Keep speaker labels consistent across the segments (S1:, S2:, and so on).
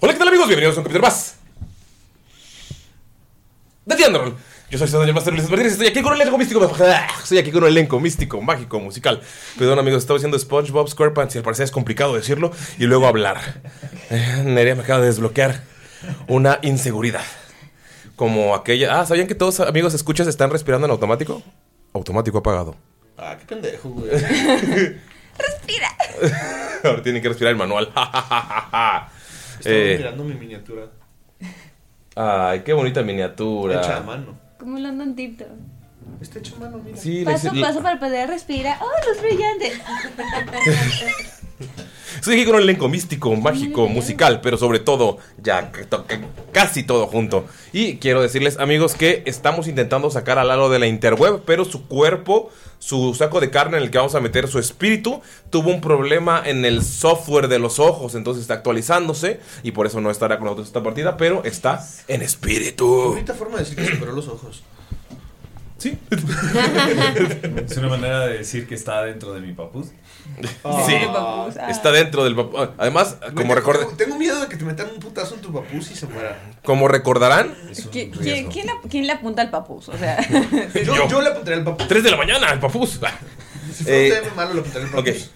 S1: Hola, ¿qué tal amigos? Bienvenidos a un capítulo más. De The Underworld. Yo soy Daniel Master Ulises Martínez y estoy aquí con un elenco místico. Estoy aquí con un elenco místico, mágico, musical. Perdón amigos, estaba haciendo SpongeBob SquarePants y al parecer es complicado decirlo y luego hablar. Eh, Nerea me acaba de desbloquear una inseguridad. Como aquella... Ah, ¿sabían que todos amigos escuchas están respirando en automático? Automático apagado.
S2: Ah, qué pendejo, güey. Eh.
S1: Ahora tienen que respirar el manual.
S2: Estaba
S1: Eh,
S2: mirando mi miniatura
S1: ay, qué bonita miniatura.
S2: hecha a mano.
S3: Como un London Tiptoe.
S2: Está hecha a mano, mira.
S1: Sí,
S3: Paso
S1: le-
S3: a paso para poder respirar. ¡Oh, luz brillante!
S1: Estoy aquí con un elenco místico, mágico, musical, pero sobre todo, ya que to- que casi todo junto. Y quiero decirles, amigos, que estamos intentando sacar a Lalo de la interweb, pero su cuerpo, su saco de carne en el que vamos a meter su espíritu, tuvo un problema en el software de los ojos, entonces está actualizándose y por eso no estará con nosotros esta partida, pero está en espíritu.
S2: Bonita forma de decir que superó los ojos.
S1: Sí.
S4: Es una manera de decir que está dentro de mi papus.
S1: Sí,
S2: Ah,
S1: está dentro del... pap- Además, como,
S2: güey,
S1: recorde-
S2: tengo- Tengo miedo de que te metan un putazo en tu papus y se muera.
S1: como recordarán,
S4: Es un
S3: ¿Qui- ¿Quién,
S4: riesgo.
S3: quién, la- quién le apunta al papus? O sea,
S2: Yo,
S1: Yo.
S2: yo. le apuntaría al papus.
S1: 3 de la mañana, el papús.
S2: Si fuera
S1: Eh,
S2: un TM malo, le apuntaría al
S1: Ok.
S2: papus.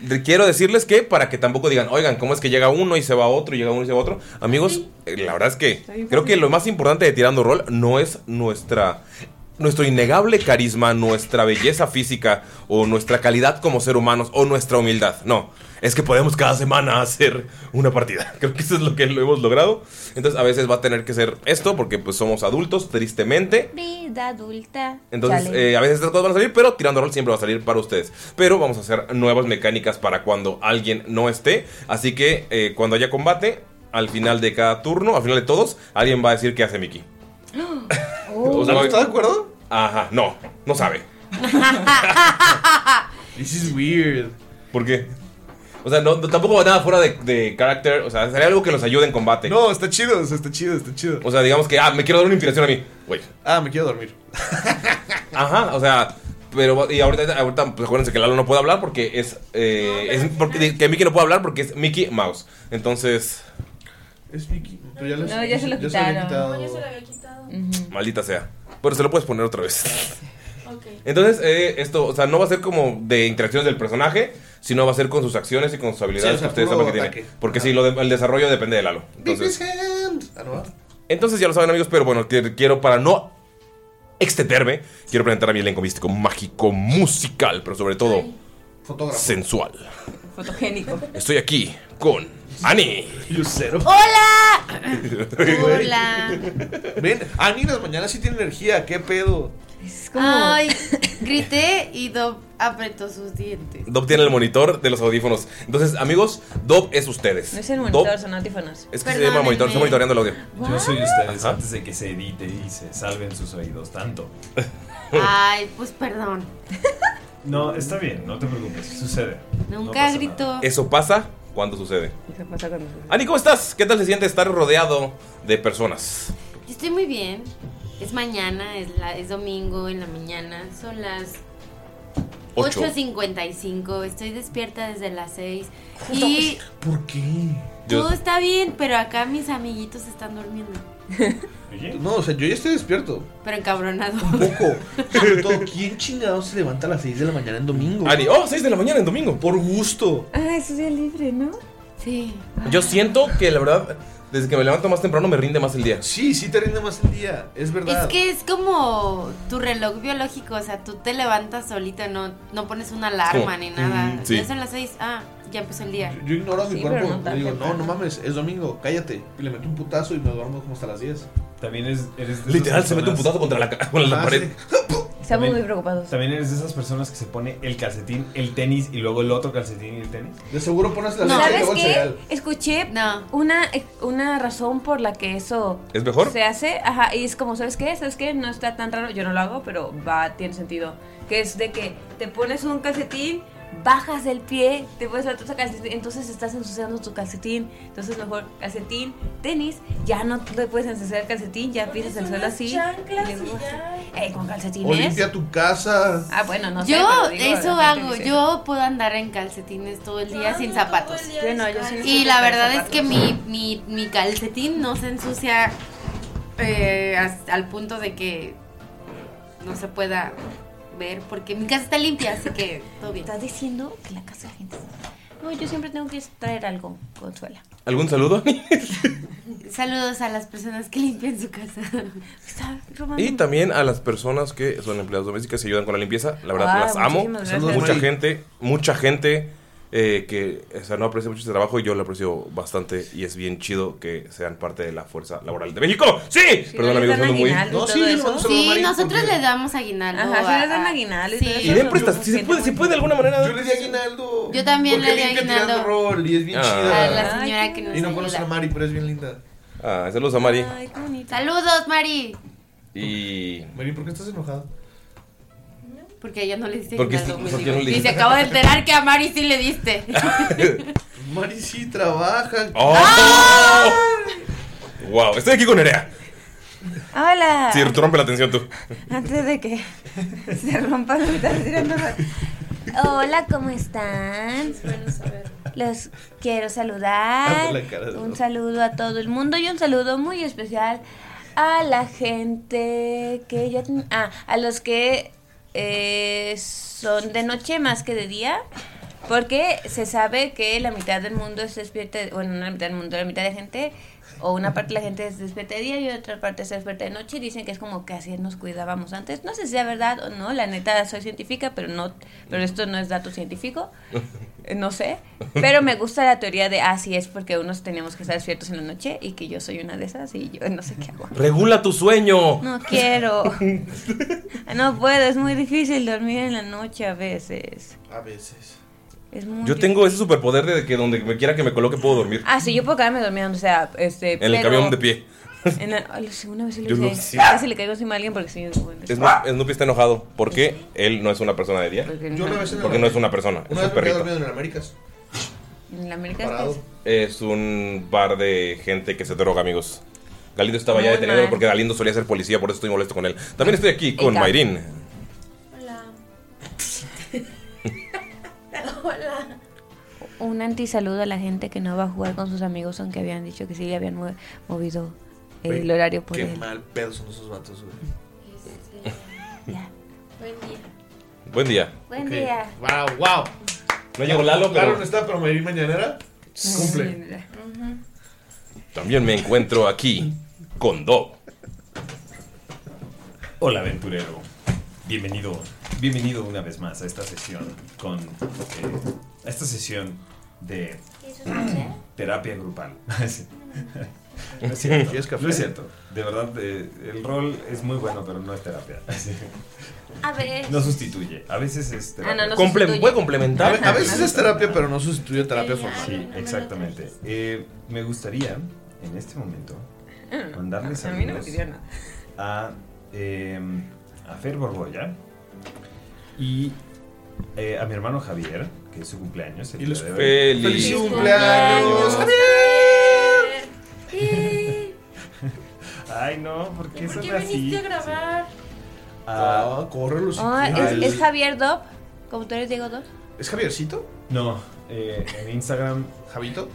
S1: De- Quiero decirles que para que tampoco digan, oigan, ¿cómo es que llega uno y se va otro, y llega uno y se va otro? Amigos, eh, la verdad es que
S3: bien
S1: creo que
S3: fácil.
S1: lo más importante de Tirando Rol no es nuestra nuestro innegable carisma, nuestra belleza física o nuestra calidad como ser humanos o nuestra humildad. No, es que podemos cada semana hacer una partida. Creo que eso es lo que lo hemos logrado. Entonces a veces va a tener que ser esto porque pues somos adultos, tristemente.
S3: vida adulta.
S1: Entonces,
S3: Chale.
S1: eh, a veces estas cosas van a salir, pero tirando rol siempre va a salir para ustedes. Pero vamos a hacer nuevas mecánicas para cuando alguien no esté. Así que eh, cuando haya combate, al final de cada turno, al final de todos, alguien va a decir qué hace Mickey.
S2: Oh.
S1: O sea,
S2: ¿Estás de acuerdo?
S1: Ajá, no, no sabe.
S2: This is weird.
S1: ¿Por qué? O sea, no, no- tampoco va nada fuera de, de carácter. O sea, sería algo que nos ayude en combate.
S2: No, está chido, o sea, está chido, está chido.
S1: O sea, digamos que, ah, me quiero dar una inspiración a mí. Güey.
S2: Ah, me quiero dormir.
S1: Ajá, o sea, pero y ahorita, ahorita pues acuérdense que Lalo no puede hablar porque es, eh, es porque, que Mickey no puede hablar porque es Mickey Mouse. Entonces,
S2: Es Vicky. Pero ya, les-
S3: No, ya se lo
S2: había
S3: quitaron.
S2: quitado.
S1: maldita sea. Pero se lo puedes poner otra vez. Entonces, eh, esto, o sea, no va a ser como de interacciones del personaje, sino va a ser con sus acciones y con sus habilidades
S2: o sea,
S1: que ustedes
S2: puro
S1: saben que tiene.
S2: ataque.
S1: Porque sí, lo de- el desarrollo depende de Lalo. Entonces,
S2: Hand. Ah, no, va.
S1: entonces ya lo saben amigos, pero bueno, que- quiero para no extenderme, quiero presentar a mi elenco místico, mágico, musical, pero sobre todo
S2: Fotógrafo.
S1: sensual.
S3: Fotogénico.
S1: Estoy aquí con Ani.
S2: Lucero.
S3: Oh. ¡Hola!
S2: Güey.
S5: Hola.
S2: Ven, Ani, las mañanas sí tiene energía. ¿Qué pedo?
S5: Ay, grité y Dob apretó sus dientes.
S1: Dob tiene el monitor de los audífonos. Entonces, amigos, Dob es ustedes.
S3: No es el
S1: Dob-
S3: monitor, son audífonos.
S1: es que se llama
S5: Perdónenme.
S1: monitor, estoy monitoreando el audio.
S4: Yo soy
S2: Ah.
S4: ustedes antes de que se edite y se salven sus oídos tanto.
S3: Ah.
S5: Ay, pues perdón.
S4: No, está bien, no te preocupes, sucede. No
S5: Nunca
S4: pasa
S5: gritó.
S1: Eso pasa cuando sucede.
S3: Eso pasa cuando-
S1: Ani, ¿cómo estás? ¿Qué tal se siente estar rodeado de personas?
S5: Yo Estoy muy bien. Es mañana, es, la, es domingo en la mañana. Son las
S1: Ocho.
S5: 8.55. Estoy despierta desde las 6. Y
S2: ¿Por qué?
S1: Yo-
S5: todo está bien, pero acá mis amiguitos están durmiendo.
S4: Oye,
S2: No, o sea, yo ya estoy despierto.
S5: Pero encabronado.
S2: Un poco. Sobre todo, ¿quién chingado se levanta a las 6 de la mañana en domingo?
S1: Ani, oh, 6 de la mañana en domingo.
S2: Por gusto.
S3: Ah, es día libre, ¿no?
S5: Sí.
S1: Yo siento que la verdad, desde que me levanto más temprano me rinde más el día.
S2: Sí, sí te rinde más el día. Es verdad.
S5: Es que es como tu reloj biológico, o sea, tú te levantas solito, no, no pones una alarma
S1: Como,
S5: ni nada.
S1: mm, sí.
S5: Ya son las seis, ah, ya empezó el día.
S2: Yo ignoro a mi
S3: Sí,
S2: cuerpo.
S3: pero no tan
S2: Le digo, no,
S3: temprano.
S2: no mames, es domingo, cállate. Y le meto un putazo y me duermo como hasta las 10.
S4: También es, eres de esas
S1: Literal, se mete un
S4: personas-
S1: putazo contra la, ca- con la
S2: Ah,
S1: pared.
S2: sí.
S3: Estamos
S4: También-
S3: muy preocupados.
S4: También eres de esas personas que se pone el calcetín, el tenis y luego el otro calcetín y el tenis.
S2: De seguro pones la
S5: No.
S2: leche y
S3: ¿Sabes
S2: luego el
S3: qué?
S2: cereal.
S3: Escuché
S5: No.
S3: una, eh, una razón por la que eso
S1: ¿Es mejor?
S3: se hace. Ajá, y es como, ¿sabes qué? ¿Sabes qué? No está tan raro. Yo no lo hago, pero va, tiene sentido. Que es de que te pones un calcetín, bajas el pie, te pones la otra calcetín, entonces estás ensuciando tu calcetín. Entonces, mejor calcetín, tenis, ya no te puedes ensuciar el calcetín, ya pisas el suelo así. y luego así. Ey, con
S2: O
S3: calcetines.
S2: limpia tu casa.
S3: Ah, bueno, no sé.
S5: yo
S3: pero digo,
S5: eso
S3: la gente
S5: hago,
S3: dice.
S5: yo puedo andar en calcetines todo el día sin zapatos.
S3: Yo no, yo sí necesito
S5: Y la
S3: usar
S5: verdad es que
S3: zapatos.
S5: mi, mi, mi calcetín no se ensucia eh, as- al punto de que no se pueda ver, porque mi casa está limpia, así que todo bien.
S3: Estás diciendo que la casa de la gente No, yo siempre tengo que traer algo, Consuela.
S1: ¿Algún saludo?
S5: Saludos a las personas que limpian su casa.
S3: Está robando.
S1: y también a las personas que son empleadas domésticas y ayudan con la limpieza. La verdad,
S3: Ah,
S1: las amo.
S3: muchísimas
S2: gracias.
S1: Mucha
S2: Mari.
S1: gente, mucha gente eh, que o sea, no aprecia mucho este trabajo y yo lo aprecio bastante y es bien chido que sean parte de la fuerza laboral de México. ¡Sí! Perdón,
S3: les
S1: amigos,
S3: dan
S1: ando muy...
S3: aguinaldo.
S2: No,
S3: todo
S2: sí, le
S3: eso.
S2: mando un saludo a
S5: Sí,
S2: Mari,
S5: nosotros
S2: porque
S5: le damos aguinaldo.
S3: Ajá, sí
S5: a-
S3: les dan
S5: a-
S3: aguinaldo y
S5: sí.
S3: todo eso.
S1: Y den prestas, si se puede, si puede de alguna manera.
S2: Yo le di aguinaldo.
S5: Yo también
S2: Porque
S5: le di
S2: limpia
S5: aguinaldo.
S2: tirando rol y es bien
S1: Ah.
S5: A
S2: chida.
S5: la
S3: Ay,
S5: señora
S3: qué
S5: que nos
S2: Y no conoces a
S5: ayuda.
S2: Mari, pero es bien linda.
S1: Ah, saludos a Mari.
S3: Ay, qué bonito.
S5: Saludos, Mari.
S1: Y...
S2: Mari, ¿por qué estás enojada?
S5: Porque ella no le diste
S1: Porque
S5: aguinaldo.
S1: sí,
S5: me
S1: porque
S5: dijo.
S1: yo no le
S5: Y
S1: dije.
S5: se acaba de enterar que a Mari sí le diste.
S2: Mari sí trabaja.
S1: ¡Oh! ¡Wow! Oh. Estoy aquí con Nerea.
S3: Hola.
S6: Ah.
S1: Sí, rompe la atención tú.
S3: Antes de que se rompa lo que estás tirando. Hola, ¿cómo están? Los quiero saludar.
S2: La cara de
S3: Un
S2: los-
S3: saludo a todo el mundo y un saludo muy especial a la gente que ya... ten- Ah, a los que eh, son de noche más que de día. Porque se sabe que la mitad del mundo es despierta, bueno, no la mitad del mundo, la mitad de gente, o una parte de la gente es despierta de día y otra parte es despierta de noche. Dicen que es como que así nos cuidábamos antes. No sé si sea verdad o no, la neta soy científica, pero no, pero esto no es dato científico. Eh, No sé, pero me gusta la teoría de así es porque unos teníamos que estar despiertos en la noche y que yo soy una de esas y yo no sé qué hago.
S1: Regula tu sueño.
S3: No quiero. Ah, No puedo, es muy difícil dormir en la noche a veces.
S2: A veces.
S3: Es muy
S1: Yo tengo ese superpoder de que donde me quiera que me coloque puedo dormir.
S3: Ah, sí, yo puedo quedarme dormida donde sea. Este,
S1: En el camión de pie.
S3: En la, ay, lo sé, una vez sí
S1: Yo
S3: lo
S1: lo
S3: hice.
S1: sé.
S3: Casi le caigo encima a alguien porque sí. bueno,
S1: Snoop, Snoopy está enojado porque él no es una persona de día.
S3: porque
S2: Yo
S3: no-
S2: una vez en el-
S1: Porque no es una persona,
S2: Una
S1: es un
S2: vez me quedé
S1: perrito.
S2: dormido en el Américas.
S3: En pues, la América
S2: Parado.
S3: Express.
S1: Es un bar de gente que se droga, amigos. Galindo estaba ya
S3: Muy
S1: detenido
S3: mal.
S1: porque Galindo solía ser policía, por eso estoy molesto con él. También estoy aquí con
S3: Venga.
S1: Mayrin.
S3: Un antisaludo a la gente que no va a jugar con sus amigos, aunque habían dicho que sí le habían mue- movido
S2: Güey,
S3: el horario pues. por
S2: Qué
S3: él.
S2: mal pedo son esos vatos, güey.
S3: Ya. este,
S1: Buen día.
S3: Buen
S2: Ok.
S3: día.
S2: Wow, wow.
S1: No llegó Lalo,
S7: Claro,
S1: pero
S7: no está, pero me di mañanera. Cumple.
S1: también me encuentro aquí con Do.
S4: Hola aventurero, bienvenido, bienvenido una vez más a esta sesión con eh, a esta sesión de terapia grupal. Sí. No es cierto,
S7: ¿Quieres café?
S4: no es cierto. De verdad, eh, el rol es muy bueno, pero no es terapia. Sí.
S3: A ver.
S4: No sustituye. A veces es terapia.
S3: Ah, no, no
S1: Comple-
S3: sustituye. Ah,
S1: ¿Puede
S7: A,
S1: complementar?
S7: ve- a veces es terapia, pero no sustituye terapia formal.
S4: Sí, exactamente. Eh, me gustaría, en este momento, mandarles
S3: A mí no me
S4: saludos
S3: pidió nada.
S4: a, eh, a Fer Borboya y eh, a mi hermano Javier, que es su cumpleaños. el
S7: Y
S4: día
S7: los
S4: de hoy.
S1: Feliz.
S7: ¡Feliz cumpleaños!
S3: Sí.
S4: Ay, no, ¿por qué
S5: ¿Por
S4: son
S5: qué
S4: así?
S5: viniste a grabar?
S4: Ah,
S7: Ah, córrelo. si
S3: Ah,
S7: quieres.
S3: ¿es, es Javier Dob? ¿Como tú eres Diego Dob?
S7: ¿Es Javiercito?
S4: no, eh, en Instagram,
S7: ¿Javito?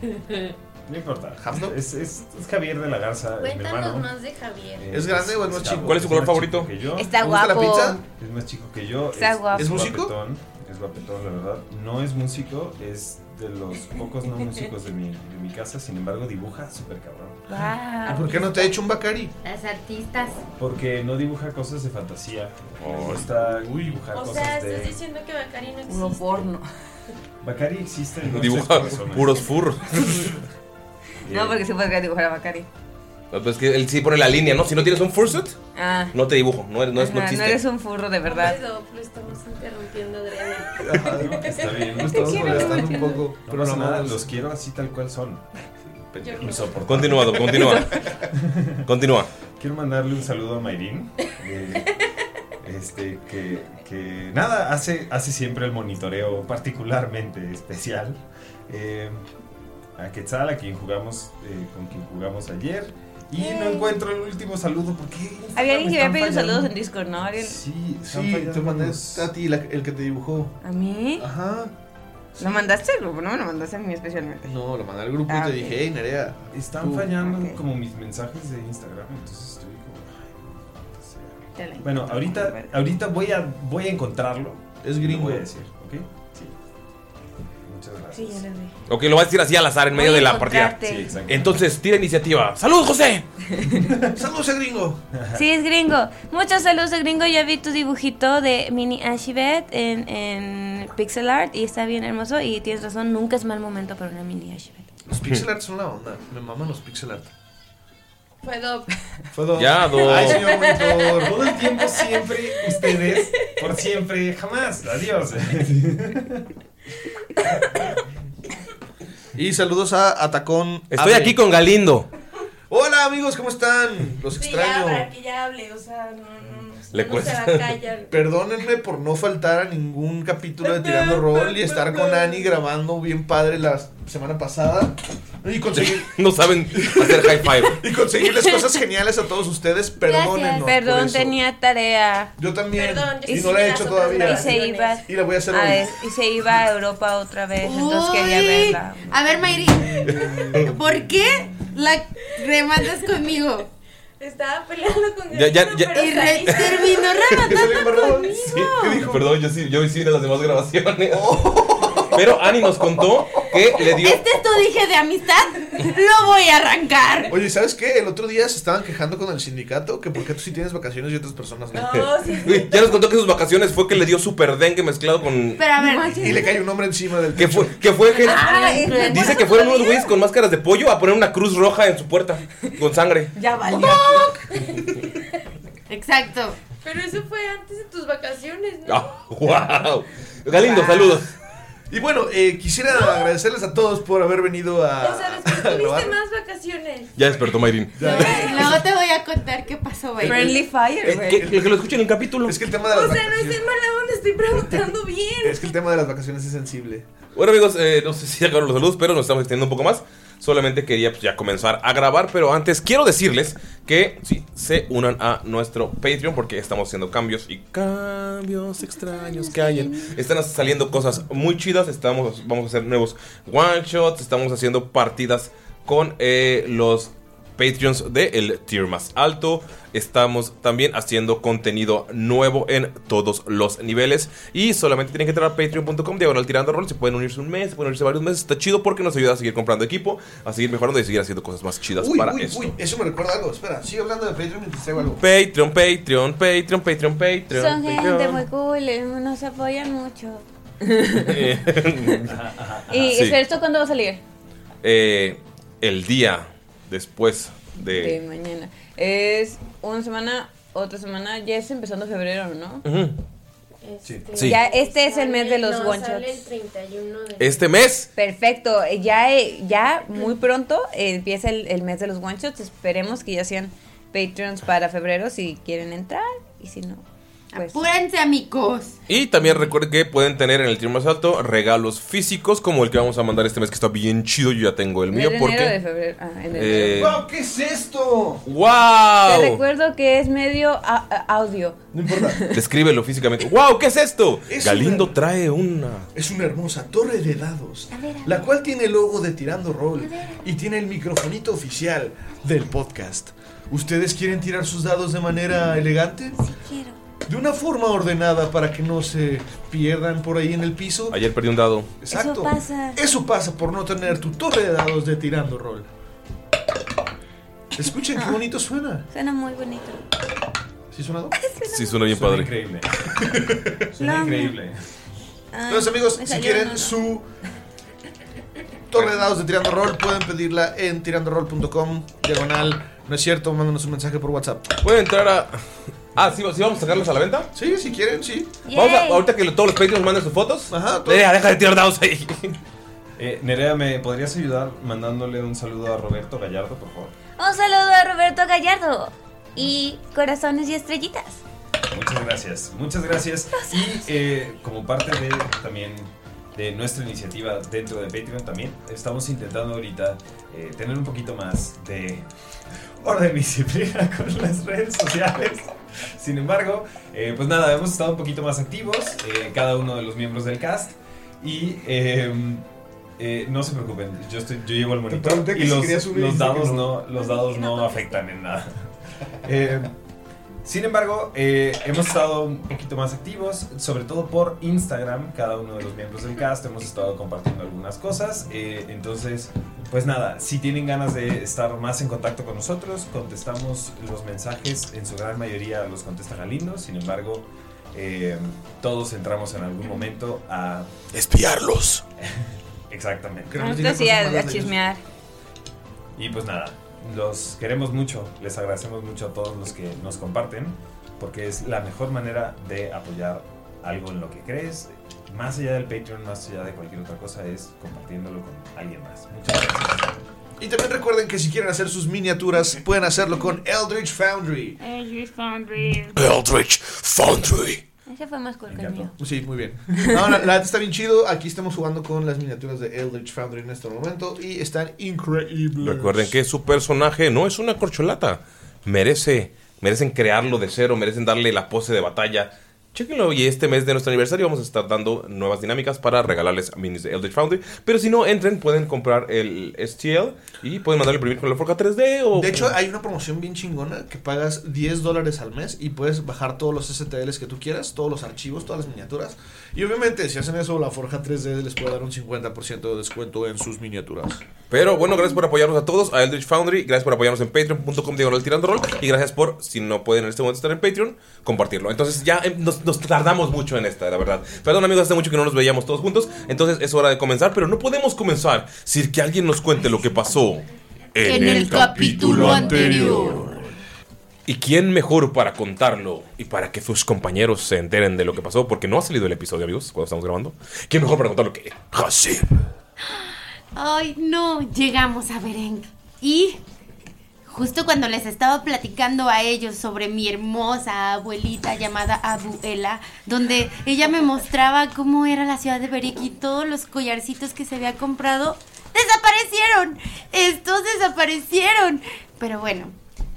S4: no importa.
S7: ¿Javno?
S4: Es, es- es Javier de la Garza, es mi hermano.
S5: Cuéntanos más de Javier.
S7: ¿Es grande o es más
S4: está-
S7: chico?
S1: ¿Cuál es su color
S4: más
S1: favorito?
S4: chico que yo.
S3: Está
S7: ¿Te gusta la
S3: guapo.
S7: pizza?
S4: Es más chico que yo.
S3: Está guapo.
S4: ¿Es
S7: ¿Es músico?
S4: guapetón, es guapetón, la verdad. No es músico, es de los pocos no músicos de mi, de mi casa. Sin embargo, dibuja súper cabrón.
S7: ¿Y
S3: Guau.
S7: por qué no te ha hecho un Bacari?
S5: Las artistas.
S4: Porque no dibuja cosas de fantasía.
S1: Oh.
S4: O está dibujar cosas de.
S5: diciendo que Bacari no
S8: Uno porno.
S4: Bacari existe en
S1: Dibuja
S4: muchas personas.
S1: puros furros.
S4: Eh,
S8: No, porque se puede dibujar a Bacari.
S1: No, pues es que él sí pone la línea, ¿no? Si no tienes un fursuit,
S8: Ah.
S1: no te dibujo. No, eres- no, es, no
S8: Ajá,
S1: existe.
S8: no eres un furro de verdad.
S5: lo estamos interrumpiendo, Adriana.
S7: Ajá,
S4: no, Está bien, no estamos
S7: Estamos molestando un poco.
S4: No
S7: pero
S4: pasa
S7: nada,
S4: nada, los
S7: los-
S4: quiero así tal cual son. Insoportable.
S1: Continuado, continúa. continúa.
S4: Quiero mandarle un saludo a Mayrin. eh, este, que, que nada, hace, hace siempre el monitoreo particularmente especial. Eh, a Quetzal, a quien jugamos, eh, con quien jugamos ayer. Y no encuentro el último saludo porque.
S8: Había alguien que había pedido saludos en Discord, ¿no? ¿Alguien?
S4: Sí, están
S7: Sí,
S4: fallando
S7: te mandé
S4: los-
S7: a ti la- el que te dibujó.
S8: ¿A mí?
S7: Ajá.
S8: ¿Lo mandaste al grupo? No me lo mandaste a mí especialmente.
S7: No, lo mandé al grupo
S8: Ah,
S7: y te
S8: ok.
S7: dije, hey, Nerea.
S4: Están
S7: Tú.
S4: fallando
S8: Ok.
S4: como mis mensajes de Instagram, entonces estoy como. ay, maldita sea.
S5: Te la-
S4: Bueno, ahorita, ahorita voy, a, voy a encontrarlo.
S7: Es
S4: Lo
S7: gringo.
S4: voy a decir, ¿ok? Sí. Muchas gracias.
S8: Sí, ya lo vi.
S1: Ok, lo vas a decir así al azar en medio
S8: Voy
S1: de
S8: a
S1: la partida.
S8: encontrarte.
S4: Sí, exacto.
S1: Entonces, tira iniciativa. ¡Salud, José!
S7: ¡Saludos a gringo!
S3: Sí, es gringo. Muchos saludos de gringo. Ya vi tu dibujito de Mini Ashibet en, en Pixel Art y está bien hermoso. Y tienes razón, nunca es mal momento para una Mini Ashibet.
S7: Los pixel art son la onda. Me maman los pixel art.
S5: Puedo.
S7: Fue dos.
S1: Ya, dos.
S7: Ay, señor monitor.
S4: Todo el tiempo, siempre, ustedes, por siempre, jamás. Adiós.
S7: Y saludos a Atacón.
S1: Estoy
S7: Ave.
S1: aquí con Galindo.
S7: Hola amigos, ¿cómo están? Los extraño.
S5: que ya hable, o sea, no, no, no,
S1: Le
S5: no
S1: cuesta.
S5: se va a callar.
S7: Perdónenme por no faltar a ningún capítulo de Tirando Rol y estar con Ani grabando bien padre la semana pasada. Y conseguir.
S1: No saben hacer high five.
S7: Y conseguirles cosas geniales a todos ustedes, perdónennos. por
S3: Perdón,
S7: eso.
S3: tenía tarea.
S7: Yo también.
S5: Perdón, yo
S7: y
S5: sí
S7: no
S5: vi
S7: la he
S5: las
S7: hecho
S5: otras
S7: todavía.
S3: Y se iba.
S7: Y la voy a hacer
S3: A
S7: hoy.
S3: ver, y se iba a Europa otra vez, entonces quería
S5: Uy.
S3: verla.
S5: A ver, Mayri, ¿por qué la rematas conmigo? Estaba peleando con
S1: Ya, ya, ya.
S5: Y re- terminó
S7: ¿Qué salió
S5: rematando
S7: embarrado?
S5: conmigo.
S1: Sí, perdón, yo sí, yo sí vi las demás grabaciones. Pero Ani nos contó que le dio.
S5: Este es tu dije de amistad, lo voy a arrancar.
S7: Oye, ¿sabes qué? El otro día se estaban quejando con el sindicato que por qué tú sí tienes vacaciones y otras personas no.
S1: Uy, Ya nos contó que sus vacaciones fue que le dio super dengue mezclado con.
S5: Pero a ver, Ah,
S7: Y le cae un hombre encima del
S1: Que
S7: techo.
S1: fue, que fue que-
S5: es-
S1: Dice que fueron unos güeyes con máscaras de pollo a poner una cruz roja en su puerta con sangre.
S8: Ya valió.
S5: exacto.
S8: Pero eso fue antes de tus vacaciones,
S1: Ah, ¡Wow! Galindo, saludos.
S7: Y bueno, eh, quisiera agradecerles a todos por haber venido a. a grabar.
S8: vacaciones.
S1: Ya despertó Mayrin.
S5: Luego te voy a contar qué pasó, güey.
S8: Friendly Fire,
S1: Eh,
S8: güey.
S1: que, que- que lo escuchen en el capítulo.
S7: Es que el tema de las vacaciones.
S8: es mala onda, estoy preguntando bien.
S7: Es que el tema de las vacaciones es sensible.
S1: Bueno amigos, eh, no sé si ya acabaron los saludos, pero nos estamos extendiendo un poco más. Solamente quería pues, ya comenzar a grabar, pero antes quiero decirles que sí, se unan a nuestro Patreon porque estamos haciendo cambios y cambios extraños que hay. en- Están saliendo cosas muy chidas, estamos, vamos a hacer nuevos one shots, estamos haciendo partidas con eh, los Patreons de el tier más alto. Estamos también haciendo contenido nuevo en todos los niveles. Y solamente tienen que entrar a patreon.com diagonal tirando rol. Se pueden unirse un mes, se pueden unirse varios meses. Está chido porque nos ayuda a seguir comprando equipo, a seguir mejorando y seguir haciendo cosas más chidas
S7: Uy,
S1: para
S7: uy,
S1: esto.
S7: uy, eso me recuerda algo. Espera, sigue hablando de Patreon mientras traigo algo.
S1: Patreon, Patreon, Patreon, Patreon, Patreon.
S3: Son gente
S1: Patreon.
S3: muy cool, eh, nos apoyan mucho.
S1: Eh,
S3: ¿Y
S1: Sí.
S3: espera, esto cuándo va a salir?
S1: eh, el día después de.
S3: De mañana. Es una semana, otra semana, ya es empezando febrero, ¿no?
S1: Ujú. Sí.
S3: Ya este es el mes de los
S8: no,
S3: one shots.
S8: sale el 31 de...
S1: Este mes.
S3: Perfecto, eh, ya, eh, ya muy pronto eh, empieza el, el mes de los one shots. Esperemos que ya sean Patreons para febrero si quieren entrar y si no. Pues.
S5: Apúrense, amigos.
S1: Y también recuerden que pueden tener en el tier más alto regalos físicos como el que vamos a mandar este mes que está bien chido. Yo ya tengo el
S3: En
S1: mío
S3: el enero de
S1: porque.
S3: febrero. Ah, en el
S1: Eh,
S3: enero.
S7: ¿Qué es esto?
S3: Te
S1: ¡Wow!
S3: recuerdo que es medio a- a- audio.
S1: Descríbelo físicamente. ¡Wow! ¿Qué es esto?
S7: Es
S1: Galindo trae una.
S7: Es una hermosa torre de dados, la cual tiene el logo de Tirando Roll y tiene el microfonito oficial del podcast. ¿Ustedes quieren tirar sus dados de manera elegante?
S3: quiero.
S7: De una forma ordenada para que no se pierdan por ahí en el piso.
S1: Ayer perdí un dado.
S7: Exacto.
S3: Eso pasa.
S7: Eso pasa por no tener tu torre de dados de Tirando Roll. Escuchen
S3: Ah.
S7: qué bonito suena.
S3: Suena muy bonito.
S7: ¿Sí suena?
S1: Sí, suena bien
S4: Suena
S1: padre.
S4: increíble.
S3: Lo
S4: Suena
S3: amo.
S4: increíble.
S3: Ay,
S7: Entonces, amigos,
S3: Ah, me
S7: si
S3: salió
S7: quieren
S3: uno, ¿no?
S7: su torre de dados de Tirando Roll, pueden pedirla en tirandoroll.com, diagonal. No es cierto, mándanos un mensaje por WhatsApp.
S1: Pueden entrar a. Ah, sí, sí, vamos a sacarlos a la venta.
S7: Sí, si quieren, sí.
S1: Vamos a,
S3: Yay.
S1: ahorita que lo- todos los Patreons manden sus fotos.
S7: Ajá, todo.
S1: Deja, deja de tirar dados ahí.
S4: Eh, Nerea, ¿me podrías ayudar mandándole un saludo a Roberto Gallardo, por favor?
S3: Un saludo a Roberto Gallardo y corazones y estrellitas.
S4: Muchas gracias, muchas gracias. Y eh, como parte de también de nuestra iniciativa dentro de Patreon también, estamos intentando ahorita eh, tener un poquito más de orden y disciplina con las redes sociales. Sin embargo, eh, pues nada, hemos estado un poquito más activos, eh, cada uno de los miembros del cast. Y eh, eh, no se preocupen, yo, estoy, yo llevo el monitor
S7: pregunté que
S4: y
S7: si
S4: los,
S7: querías subir y
S4: los
S7: dijiste que
S4: dados,
S7: no.
S4: no. los dados no afectan en nada. Eh, sin embargo, eh, hemos estado un poquito más activos, sobre todo por Instagram. Cada uno de los miembros del cast hemos estado compartiendo algunas cosas. eh, entonces, pues nada, si tienen ganas de estar más en contacto con nosotros, contestamos los mensajes. En su gran mayoría los contesta Galindo. Sin embargo, eh, todos entramos en algún momento a.
S1: Espiarlos.
S4: Exactamente.
S3: Esto sí, a, a chismear.
S4: Y pues nada, los queremos mucho, les agradecemos mucho a todos los que nos comparten, porque es la mejor manera de apoyar algo en lo que crees, más allá del Patreon, más allá de cualquier otra cosa, es compartiéndolo con alguien más. Muchas gracias.
S7: Y también recuerden que si quieren hacer sus miniaturas, pueden hacerlo con Eldritch Foundry.
S1: Eldritch Foundry.
S3: Ese fue más cool que
S4: Me
S3: el
S4: encantó.
S3: mío.
S7: Sí, muy bien. No, la, la neta está bien chido. Aquí estamos jugando con las miniaturas de Eldritch Foundry en este momento y están increíbles.
S1: Recuerden que su personaje no es una corcholata. Merece, merecen crearlo de cero, merecen darle la pose de batalla. Chequenlo y este mes de nuestro aniversario vamos a estar dando nuevas dinámicas para regalarles minis de Eldritch Foundry. Pero si no, entren, pueden comprar el STL y pueden mandarlo a imprimir con la forca 3D o...
S7: De hecho, hay una promoción bien chingona que pagas 10 dólares al mes y puedes bajar todos los STLs que tú quieras, todos los archivos, todas las miniaturas. Y obviamente, si hacen eso, la Forja 3D les puede dar un 50% de descuento en sus miniaturas.
S1: Pero bueno, gracias por apoyarnos a todos, a Eldritch Foundry, gracias por apoyarnos en patreon.com diagonal tirando rol y gracias por, si no pueden en este momento estar en Patreon, compartirlo. Entonces ya eh, nos, nos tardamos mucho en esta, la verdad. Perdón amigos, hace mucho que no nos veíamos todos juntos, entonces es hora de comenzar, pero no podemos comenzar sin que alguien nos cuente lo que pasó ¿Y quién mejor para contarlo y para que sus compañeros se enteren de lo que pasó? Porque no ha salido el episodio, amigos, cuando estamos grabando. ¿Quién mejor para contarlo que Hasib?
S5: Ay, no, llegamos a Bereng. Y justo cuando les estaba platicando a ellos sobre mi hermosa abuelita llamada Abuela, donde ella me mostraba cómo era la ciudad de Bereng y todos los collarcitos que se había comprado, desaparecieron. Estos desaparecieron. Pero bueno.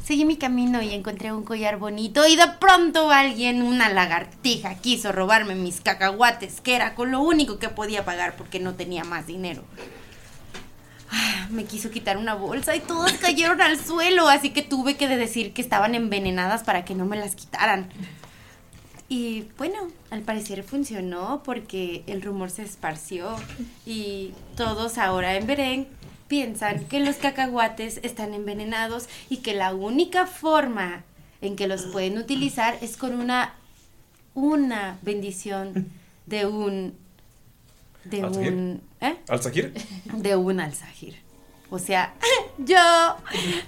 S5: Seguí mi camino y encontré un collar bonito y de pronto alguien, una lagartija, quiso robarme mis cacahuates, que era con lo único que podía pagar porque no tenía más dinero. me quiso quitar una bolsa y todas cayeron al suelo, así que tuve que decir que estaban envenenadas para que no me las quitaran. Y bueno, al parecer funcionó porque el rumor se esparció y todos ahora en Berén piensan que los cacahuates están envenenados y que la única forma en que los pueden utilizar es con una una bendición de un de
S1: ¿Alzajir?
S5: un ¿eh?
S1: ¿Al Sakir?
S5: de un alzajir. O sea, yo.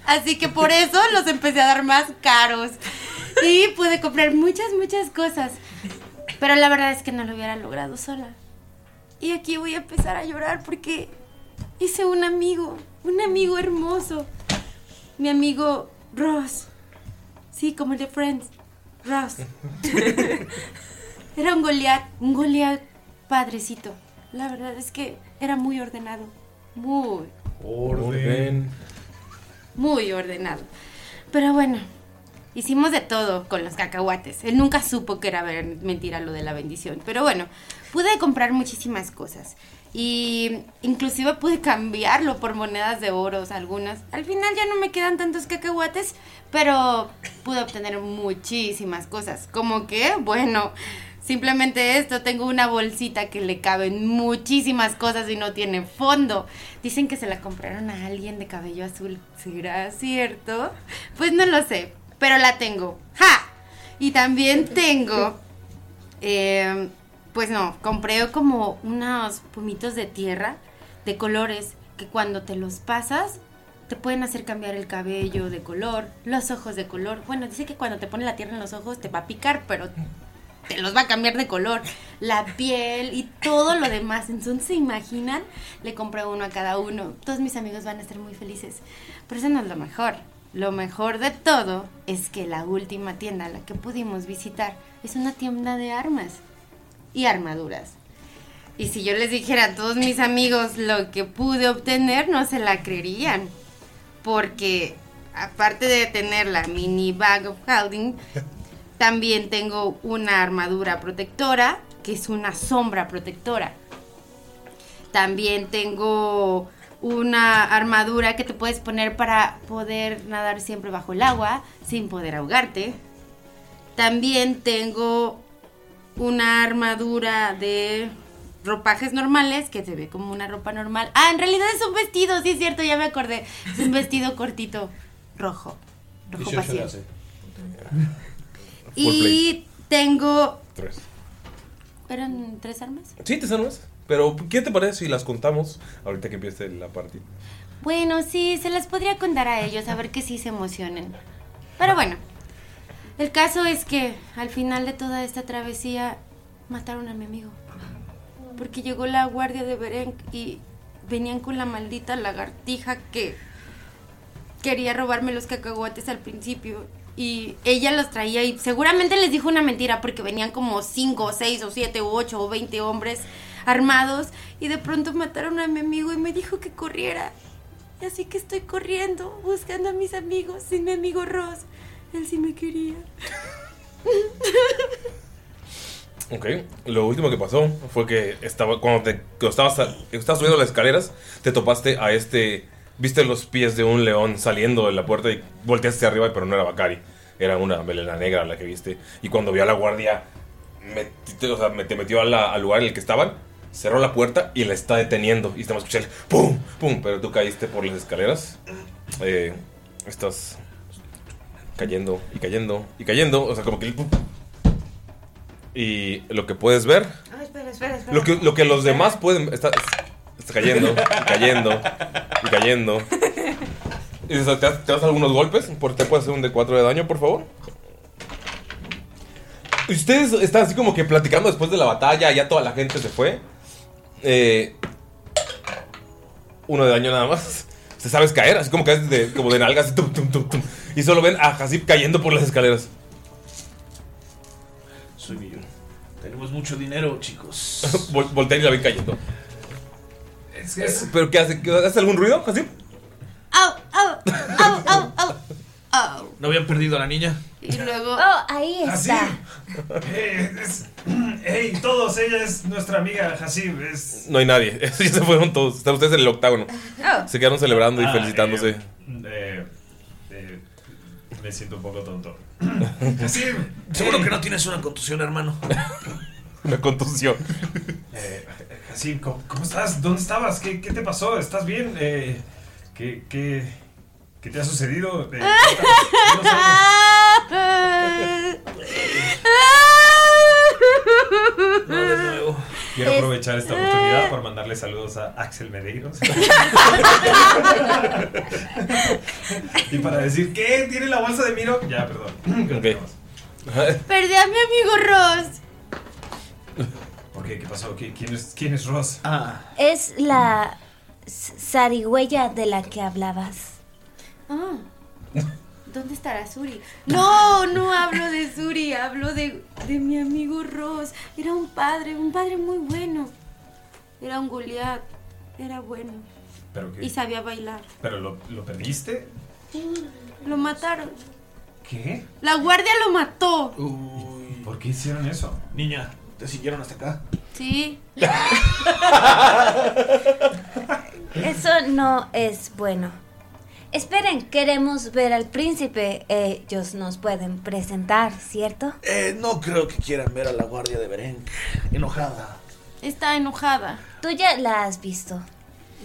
S5: Así que por eso los empecé a dar más caros. Y pude comprar muchas, muchas cosas. Pero la verdad es que no lo hubiera logrado sola. Y aquí voy a empezar a llorar porque hice un amigo, un amigo hermoso. Mi amigo Ross. Sí, como el de Friends. Ross. Era un Goliat, un Goliat padrecito. La verdad es que era muy ordenado. Muy,
S1: Orden.
S5: muy ordenado. Pero bueno, hicimos de todo con los cacahuates. Él nunca supo que era ver- mentira lo de la bendición. Pero bueno, pude comprar muchísimas cosas. Y inclusive pude cambiarlo por monedas de oro, algunas. Al final ya no me quedan tantos cacahuates, pero pude obtener muchísimas cosas. Como que, bueno, simplemente esto, tengo una bolsita que le caben muchísimas cosas y no tiene fondo. Dicen que se la compraron a alguien de cabello azul. ¿Será cierto? Pues no lo sé, pero la tengo. ¡Ja! Y también tengo... eh, pues no, compré como unos pumitos de tierra de colores que cuando te los pasas te pueden hacer cambiar el cabello de color, los ojos de color. Bueno, dice que cuando te pone la tierra en los ojos te va a picar, pero te los va a cambiar de color. La piel y todo lo demás. Entonces, ¿se imaginan? Le compré uno a cada uno. Todos mis amigos van a estar muy felices. Pero eso no es lo mejor. Lo mejor de todo es que la última tienda a la que pudimos visitar es una tienda de armas y armaduras. Y si yo les dijera a todos mis amigos lo que pude obtener, no se la creerían. Porque aparte de tener la mini bag of holding, también tengo una armadura protectora, que es una sombra protectora. También tengo una armadura que te puedes poner para poder nadar siempre bajo el agua sin poder ahogarte. También tengo una armadura de ropajes normales que se ve como una ropa normal. Ah, en realidad es un vestido, sí es cierto, ya me acordé. Es un vestido cortito rojo. Rojo pasión.
S1: Full play.
S5: Y tengo.
S1: Tres.
S5: ¿Eran tres armas?
S1: Sí, te armas. Pero, ¿qué te parece si las contamos ahorita que empiece la partida?
S5: Bueno, sí, se las podría contar a ellos, a ver que sí se emocionen. Pero bueno, el caso es que al final de toda esta travesía mataron a mi amigo. Porque llegó la guardia de Beren y venían con la maldita lagartija que quería robarme los cacahuates al principio. Y ella los traía y seguramente les dijo una mentira porque venían como 5 o 6 o 7 o 8 o 20 hombres armados y de pronto mataron a mi amigo y me dijo que corriera. Y Así que estoy corriendo, buscando a mis amigos, sin mi amigo Ross. Él sí me quería.
S1: Ok, lo último que pasó fue que estaba cuando te cuando estabas, estabas subiendo las escaleras, te topaste a este, viste los pies de un león saliendo de la puerta y volteaste hacia arriba, pero no era Bakari, era una melena negra la que viste. Y cuando vio a la guardia, meti- te- o sea, me- te metió a la- al lugar en el que estaban, cerró la puerta y la está deteniendo. Y estamos escuchando, el ¡pum! ¡pum! Pero tú caíste por las escaleras. Eh, estás cayendo y cayendo y cayendo, o sea, como que... el ¡pum! Y lo que puedes ver
S8: Ay, Ah, espera, espera, espera.
S1: lo que, lo que los demás pueden. Está, está cayendo, y cayendo, y cayendo. Y, o sea, ¿te, das- te das algunos golpes? ¿Por te puedes hacer un D4 de daño, por favor? Y Ustedes están así como que platicando después de la batalla, ya toda la gente se fue. Eh, uno de daño nada más. Te sabes caer, así como caes de, como de nalgas y tum, tum, tum, tum. Y solo ven a Hasib cayendo por las escaleras.
S2: Soy millón. Tenemos mucho dinero, chicos.
S1: Vol- voltean y la ven cayendo. Eh, ¿Pero qué hace? ¿Qué- ¿Hace algún ruido, Hasib?
S5: ¡Au, au, au, au, au! au!
S7: ¿No habían perdido a la niña?
S5: Y luego.
S3: Oh, ahí
S7: ¿Ah, sí?
S3: está.
S4: Eh, es- ¡Ey, todos! Ella es nuestra amiga, Hasib. Es,
S1: No hay nadie. Sí, se fueron todos. Están ustedes en el octágono.
S4: Oh.
S1: Se quedaron celebrando y
S4: Ah,
S1: felicitándose.
S4: eh, eh, me siento un poco tonto.
S7: Sí, seguro que no tienes una contusión, hermano.
S1: Una contusión.
S4: Eh, Hasib, ¿cómo, cómo estás? ¿Dónde estabas? ¿Qué, qué te pasó? ¿Estás bien? Eh, ¿qué, qué, qué te ha sucedido? Eh, Quiero aprovechar esta oportunidad para mandarle saludos a Axel Medeiros. y para decir, ¿qué? ¿Tiene la bolsa de Miro? Ya, perdón. Continuamos.
S5: Perdí a mi amigo Ross.
S4: ¿Por qué? ¿Qué pasó? ¿Qui- ¿Quién es, quién es Ross? Ah.
S6: Es la s- zarigüeya de la que hablabas.
S5: Ah, ¿Dónde estará Suri? No, no hablo de Suri, hablo de, de mi amigo Ross. Era un padre, un padre muy bueno. Era un Goliat, era bueno
S4: ¿Pero qué?
S5: y sabía bailar.
S4: ¿Pero lo, lo perdiste?
S5: Lo mataron.
S4: ¿Qué?
S5: La guardia lo mató.
S4: ¿Por qué hicieron eso?
S7: Niña, te siguieron hasta acá.
S5: Sí.
S6: Eso no es bueno. Esperen, queremos ver al príncipe. Ellos nos pueden presentar, ¿cierto?
S7: Eh, no creo que quieran ver a la guardia de Beren enojada.
S5: Está enojada.
S6: Tú ya la has visto.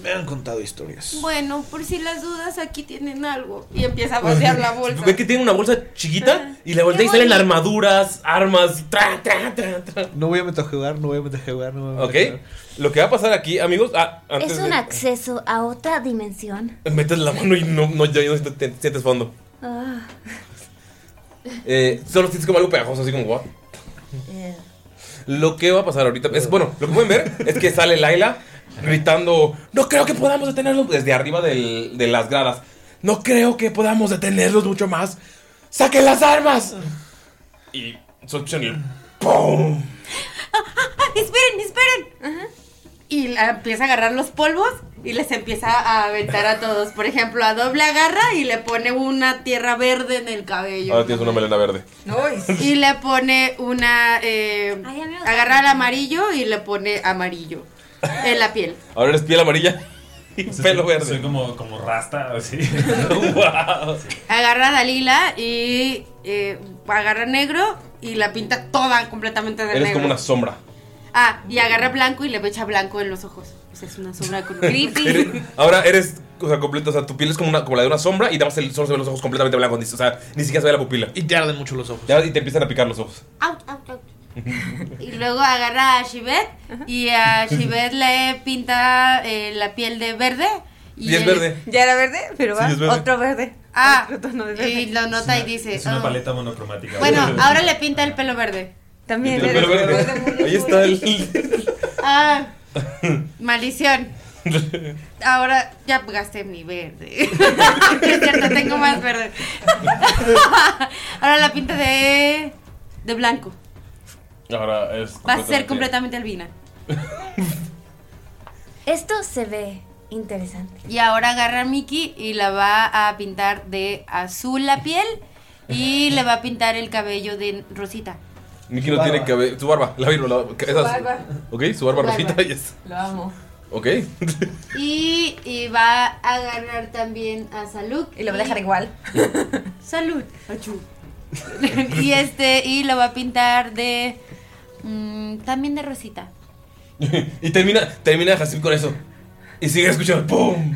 S7: Me han contado historias.
S5: Bueno, por si las dudas, aquí tienen algo. Y empieza a vaciar la bolsa. Ah.
S1: Ve que tiene una bolsa chiquita y la voltea y salen armaduras, armas. Tra, tra, tra, tra.
S7: No voy a metajugar, no voy a metajugar, no voy a
S1: Ok. Lo que va a pasar aquí, amigos. ah, antes
S6: Es un
S1: de-
S6: acceso a otra dimensión.
S1: Metes la mano y no, no, ya no te- te sientes fondo.
S6: Ah,
S1: Eh, solo sientes como algo pegajoso, así como guau.
S6: eh,
S1: Lo que va a pasar ahorita es, bueno, lo que pueden ver es que sale Laila gritando, no creo que podamos detenerlos desde arriba del- de las gradas. No creo que podamos detenerlos mucho más. ¡Saquen las armas! Y escuchan el ¡Pum!
S5: ¡Ah, esperen, esperen. Y la- empieza a agarrar los polvos y les empieza a aventar a todos. Por ejemplo, a doble agarra y le pone una tierra verde en el cabello.
S1: Ahora tienes una melena verde.
S5: Y le pone una... eh, agarra el amarillo y le pone amarillo en la piel.
S1: Ahora eres piel amarilla y pelo verde. Soy
S4: como, como rasta, así.
S5: Agarra a Dalila y eh, agarra negro y la pinta toda completamente de
S1: Eres
S5: negro.
S1: como una sombra.
S5: Ah, y agarra blanco y le echa blanco en los ojos. O sea, es una sombra con
S1: Eres- ahora eres, o sea, completa, o sea, tu piel es como, una, como la de una sombra y nada más el- solo se ven los ojos completamente blancos. O sea, ni siquiera se ve la pupila.
S7: Y te arden mucho los ojos.
S1: y te empiezan a picar los ojos.
S5: Out, out, out. y luego agarra a Shivet y a Shivet le pinta eh, la piel de verde.
S1: Y es
S5: él-
S1: verde.
S3: Ya era verde, pero
S1: Sí,
S3: va
S1: es verde.
S3: otro verde.
S5: Ah, y lo nota y dice.
S4: Es una
S5: "Oh".
S4: paleta monocromática.
S5: Bueno, ahora le pinta el pelo verde.
S3: También.
S4: El pelo verde.
S1: Ahí está el.
S5: Ah, maldición. Ahora ya gasté mi verde. No es cierto, tengo más verde. ahora la pinta de de blanco.
S1: Ahora es.
S5: Va a ser completamente albina.
S6: Esto se ve interesante.
S5: Y ahora agarra a Mickey y la va a pintar de azul la piel y le va a pintar el cabello de rosita.
S1: Miki no tiene cabello. Su barba, la virula. Su
S5: barba.
S1: Ok, su barba
S5: Barba.
S1: rojita y es.
S5: Lo amo.
S1: Ok.
S5: Y, y va a agarrar también a Salud.
S3: Y lo va a dejar igual.
S5: Salud. Achú. y este, y lo va a pintar de. mm, también de rosita.
S1: Y termina, termina Hasib con eso. Y sigue escuchando. ¡Pum!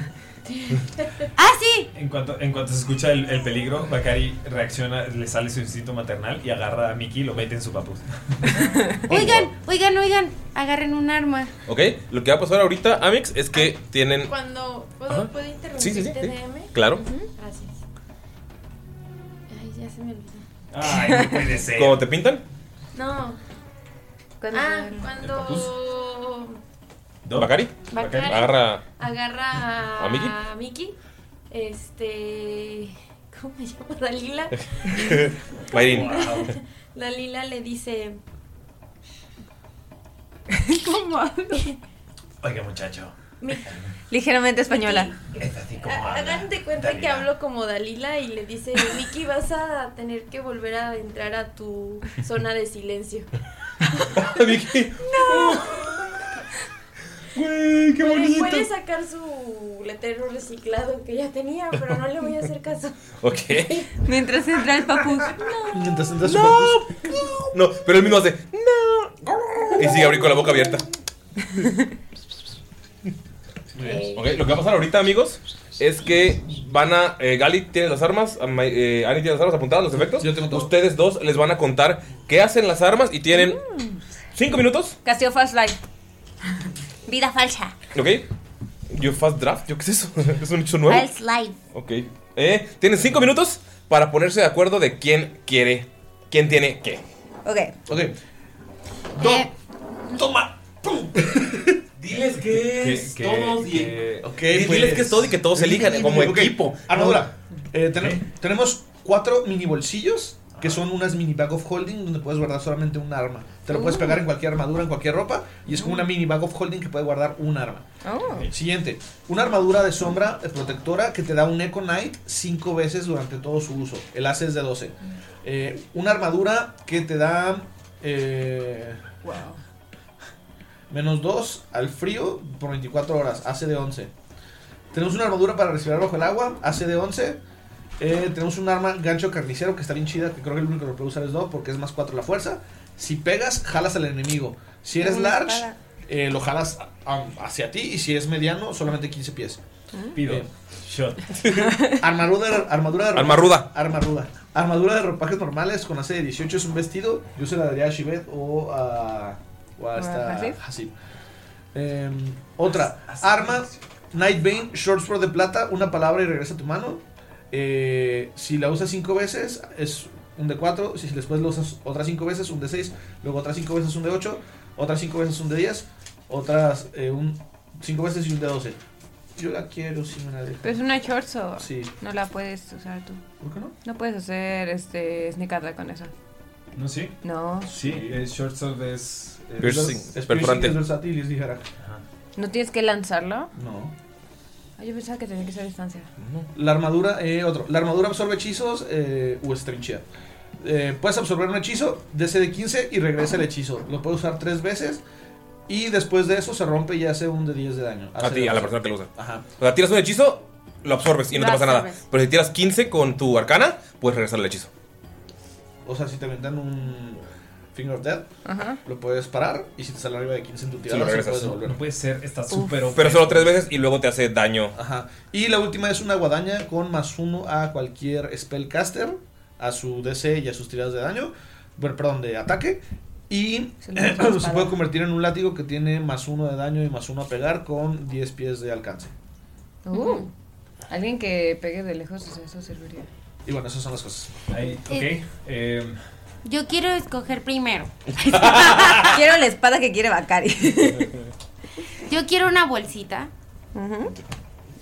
S5: ¡Ah, sí!
S4: En cuanto, en cuanto se escucha el, el peligro, Bakari reacciona, le sale su instinto maternal y agarra a Mickey y lo mete en su papus.
S8: Oh,
S5: Oigan, oigan, oigan. Agarren un arma.
S1: Ok, lo que va a pasar ahorita, Amix, es que tienen.
S8: Cuando.
S1: Ajá.
S8: ¿Puedo, ¿puedo interrumpirte,
S1: Sí, sí, sí, sí.
S8: DM?
S1: Claro.
S8: Ujú, Gracias. Ay, ya se me olvidó.
S4: Ay, no puede ser.
S1: ¿Cómo te pintan?
S8: No. ah,
S1: Pues,
S8: cuando
S1: ¿Bacari?
S8: Bacari.
S1: Agarra.
S8: agarra a,
S1: ¿A Miki?
S8: Miki, este, ¿cómo se llama? Dalila.
S1: Mayrin.
S8: Dalila le dice, ¿cómo hablo?
S4: Oiga, muchacho,
S3: Ligeramente española.
S8: Ha- Hagan de cuenta que
S3: Dalila.
S8: hablo como Dalila y le dice, Miki, vas a tener que volver a entrar a tu zona de silencio.
S1: Güey, qué
S8: Puede-
S1: bonito.
S8: Puede sacar su letrero reciclado que ya tenía, pero no le voy a hacer caso.
S1: Ok.
S3: Mientras entra el papus.
S7: Mientras entras
S1: No, no, pero él mismo hace. Y sigue abrir con la boca abierta. Ok, lo que va a pasar ahorita, amigos, es que van a. eh, Gali tiene las armas, a Ma- eh, Ani tiene las armas apuntadas, los efectos. Ustedes dos les van a contar qué hacen las armas y tienen.
S3: Mm.
S1: ¿Cinco minutos?
S3: Castillo Flashlight. Vida falsa.
S1: Ok. Yo fast draft, ¿yo qué es eso? ¿Es un hecho nuevo?
S6: False life.
S1: Ok. Eh, tienen cinco minutos para ponerse de acuerdo de quién quiere, quién tiene qué.
S3: Ok.
S7: Ok.
S9: Eh,
S1: Toma. Diles que es todos y-
S7: okay,
S1: Diles
S7: pues,
S1: que es todo y que todos elijan como equipo.
S7: Armadura. Eh, ten- Tenemos cuatro mini bolsillos que son unas mini bag of holding donde puedes guardar solamente un arma. Te lo puedes
S2: Oh.
S7: pegar en cualquier armadura, en cualquier ropa y es como
S1: Oh.
S7: una mini bag of holding que puede guardar un arma.
S5: Oh.
S7: Siguiente, una armadura de sombra eh, protectora que te da un Echo Knight 5 veces durante todo su uso. El AC es de 12. Eh, una armadura que te da eh, menos 2 al frío por 24 horas, AC de 11. Tenemos una armadura para respirar bajo el agua, AC de 11. Eh, tenemos un arma gancho carnicero que está bien chida, que creo que el único que lo puede usar es Dog porque es más 4 la fuerza. Si pegas, jalas al enemigo. Si eres
S2: Una
S7: large,
S2: espada.
S7: eh, lo jalas a- a- hacia ti y si es mediano, solamente 15 pies.
S2: Ah.
S4: Pido.
S7: Eh, Armadura, armadura de
S1: Armarruda.
S7: Armadura. Armadura de ropajes normales con AC de 18 es un vestido. Yo se la daría a Shivet o a. O a esta.
S2: Hasib?
S7: Hasib. Eh, otra. Arma. Nightbane, Short Sword de plata. Una palabra y regresa a tu mano. Eh, si la usas 5 veces, es un D4. Si después lo usas otras 5 veces, un D6. Luego otras 5 veces, un D8. Otras 5 veces, un D10. Otras 5 veces y un D12. Yo la quiero si me la dejo.
S10: Pero es una short sword.
S7: Sí.
S10: No la puedes usar tú.
S7: ¿Por qué no?
S10: No puedes hacer este sneak attack con eso.
S4: ¿No sí?
S10: No.
S4: Sí, es short sword es. es-
S1: Piercing,
S4: es-
S1: es perforante.
S7: Es versátil y es ligera.
S10: ¿No tienes que lanzarlo?
S7: No.
S10: Ay, yo pensaba que tenía que ser a distancia.
S7: La armadura, eh, otro. La armadura absorbe hechizos eh, o estrinchea. Eh, puedes absorber un hechizo, DC de 15 y regresa el hechizo. Lo puedes usar tres veces y después de eso se rompe y hace un de 10 de daño.
S1: A
S7: Hace
S1: ti, a la
S7: daño.
S1: persona que lo usa.
S7: Ajá.
S1: O sea, tiras un hechizo, lo absorbes y no
S7: Lo
S1: te pasa nada.
S7: absorbes.
S1: Pero si tiras 15 con tu arcana, puedes regresar el hechizo.
S7: O sea, si te aventan un Finger of Death,
S10: Ajá.
S7: lo puedes parar y si te sale arriba de 15 en tu
S1: lo
S7: tirada, se
S1: regresas.
S7: puede devolver.
S1: No puede
S4: ser, está
S1: Pero solo tres veces y luego te hace daño.
S7: Ajá. Y la última es una guadaña con más uno a cualquier spellcaster, a su DC y a sus tiradas de daño, bueno, perdón, de ataque. Y
S10: Se
S7: se,
S1: Eh,
S10: le mete la espada.
S7: puede convertir en un látigo que tiene más uno de daño y más uno a pegar con 10 pies de alcance.
S10: Uh. Alguien que pegue de lejos, o sea, eso serviría.
S7: Y bueno, esas son las cosas.
S4: Ahí,
S5: Eh.
S4: ok. em,
S5: Yo quiero escoger primero.
S3: Quiero la espada que quiere Bakari.
S5: Yo quiero una bolsita.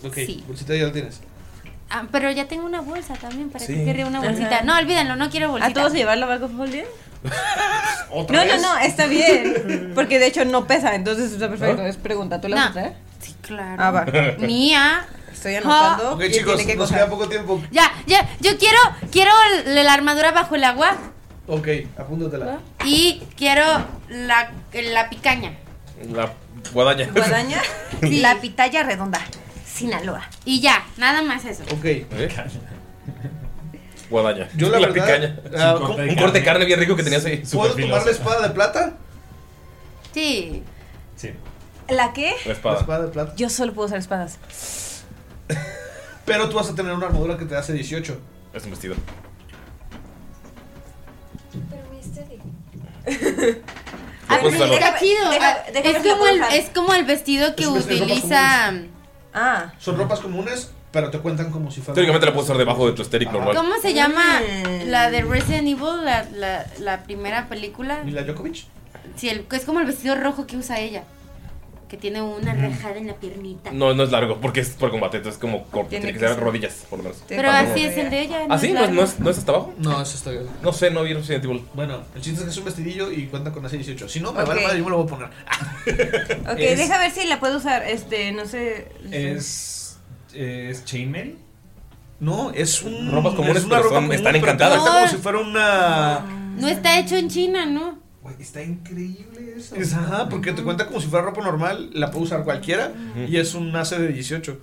S7: Ok, bolsita ya la tienes.
S5: Ah, pero ya tengo una bolsa también, ¿para
S7: Sí.
S5: que querría una
S7: Ajá.
S5: bolsita? No, olvídenlo, no quiero bolsita.
S3: Ah, ¿A todos llevarlo a Back Holding?
S7: ¿Otra
S3: No, no,
S7: vez?
S3: no, está bien. Porque de hecho no pesa, entonces está perfecto.
S10: ¿No?
S3: Es pregunta, ¿tú
S5: No.
S3: la vas a traer?
S5: Sí, claro.
S3: Ah, va.
S5: Mía.
S3: Estoy
S4: Ah,
S3: anotando.
S7: Ok,
S3: y él
S7: chicos,
S3: tiene que
S7: nos
S3: coger.
S7: queda poco tiempo.
S5: Ya, ya, yo quiero, quiero la la armadura bajo el agua
S7: Ok, apúntatela.
S5: y quiero la, la picaña.
S1: La guadaña.
S5: La pitaya redonda, Sinaloa. Y ya, nada más eso.
S7: Ok.
S1: ¿Eh? Guadaña.
S7: Yo la
S1: la
S7: verdad,
S1: picaña.
S7: ah,
S1: un corte,
S7: ¿cómo-
S1: de carne bien rico que tenías ahí.
S7: ¿Puedo tomar la espada de plata?
S5: Sí.
S4: Sí.
S3: ¿La qué?
S1: La espada.
S7: La espada de plata.
S3: Yo solo puedo usar espadas.
S7: Pero tú vas a tener una armadura que te hace 18.
S1: Es un vestido.
S5: Ah,
S7: pues,
S1: Puedes
S5: pero
S1: usarlo.
S5: está chido.
S3: Deja-
S5: Ah,
S3: déjame
S5: es,
S3: ver si
S5: como
S3: lo
S5: el,
S3: puedo usar.
S5: es como el vestido que
S7: Es un vestido de ropa
S5: utiliza.
S3: Ah.
S7: Son ropas comunes, pero te cuentan como si fueran.
S1: Teóricamente la puedes usar debajo de tu estéril normal.
S5: ¿Cómo se llama
S3: Mm.
S5: la de Resident Evil, la, la, la primera película?
S7: Mila Jokovic.
S5: Sí, el- es como el vestido rojo que usa ella. que tiene una
S7: Mm.
S1: Ujú.
S5: rajada en la piernita.
S1: No, no es largo, porque es por combate, entonces es como corto.
S5: Tiene
S1: Tiene, que
S5: que
S1: ser
S5: ser.
S1: rodillas, por lo menos.
S5: Pero así es el de ella.
S1: ¿Ah, sí? ¿No, es-
S5: largo.
S1: no es, ¿No es hasta abajo?
S7: No, es hasta abajo.
S1: No sé, no vi Resident Evil.
S7: Bueno, el chiste es que es un vestidillo y cuenta con hace 18. Si no, me
S3: Ok.
S7: vale madre, yo me lo voy a poner.
S5: Ah,
S3: Ok,
S7: Es-
S3: deja ver si la puedo usar. Este, no sé.
S4: ¿Es, eh, es chainmail?
S7: No, es un.
S1: Ropas comunes,
S7: es una
S1: pero
S7: ropa
S1: son-
S7: común,
S1: están
S7: pero te
S1: encantadas.
S7: cuenta como
S1: No.
S7: si fuera una.
S5: No está hecho en China, ¿no?
S4: está increíble eso.
S7: es- ajá, porque te cuenta como si fuera ropa normal, la puede usar cualquiera y es un AC de 18.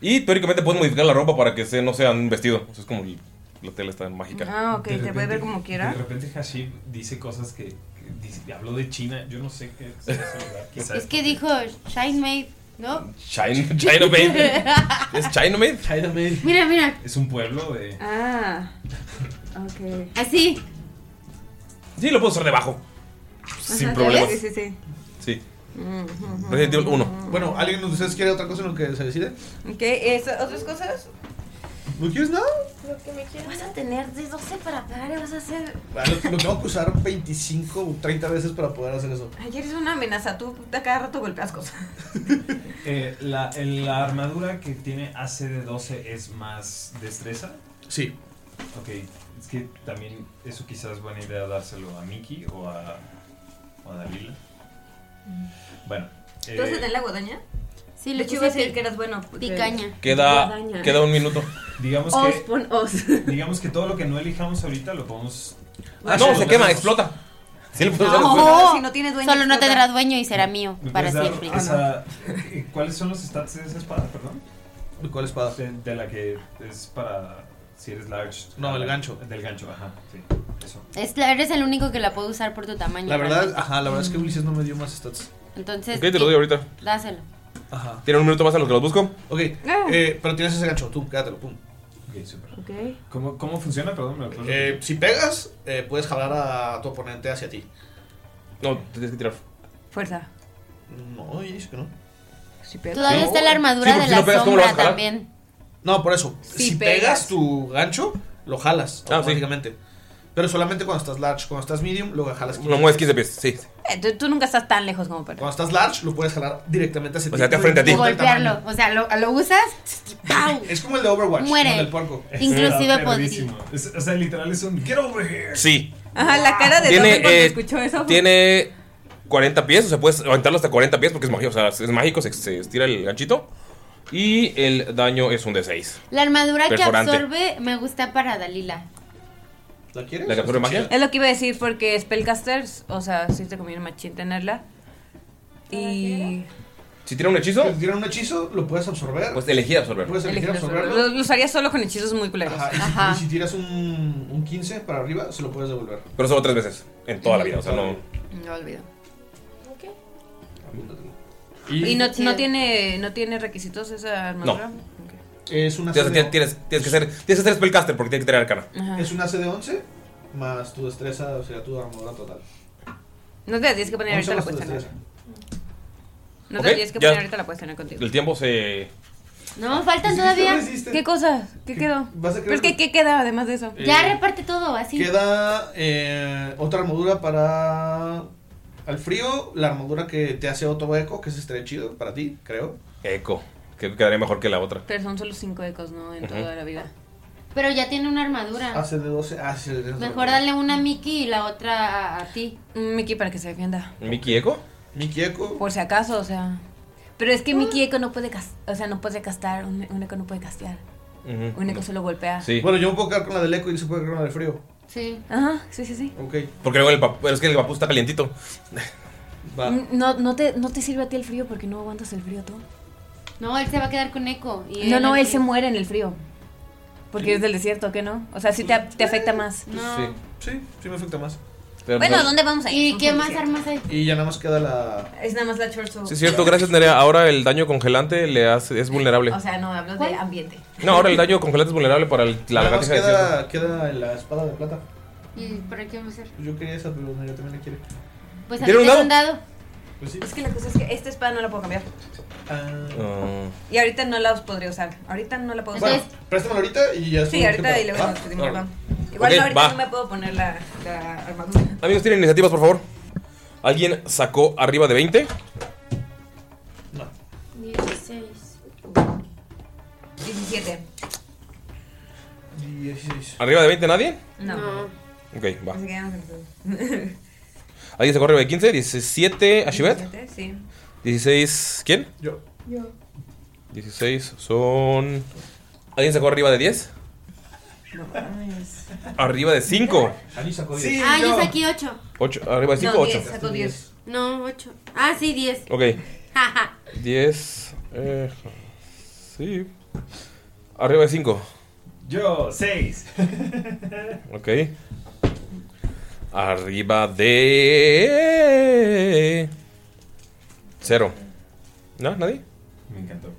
S1: Y teóricamente puedes modificar la ropa para que se- no sea un vestido. O sea, es como el- la tela está mágica.
S3: Ah, ok,
S4: De
S3: te puede ver
S4: repente-
S3: como quiera.
S4: De repente Hashib dice cosas que, que dice- habló de China. Yo no sé qué es eso, ¿verdad? Quizás-
S5: Es que dijo Shine Maid, ¿no?
S1: China, China Maid. ¿Es China Maid?
S4: China Maid.
S5: Mira, mira.
S4: Es un pueblo de.
S5: Ah. Ok. Así.
S1: Sí, lo puedo usar debajo. Sin
S5: Ajá,
S1: problemas.
S5: ¿ves? Sí, sí, sí.
S1: Sí.
S3: Mm, Ujú.
S1: Resident Evil 1.
S7: Bueno, ¿alguien de ustedes quiere otra cosa en lo que se decide?
S3: mm. Ok, ¿es- ¿otras cosas?
S7: ¿No quieres nada?
S8: Lo que me quieras.
S6: Vas a tener de 12 para pagar y vas a hacer.
S7: Ah, Lo, lo tengo que usar 25 o 30 veces para poder hacer eso.
S3: Ayer es una amenaza. Tú a cada rato golpeas cosas.
S4: Eh, la, el- la armadura que tiene AC de 12 es más destreza.
S7: Sí.
S4: Ok, es que también eso quizás es buena idea dárselo a Miki o a, o a Dalila. Bueno.
S1: Eh,
S4: eh,
S3: ¿Tú vas a tener la guadaña?
S5: Sí,
S3: lo
S5: le
S3: De hecho,
S5: puse
S3: iba a decir
S5: pi-
S3: que eras bueno. porque-
S5: picaña.
S1: Queda,
S3: Guadaña.
S1: queda un minuto.
S4: Digamos
S3: Os,
S4: que,
S3: pon os.
S4: digamos que todo lo que no elijamos ahorita lo podemos.
S1: Ah, no, se quema, explota. Sí, lo puedo usar
S5: No,
S1: después.
S3: si no tiene dueño,
S5: Oh, Solo no
S3: explota.
S5: tendrá dueño y será mío
S7: Pues
S4: ¿Me
S5: para
S4: puedes dar
S5: siempre.
S4: esa- eh, ¿Cuáles son los stats de esa espada, perdón?
S7: ¿De cuál espada?
S4: De, la que es para. Si eres large.
S7: No, el gancho.
S4: Del gancho, ajá, sí. Eso.
S5: Es, la- eres el único que la puede usar por tu tamaño.
S7: La verdad,
S5: realmente.
S7: ajá, la verdad es que Ulises no me dio más stats.
S5: Entonces.
S1: Ok, te lo doy ahorita.
S5: Dáselo.
S7: Ajá.
S1: ¿Tienen un minuto más a los que los busco?
S7: Ok,
S5: Ah.
S7: eh, pero tienes ese gancho, tú, quédatelo, pum.
S4: Ok, super.
S3: Ok.
S4: ¿Cómo, cómo funciona? Perdón, me lo puedes
S7: Eh, si pegas, eh, puedes jalar a tu oponente hacia ti.
S1: No, te tienes que tirar.
S3: Fuerza.
S7: No, y es que no.
S3: Si
S5: Todavía está la armadura
S7: Sí,
S5: de
S7: porque si
S1: pues,
S5: la
S7: no pegas, ¿cómo lo vas a
S5: sombra
S7: jalar?
S5: también.
S7: No, por eso.
S5: Si
S7: si
S5: pegas.
S7: pegas. tu gancho, lo
S1: Ah,
S7: jalas automáticamente. Pero solamente cuando estás large. Cuando estás medium, lo jalas.
S1: Lo mueves 15 pies, sí.
S3: Eh, tú, tú nunca estás tan lejos como para.
S7: Cuando estás large, lo puedes jalar directamente hacia
S1: O sea, te frente a ti.
S5: Y
S7: no importa el
S5: golpearlo. O sea, lo, lo usas. ¡Pau!
S7: tamaño. Es como el de Overwatch.
S5: Muere.
S7: Con el puerco.
S5: Inclusive
S4: Está perdidísimo. Es- O sea, literal es un get over here.
S1: Sí.
S3: Ajá, la cara de
S1: Tiene,
S3: Tiene, cuando
S1: eh,
S3: escuchó eso. fue-
S1: Tiene 40 pies, o sea, puedes aventarlo hasta 40 pies porque es mágico. O sea, es mágico, se, se estira el ganchito. Y el daño es un D6.
S5: La armadura que
S1: Perforante.
S5: absorbe me gusta para Dalila.
S7: ¿La quieres?
S1: ¿La captura de magia?
S3: Es lo que iba a decir porque Spellcasters, o sea, sí te conviene machín tenerla. Y.
S1: Si tira un hechizo,
S7: Si tira un hechizo, lo puedes absorber.
S1: pues elegí absorber.
S7: puedes elegir absorberlo.
S3: Lo, lo usaría solo con hechizos muy culeros.
S7: Ajá, y si- Y si tiras un, un 15 para arriba, se lo puedes devolver.
S1: Pero solo tres veces en toda la vida. O sea, no.
S3: No olvido.
S7: Apúntatelo.
S3: ¿Y, no, no tiene, no tiene requisitos esa armadura?
S7: Es una Pues
S1: Sí, o sea,
S7: CD11.
S1: tienes, tienes- tienes que ser, tienes que ser spellcaster porque tienes que tener arcana.
S7: Es una CD 11 más tu destreza, o sea, tu armadura total.
S3: No te la tienes que poner
S7: 11
S3: ahorita, la
S7: más tu
S3: puedes tener.
S7: destreza.
S3: No
S1: Ok,
S3: te la tienes que
S1: ya.
S3: poner ahorita, la puedes tener Ah, contigo.
S1: El tiempo se.
S5: No, faltan
S7: Es que
S5: todavía.
S7: ustedes dicen-
S3: ¿Qué cosa? ¿Qué quedó?
S7: vas a
S3: Pero es que,
S7: querer-
S3: ¿qué queda además de eso?
S7: Eh,
S5: Ya reparte todo, así.
S7: Queda eh, otra armadura para al frío, la armadura que te hace otro eco, que es este chido para ti, creo.
S1: Eco. Que quedaría mejor que la otra.
S3: Pero son solo cinco ecos, ¿no? En
S1: Ujú.
S3: toda la vida.
S5: Pero ya tiene una
S3: Ah.
S5: armadura.
S7: Hace de 12, hace de 12.
S5: Mejor dale una a Mickey y la otra a, a ti.
S3: Miki para que se defienda.
S1: ¿Miki Eco?
S7: Miki eco.
S3: Por si acaso, o sea. Pero es
S5: Ah.
S3: que Miki Eco no puede cas- o sea, no puede castar, un, un eco no puede castear.
S1: Ujú.
S3: Un eco solo golpea.
S1: Sí.
S7: Bueno, yo me puedo quedar con la del eco y él se puede quedar con la del frío.
S5: Sí.
S3: Ajá, sí, sí, sí.
S7: Ok,
S1: Porque luego el papu, pero es que el papu está calientito. Ah.
S7: va.
S3: Mm, No, no, te, no te sirve a ti el frío porque no aguantas el frío tú.
S5: No, él se va a quedar con Echo. y
S3: No, no, él
S5: así.
S3: se muere en el frío. Porque es del desierto, ¿qué no? O sea, sí te, te afecta más.
S5: No.
S1: Sí.
S7: Sí, sí me afecta más.
S1: Pero-
S3: ¿dónde vamos
S5: ¿Y qué más armas hay?
S7: Y ya nada más queda la.
S3: Es nada más la chorzo.
S1: Sí, es cierto, gracias Nerea. Ahora el daño congelante le hace, es vulnerable.
S3: O sea, no, hablo de ambiente.
S1: No, ahora el daño congelante es vulnerable para el- la
S7: nada más
S1: lagartija de desierto.
S7: queda, queda la espada de plata.
S5: ¿Y
S11: Mm,
S5: para qué vamos a hacer?
S7: Pues Yo quería esa, pero Nerea también la quiere.
S5: Pues a ti
S1: ¿Tiene un
S5: te
S1: dado?
S5: han dado.
S7: Pues sí.
S3: Es que la cosa es que esta espada no la puedo cambiar.
S7: Ah.
S1: Ah,
S3: Y ahorita no la os podría usar. Ahorita no la puedo usar.
S7: Bueno, préstamela ahorita y ya
S3: sí, ahorita y luego
S7: Ah,
S3: nos pedimos,
S7: órale.
S3: va. Igual
S1: Ok,
S3: ahorita
S1: va.
S3: no me puedo poner la, la armadura.
S1: Amigos, tienen iniciativas, por favor. ¿Alguien sacó arriba de 20?
S3: 17.
S7: 16.
S1: ¿Arriba de 20 nadie?
S3: No.
S1: Ok, va.
S3: Así que vamos a empezar.
S1: ¿Alguien se corre arriba de 15? 17, Ashibet.
S3: 17, Sí.
S1: 16, ¿quién?
S7: Yo.
S3: Yo.
S1: 16 son. ¿Alguien sacó arriba de 10? Arriba de 5.
S5: Sí, ah, yo saqué 8.
S1: 8, arriba de 5 o 8.
S5: Saco 10. No, 8. Ah, sí, 10.
S1: Ok. 10. Eh, sí. Arriba de 5.
S4: Yo, seis.
S1: Ok. Arriba de. Cero. ¿No? ¿Nadie?
S4: Me encantó.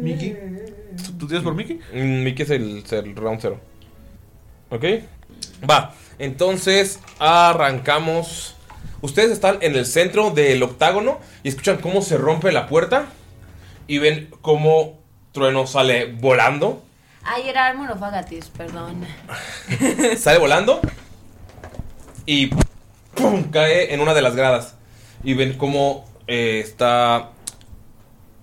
S7: Mickey. ¿Tú tienes por Mickey?
S1: Mm, Mickey es el, el round cero. Ok. Va. Entonces arrancamos. Ustedes están en el centro del octágono y escuchan cómo se rompe la puerta. Y ven cómo Trueno sale volando.
S3: Ay, era Armor of Agatis, perdón.
S1: sale volando y ¡pum! cae en una de las gradas. Y ven cómo eh, está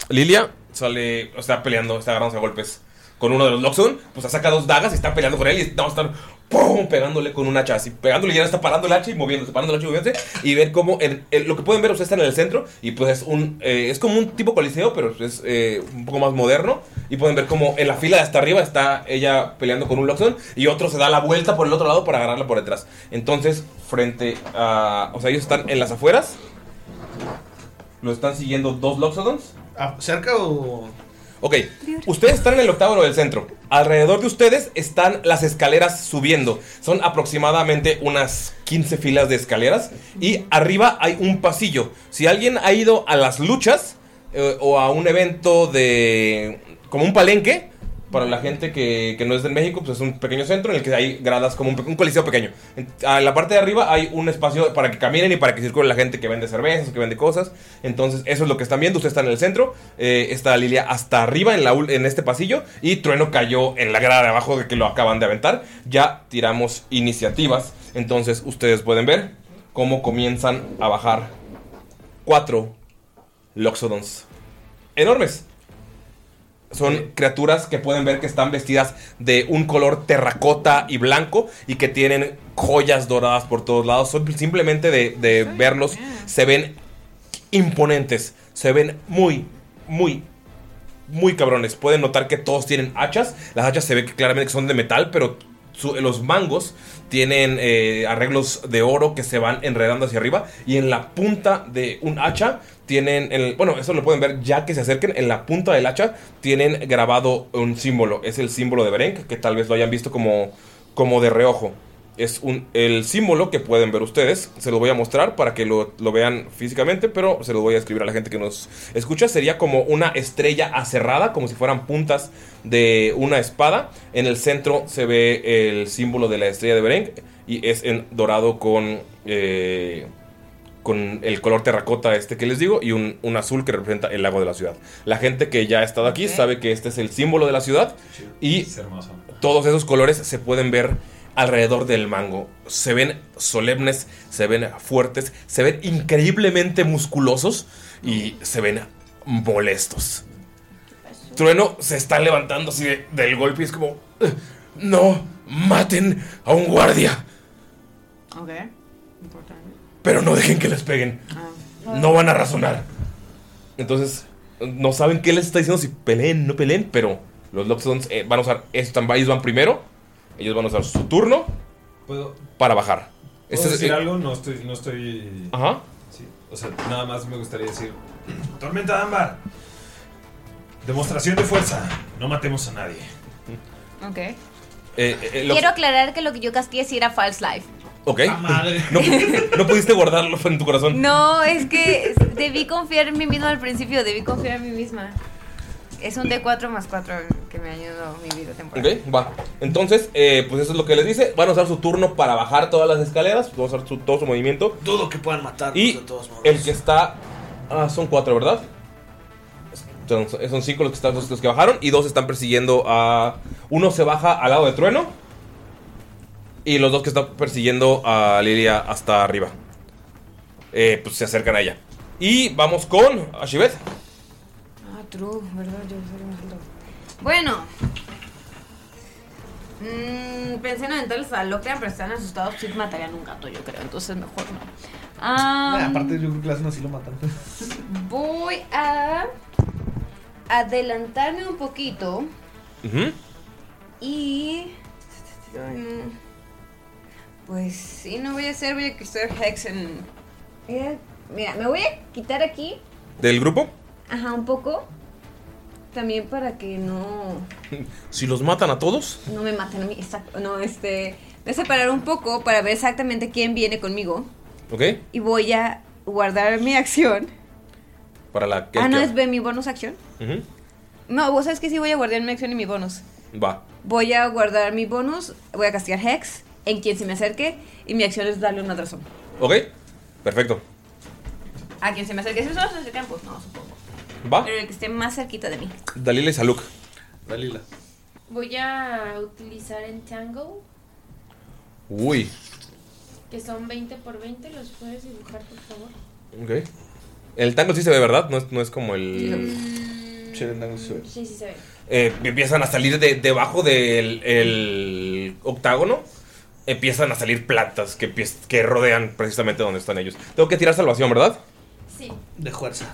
S1: Lilia, sale, está peleando, está agarrándose a golpes con uno de los Loxon, pues saca dos dagas y está peleando con él y vamos a estar ¡pum! pegándole con un hacha, así pegándole y ya está parando el hacha y moviéndose, parando el hacha y moviéndose. Y ven cómo, en- en- lo que pueden ver, ustedes están en el centro y pues es un, eh, es como un tipo coliseo, pero es eh, un poco más moderno. Y pueden ver cómo en la fila de hasta arriba está ella peleando con un Loxon y otro se da la vuelta por el otro lado para agarrarla por detrás. Entonces, frente a. O sea, ellos están en las afueras. Lo están siguiendo dos Loxodons.
S7: Ah, ¿Cerca o.?
S1: Ok, ustedes están en el octágono del centro. Alrededor de ustedes están las escaleras subiendo. Son aproximadamente unas 15 filas de escaleras. Y arriba hay un pasillo. Si alguien ha ido a las luchas eh, o a un evento de. como un palenque. Para la gente que, que no es de México, pues es un pequeño centro en el que hay gradas como un, pe- un coliseo pequeño. En a la parte de arriba hay un espacio para que caminen y para que circule la gente que vende cervezas, que vende cosas. Entonces, eso es lo que están viendo. Ustedes están en el centro. eh, está Lilia hasta arriba en, la, ul- en este pasillo. Y Trueno cayó en la grada de abajo de que lo acaban de aventar. Ya tiramos iniciativas. Entonces, ustedes pueden ver cómo comienzan a bajar cuatro Loxodons enormes. Son criaturas que pueden ver que están vestidas de un color terracota y blanco y que tienen joyas doradas por todos lados. Son simplemente de, de verlos se ven imponentes, se ven muy, muy, muy cabrones. Pueden notar que todos tienen hachas. Las hachas se ve que claramente son de metal, pero su- los mangos tienen eh, arreglos de oro que se van enredando hacia arriba. Y en la punta de un hacha tienen, el, bueno, eso lo pueden ver ya que se acerquen. En la punta del hacha tienen grabado un símbolo. Es el símbolo de Berenk, que tal vez lo hayan visto como, como de reojo. Es un, el símbolo que pueden ver ustedes. Se lo voy a mostrar para que lo, lo vean físicamente, pero se lo voy a escribir a la gente que nos escucha. Sería como una estrella acerrada, como si fueran puntas de una espada. En el centro se ve el símbolo de la estrella de Beren y es en dorado con, eh, con el color terracota este que les digo y un, un azul que representa el lago de la ciudad. La gente que ya ha estado aquí sabe que este es el símbolo de la ciudad y todos esos colores se pueden ver alrededor del mango. Se ven solemnes, se ven fuertes, se ven increíblemente musculosos y se ven molestos. Trueno se está levantando así de- del golpe y es como, "Ugh, no, maten a un guardia,
S10: Ok. Importante.
S1: pero no dejen que les peguen. No van a razonar. Entonces, no saben qué les está diciendo si peleen, no peleen, pero los Loxodons eh, van a usar, estos ellos van primero, ellos van a usar su turno
S4: ¿Puedo,
S1: para bajar.
S4: ¿Puedo
S1: Este es-
S4: decir
S1: eh,
S4: algo? No estoy, no estoy.
S1: Ajá.
S4: Sí. O sea, nada más me gustaría decir. Tormenta de ámbar. Demostración de fuerza. No matemos a nadie.
S10: Ok.
S1: eh, eh, Lox-
S11: Quiero aclarar que lo que yo castié sí era False Life.
S1: Ok.
S4: ¡Ah,
S1: No, no pudiste guardarlo en tu corazón.
S11: No, es que debí confiar en mí misma al principio, debí confiar en mí misma. Es un D4 más 4 que me ayudó mi vida temporal.
S1: Ok, va. Entonces, eh, pues eso es lo que les dice. Van a usar su turno para bajar todas las escaleras. Van a usar su- todo su movimiento.
S7: Dudo que puedan matarnos
S1: Y
S7: de todos modos.
S1: el que está. Ah, son cuatro, ¿verdad? Son, son cinco los que, están, los que bajaron. Y dos están persiguiendo a. Uno se baja al lado de Trueno. Y los dos que están persiguiendo a Lilia hasta arriba. Eh, pues se acercan a ella. Y vamos con Ashibet.
S11: Ah, true, ¿verdad? Yo soy más alto.
S3: Bueno. Mm, pensé en aventarles a Locrean, pero están asustados. Sí, matarían un gato, yo creo. Entonces, mejor no. Ah,
S7: Nah, aparte, yo creo que la hacen así lo matan.
S3: Voy a adelantarme un poquito y... Ay, no. Pues sí, no voy a hacer, voy a quitar Hex en... eh, Mira, me voy a quitar aquí,
S1: ¿Del grupo?
S3: ajá, un poco. También para que no,
S1: Si los matan a todos.
S3: no me maten a mí. Exacto, no, este... Voy a separar un poco para ver exactamente quién viene conmigo.
S1: ¿Ok?
S3: Y voy a guardar mi acción.
S1: Para la que.
S3: Ah, no, es B, mi bonus acción.
S1: Ujú.
S3: No, vos sabes que sí voy a guardar mi acción y mi bonus.
S1: Va.
S3: Voy a guardar mi bonus, voy a castigar Hex en quien se me acerque y mi acción es darle un atraso.
S1: ¿Ok? Perfecto.
S3: A quien se me acerque, si solo se acercan, pues no, supongo.
S1: Va.
S3: Pero el que esté más cerquita de mí.
S1: Dalila y Saluk. Dalila.
S8: Voy a utilizar en Tango,
S1: Uy.
S8: que son 20 por 20. ¿Los puedes dibujar, por favor?
S1: Ok. El tango sí se ve, ¿verdad? No es, no es como el.
S7: Sí, el tango sí se ve.
S8: Sí, sí se ve.
S1: Eh, empiezan a salir de, debajo del el octágono. Empiezan a salir plantas que, empie- que rodean precisamente donde están ellos. Tengo que tirar salvación, ¿verdad?
S8: Sí.
S7: De fuerza.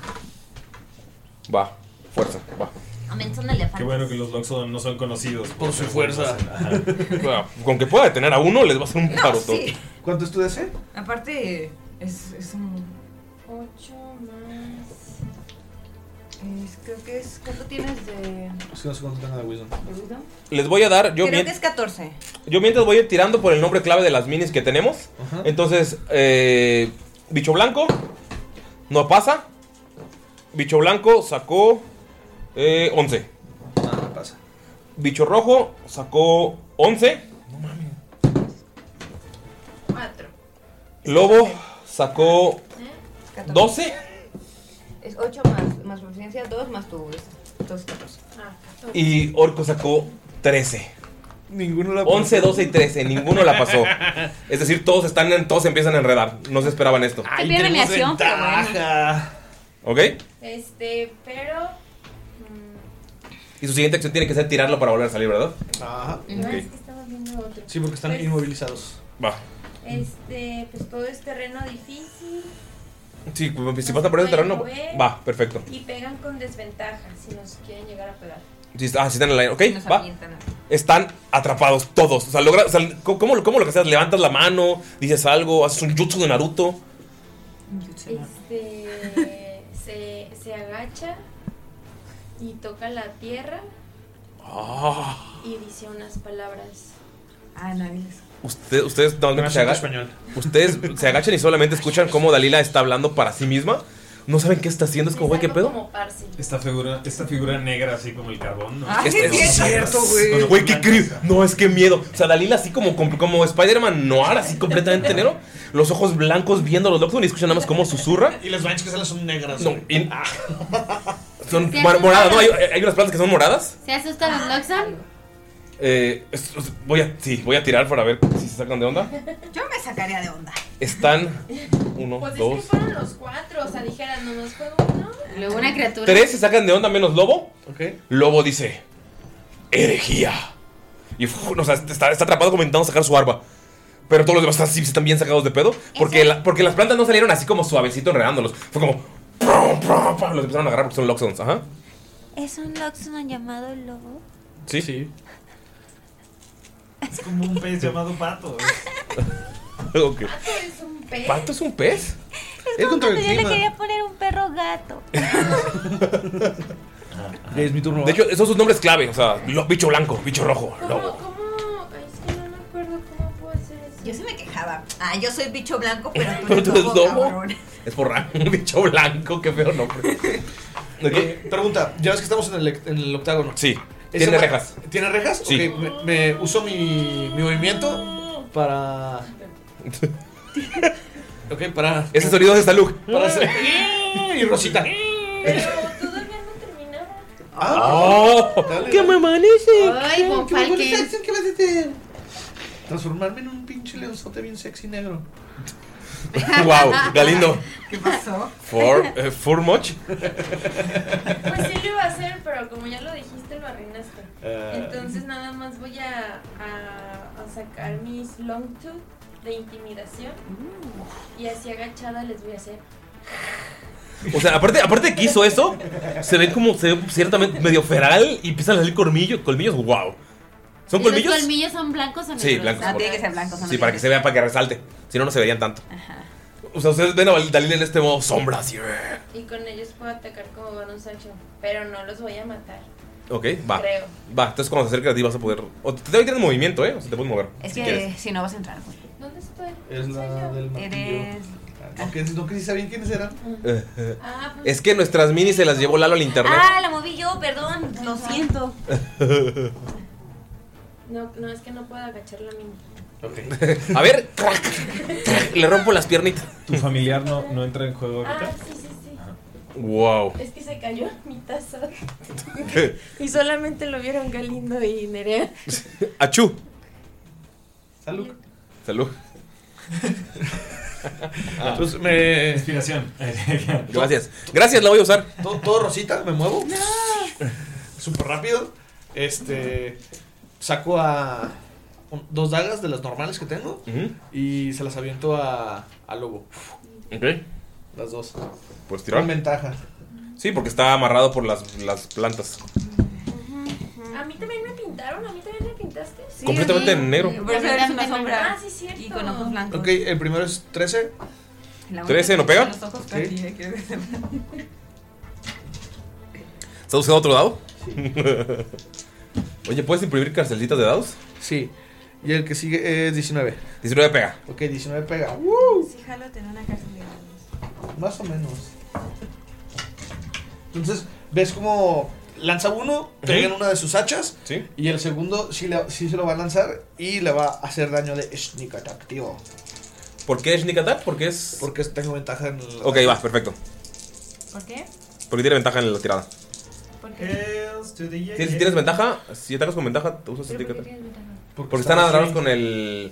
S1: Va, fuerza, va.
S3: Comenzó un elefante.
S4: Qué bueno que los Loxodon no son conocidos por,
S7: su
S4: ser
S7: fuerza.
S4: buenos en-
S1: Bueno, con que pueda detener a uno, les va a hacer un
S3: No,
S1: paro
S3: sí.
S7: ¿Cuánto es tu DC?
S3: Aparte, es, es un...
S8: 8 más...
S3: es- creo que es... ¿Cuánto tienes de...
S7: Es que no sé cuánto tenga de wisdom.
S1: Les voy a dar, yo,
S3: creo
S1: mien-
S3: que es 14.
S1: yo mientras voy a ir tirando por el nombre clave de las minis que tenemos.
S3: Ajá.
S1: Entonces, eh, bicho blanco no pasa. Bicho blanco sacó eh, 11.
S7: No pasa.
S1: Bicho rojo sacó 11.
S8: 4.
S1: Lobo sacó 12.
S3: Es 8 más, más proficiencia, 2 más tu... Entonces 14.
S8: Ah,
S1: Y Orco sacó 13.
S7: Ninguno la
S1: 11, 12 y 13. Ninguno la pasó. Es decir, todos están en- todos se empiezan a enredar. No se esperaban esto.
S8: Ay, pierde mi tenemos acción, pero bueno.
S1: ¿Ok?
S8: Este, pero... mm,
S1: Y su siguiente acción tiene que ser tirarlo para volver a salir, ¿verdad?
S7: Ajá.
S8: No, es que estaba viendo otro.
S7: Sí, porque están
S8: Pues,
S7: inmovilizados.
S1: Va.
S8: Este, pues todo es terreno difícil
S1: Sí, si pasan por
S8: Pueden
S1: ese terreno,
S8: mover.
S1: va, perfecto.
S8: y pegan con desventaja si nos quieren llegar a pegar.
S1: Sí, está- ah, sí están en la línea,
S8: Nos
S1: ok, va.
S8: avientan.
S1: Están atrapados todos. O sea, logra, o sea, ¿cómo- ¿cómo, cómo lo que seas? Levantas la mano, dices algo, haces un jutsu de Naruto.
S8: Este, se, se agacha y toca la tierra
S1: Ah.
S8: y dice unas palabras.
S3: Ah, nadie les...
S1: Usted- ustedes no,
S7: Con
S1: se
S7: acento
S1: aga-
S7: español.
S1: Ustedes se agachan y solamente escuchan cómo Dalila está hablando para sí misma. No saben qué está haciendo, es como, güey, ¿qué pedo?
S4: Esta figura, esta figura negra así como el carbón, ¿no?
S1: Este- Güey, qué creep. No, es que miedo. O sea, Dalila así como, como, como Spider-Man noir, así completamente negro. Los ojos blancos viendo a los Lockdown y escuchan nada más cómo susurra.
S7: Y las manchas que salen son negras.
S1: No, y- son
S5: Sí,
S1: mar-
S5: son
S1: moradas, ¿no? Hay,
S5: moradas.
S1: hay unas plantas que son moradas.
S5: ¿Se asustan los Loxon?
S1: Eh, es- es- voy a, sí, voy a tirar para ver si se sacan de onda.
S3: Yo me sacaría de onda.
S1: Están uno,
S8: Pues es
S1: dos,
S8: que fueron los cuatro, o sea, dijeran, no nos fue uno.
S5: Luego una criatura.
S1: tres se sacan de onda menos Lobo. Lobo dice: Herejía. Y fu- o sea, está, está atrapado como intentando sacar su arma. Pero todos los demás están, sí, están bien sacados de pedo. Porque, la- porque las plantas no salieron así como suavecito enredándolos. Fue como. prum, prum, prum, los empezaron a agarrar porque son Loxons. Ajá.
S11: ¿Es un Loxodon llamado lobo?
S1: Sí. Sí.
S4: Es como un pez llamado pato.
S1: Ok.
S11: Es un pez.
S1: ¿Pato es un pez?
S11: Es
S1: contra
S11: cuando yo
S1: el
S11: le
S1: clima.
S11: quería poner un perro gato.
S1: es mi turno. De hecho, esos son sus nombres clave. O sea, lo- bicho blanco, bicho rojo, lobo.
S3: Yo sí me quejaba. Ah, yo soy bicho blanco, pero tú
S1: Pero
S3: eres
S1: tú eres
S3: lobo,
S1: lobo.
S3: cabrón.
S1: Es por rango, bicho blanco, qué feo nombre.
S7: Eh, pregunta, ya ves que estamos en el, en el octágono.
S1: Sí.
S7: Ese
S1: Tiene
S7: ma-
S1: rejas.
S7: ¿Tiene rejas?
S1: Sí.
S7: Ok, me, me uso mi, mi movimiento para. ok, para.
S1: Ese sonido es de Salud.
S7: Para hacer- y Rosita.
S1: ¡Oh! ¡Que me amanece!
S7: Ah. Ay,
S5: Von
S7: ¿Qué me
S5: Falken.
S7: pones acción? ¿Qué vas a hacer? Transformarme en un pinche leonzote bien sexy negro.
S1: wow, Galindo.
S8: ¿Qué pasó?
S1: For, eh, for much.
S8: Pues sí lo iba a hacer, pero como ya lo dijiste, lo arruinaste.
S1: Ah.
S8: Entonces nada más voy a, a- a sacar mis long tooth de intimidación.
S6: Mm.
S8: Y así agachada les voy a hacer.
S1: O sea, aparte, aparte de que hizo eso, se ven como se ve ciertamente medio feral y empiezan a salir colmillos. Colmillos, wow. ¿Son
S5: ¿Y
S1: colmillos?
S5: ¿Los colmillos son blancos o negros?
S1: Sí, blancos. por- Sí, para que
S5: negros.
S1: se vea, para que resalte. Si no, no se verían tanto. O sea, ustedes ven a Dalila en este modo sombra, así. eh.
S8: Y con ellos puedo atacar como Don Sancho. Pero no los voy a matar.
S1: Ok, va.
S8: Creo.
S1: Va, entonces cuando se acerque a ti vas a poder. O te debe tener movimiento, ¿eh? O sea, te puedes mover.
S11: Es
S1: si
S11: que
S1: quieres.
S11: Eh, si no vas a entrar. pues.
S8: ¿Dónde estoy?
S7: Es la del
S11: Eres.
S7: No, que, no quería saber quiénes eran.
S1: Eh, eh. Es que nuestras minis se las llevó Lalo al internet.
S6: Ah, la moví yo, perdón, lo siento.
S8: No, no, es que no puedo agachar la mini.
S1: a ver, le rompo las piernitas.
S4: ¿Tu familiar no, no entra en juego ahorita?
S8: Ah, sí, sí, sí.
S1: Wow.
S8: Es que se cayó mi taza. y solamente lo vieron Galindo y Nerea.
S1: Achú.
S8: Salud.
S1: Salud.
S7: Entonces, me...
S4: Inspiración.
S1: Ah. Gracias. Gracias, la voy a usar.
S7: Todo, todo rosita, me muevo. Súper rápido. Este. Saco a. un- dos dagas de las normales que tengo.
S1: Ujú.
S7: Y se las aviento a. a Lobo.
S1: Ok.
S7: Las dos.
S1: Pues tirar.
S7: Con ventaja.
S1: Sí, porque está amarrado por las, las plantas.
S8: A mí también me pintaron, a mí también me pintaste. Sí,
S1: Completamente en negro.
S11: Por eso eres una
S8: sombra.
S11: sombra.
S8: Ah, sí, cierto.
S11: Y con ojos blancos.
S7: Ok, el primero es 13.
S11: La
S1: ¿Trece
S11: única
S1: no
S11: que
S1: pega?
S11: tiene los ojos
S7: Sí.
S11: así, eh, quiero que sepan.
S1: ¿Estás usando otro dado? Oye, ¿puedes imprimir carcelcitas de dados?
S7: Sí. Y el que sigue es 19.
S1: 19 pega.
S7: Ok, 19 pega.
S1: Uh.
S11: Sí, jalo tener una cárcel de gatos.
S7: Más o menos. Entonces, ves como lanza uno, pega en una de sus hachas.
S1: Sí.
S7: Y el segundo sí, le- sí se lo va a lanzar y le va a hacer daño de sneak attack, tío.
S1: ¿Por qué Sneak Attack? Porque es.
S7: Porque tengo ventaja en el.
S1: Ok, va, perfecto.
S11: ¿Por qué?
S1: Porque tiene ventaja en la tirada.
S4: Hails to the yeah,
S1: Si
S4: yeah.
S1: tienes ventaja, si atacas con ventaja, te usas
S11: ¿Pero por
S1: Sneak
S11: qué
S1: Attack.
S11: tienes ventaja?
S1: Porque están
S7: estás
S1: agarrados
S7: ahí.
S1: con el.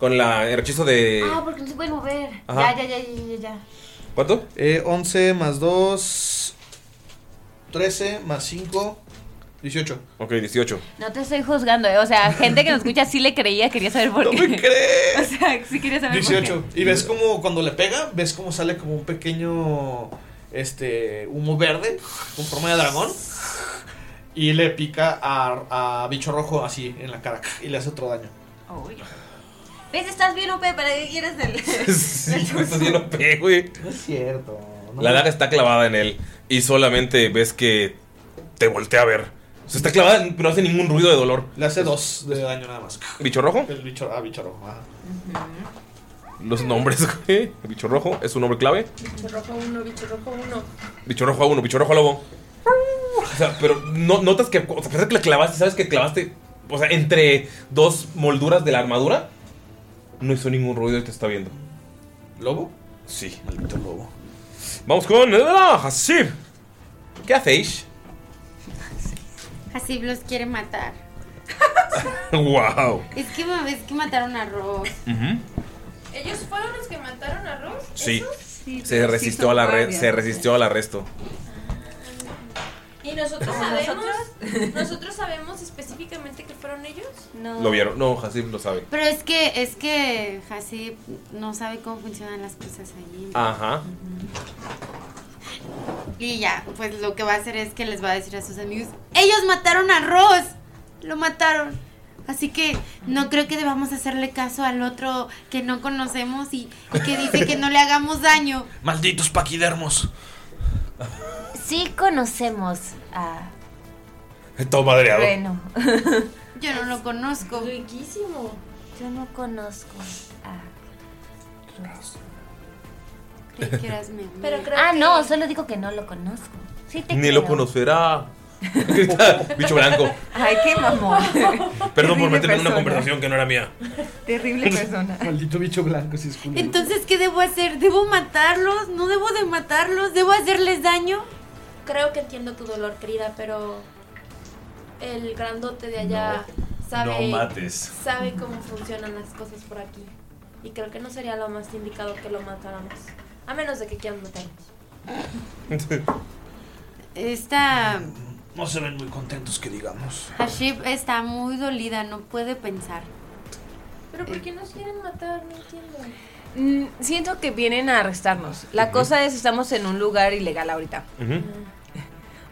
S1: Con la, el hechizo de.
S11: Ah, porque no se pueden mover.
S1: Eh. Ajá.
S11: Ya, ya, ya, ya, ya, ya.
S1: ¿Cuánto?
S7: Eh, 11 más 2. 13 más 5. 18.
S1: Ok, 18.
S6: No te estoy juzgando, eh. O sea, gente que nos escucha sí le creía, quería saber por qué. No me
S7: crees.
S6: O sea, sí quería saber por
S7: 18. Y ves como cuando le pega, ves como sale como un pequeño. Este. Humo verde. Con forma de dragón. Y le pica a, a bicho rojo así en la cara. Y le hace otro daño.
S6: ¿Ves? Estás bien, OP, ¿para qué quieres el...?
S1: Sí, pues, esto sí lo pego, güey.
S7: No es cierto. no
S1: La
S7: me-
S1: daga está clavada en él y solamente ves que te voltea a ver. O sea, está clavada, pero no hace ningún ruido de dolor.
S7: Le hace dos de daño nada más.
S1: ¿Bicho rojo?
S7: El bicho, ah, bicho rojo. ajá.
S1: Los nombres, güey. Bicho rojo es un nombre clave.
S8: Bicho rojo uno, bicho rojo uno.
S1: Bicho rojo a uno, bicho rojo a lobo. O sea, pero no, notas que, o sea, a pesar de que la clavaste, ¿sabes que clavaste? O sea, entre dos molduras de la armadura, no hizo ningún ruido y te está viendo.
S7: ¿Lobo?
S1: Sí.
S7: Maldito lobo.
S1: Vamos con. ¡Ah, Hasib! ¿Qué hacéis?
S5: Así los quiere matar.
S1: ¡Wow!
S5: Es que me ves que mataron a Ross.
S8: ¿Ellos fueron los que mataron a Ross?
S1: Sí.
S8: ¿Esos?
S1: Se resistió, a la re- se resistió al arresto.
S8: ¿Y nosotros
S11: ¿Como
S8: sabemos? ¿Nosotros? sabemos específicamente que fueron ellos?
S5: No.
S1: Lo vieron. No, Hasib lo sabe.
S5: Pero es que, es que Hasib no sabe cómo funcionan las cosas allí.
S1: Ajá.
S5: Y ya, pues lo que va a hacer es que les va a decir a sus amigos, ellos mataron a Ross, lo mataron. Así que no creo que debamos hacerle caso al otro que no conocemos y, y que dice que no le hagamos daño.
S7: Malditos paquidermos.
S6: Sí conocemos a...
S1: Todo madreado.
S6: Bueno.
S5: Yo no lo conozco.
S8: Riquísimo.
S6: Yo no conozco a...
S5: Creí que eras mi amiga.
S8: Pero creo
S6: ah,
S8: que-
S6: no, solo digo que no lo conozco. Sí te
S1: Ni lo
S6: creo.
S1: conocerá. Grita, Bicho blanco.
S11: Ay, qué mamón.
S1: Perdón por meterme en una
S11: persona.
S1: conversación que no era mía.
S11: Terrible persona.
S7: Maldito bicho blanco, si es culero.
S5: Entonces, ¿qué debo hacer? ¿Debo matarlos? ¿No debo de matarlos? ¿Debo hacerles daño?
S8: Creo que entiendo tu dolor, querida, pero el grandote de allá sabe
S4: No mates.
S8: sabe cómo funcionan las cosas por aquí. Y creo que no sería lo más indicado que lo matáramos. A menos de que quieran matarnos.
S5: Esta
S7: No se ven muy contentos que digamos.
S5: Hashib está muy dolida, no puede pensar.
S8: Pero ¿por qué nos quieren matar? No entiendo.
S11: Mm, siento que vienen a arrestarnos. La cosa es, estamos en un lugar ilegal ahorita.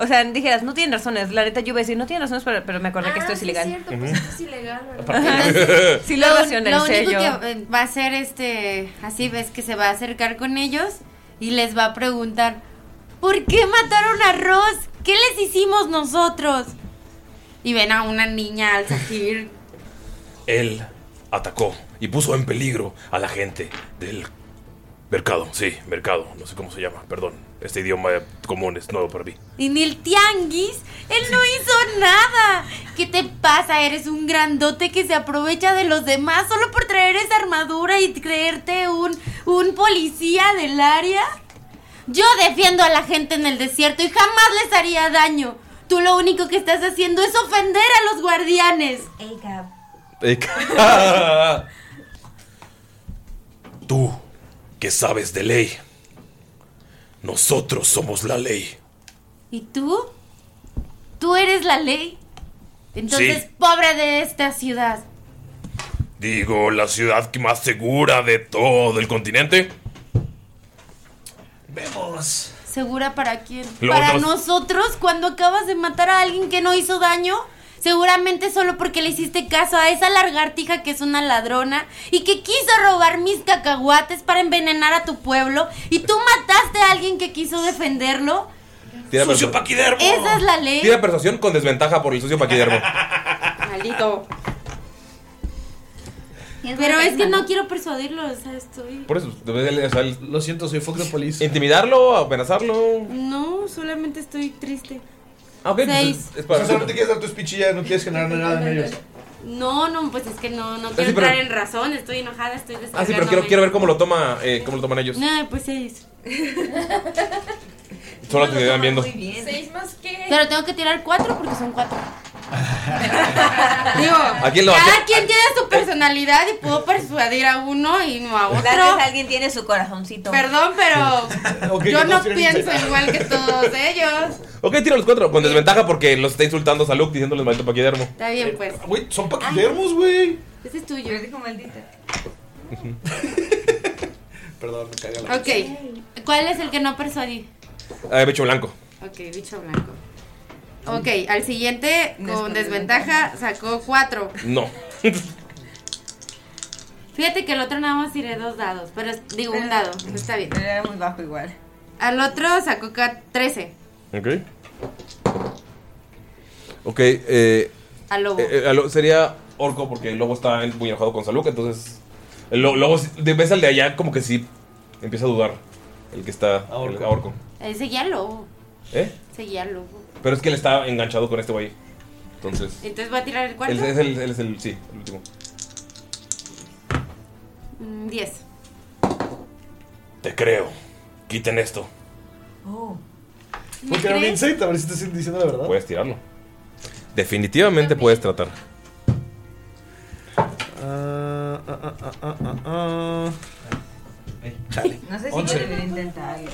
S11: O sea, dijeras, no tienen razones. La neta, yo iba a decir, no tienen razones, pero, pero me acordé que esto es ilegal.
S8: Es cierto, pues esto es ilegal, ¿verdad?
S11: Entonces, sí lo
S5: un-
S11: racionalicé
S5: lo único
S11: yo.
S5: que eh, va a hacer este así ves que se va a acercar con ellos y les va a preguntar ¿por qué mataron a Ross? ¿Qué les hicimos nosotros? Y ven a una niña al salir
S1: Él atacó y puso en peligro a la gente del mercado. Sí, mercado. No sé cómo se llama. Perdón. Este idioma común es nuevo para mí.
S5: en el tianguis. Él no hizo nada. ¿Qué te pasa? Eres un grandote que se aprovecha de los demás solo por traer esa armadura y creerte un, un policía del área. Yo defiendo a la gente en el desierto y jamás les haría daño. Tú lo único que estás haciendo es ofender a los guardianes.
S1: Tú, que sabes de ley. Nosotros somos la ley.
S5: ¿Y tú? Tú eres la ley. Entonces,
S1: Sí.
S5: pobre de esta ciudad.
S1: Digo, la ciudad que más segura de todo el continente.
S7: Vemos.
S5: ¿Segura para quién?
S1: Lo
S5: para
S1: otro-
S5: nosotros, cuando acabas de matar a alguien que no hizo daño. Seguramente solo porque le hiciste caso a esa largartija que es una ladrona y que quiso robar mis cacahuates para envenenar a tu pueblo y tú mataste a alguien que quiso defenderlo.
S1: Tira sucio paquidermo.
S5: Esa es la ley.
S1: Tira persuasión con desventaja por el sucio paquidermo.
S5: Maldito. Pero es que no quiero persuadirlo, o sea, estoy...
S1: Por eso, lo
S7: siento, soy fuck de police.
S1: ¿Intimidarlo? ¿Amenazarlo?
S5: No, solamente estoy triste.
S1: Ah, ok. pues
S5: Seis.
S1: es- es para-
S7: O sea, solamente quieres dar tu speech y ya no quieres generar nada en ellos.
S5: No, no, pues es que no, no
S1: Ah,
S5: quiero
S1: sí, pero-
S5: entrar en razón, estoy enojada, estoy
S1: Ah, sí, pero quiero,
S5: descargándome.
S1: quiero ver cómo lo toma, eh, cómo lo toman ellos.
S5: No, pues seis.
S1: Solo te quedan viendo.
S5: bien.
S8: ¿Seis más qué?
S5: Pero tengo que tirar cuatro porque son cuatro. Digo,
S1: ¿A quién lo- a
S5: cada
S1: quién-
S5: quien tiene su personalidad y puedo persuadir a uno y no a otro.
S11: Tal vez alguien tiene su corazoncito.
S5: Perdón, pero
S1: Ok,
S5: yo
S1: que
S5: no
S1: todos tienen
S5: pienso
S1: iniciativa.
S5: igual que todos ellos.
S1: Ok, tira los cuatro con desventaja porque los está insultando Saluk diciéndoles maldito paquidermo.
S5: Está bien, pues.
S1: Eh, Güey, son
S7: paquidermos, güey.
S5: Ese es tuyo. dijo maldita.
S7: Perdón, me caga la
S5: Ok. ¿Cuál es el que no persuadí?
S1: Ah, bicho blanco.
S5: Ok, bicho blanco. Ok, al siguiente, con desventaja, sacó cuatro.
S1: No.
S5: Fíjate que el otro nada más tiré dos dados, pero es- digo un dado, está bien.
S11: Eh, Era muy bajo igual.
S5: Al otro sacó ca- 13.
S1: Ok. Ok, eh.
S5: Al lobo.
S1: eh, eh, al lo- sería orco porque el lobo está en- muy enojado con Saluk, entonces. El lo- lobo, si- de vez al de allá, como que sí empieza a dudar. El que está. el- A orco.
S5: Eh, seguía al lobo,
S1: ¿Eh?
S5: seguía al lobo.
S1: Pero es que él está enganchado con este güey. Entonces.
S5: Entonces voy a tirar el cuarto.
S1: Él, es el, él es el. Sí, el último.
S5: Mm, 10.
S1: Te creo. Quiten esto.
S11: Oh.
S7: Porque era un
S5: ¿Crees?
S7: insight, a ver si estás diciendo la verdad.
S1: Puedes tirarlo. Definitivamente puedes tratar.
S7: Ah, ah, ah, ah, ah, ah, ah. Chale.
S11: No sé si
S7: Once.
S11: debería intentarlo.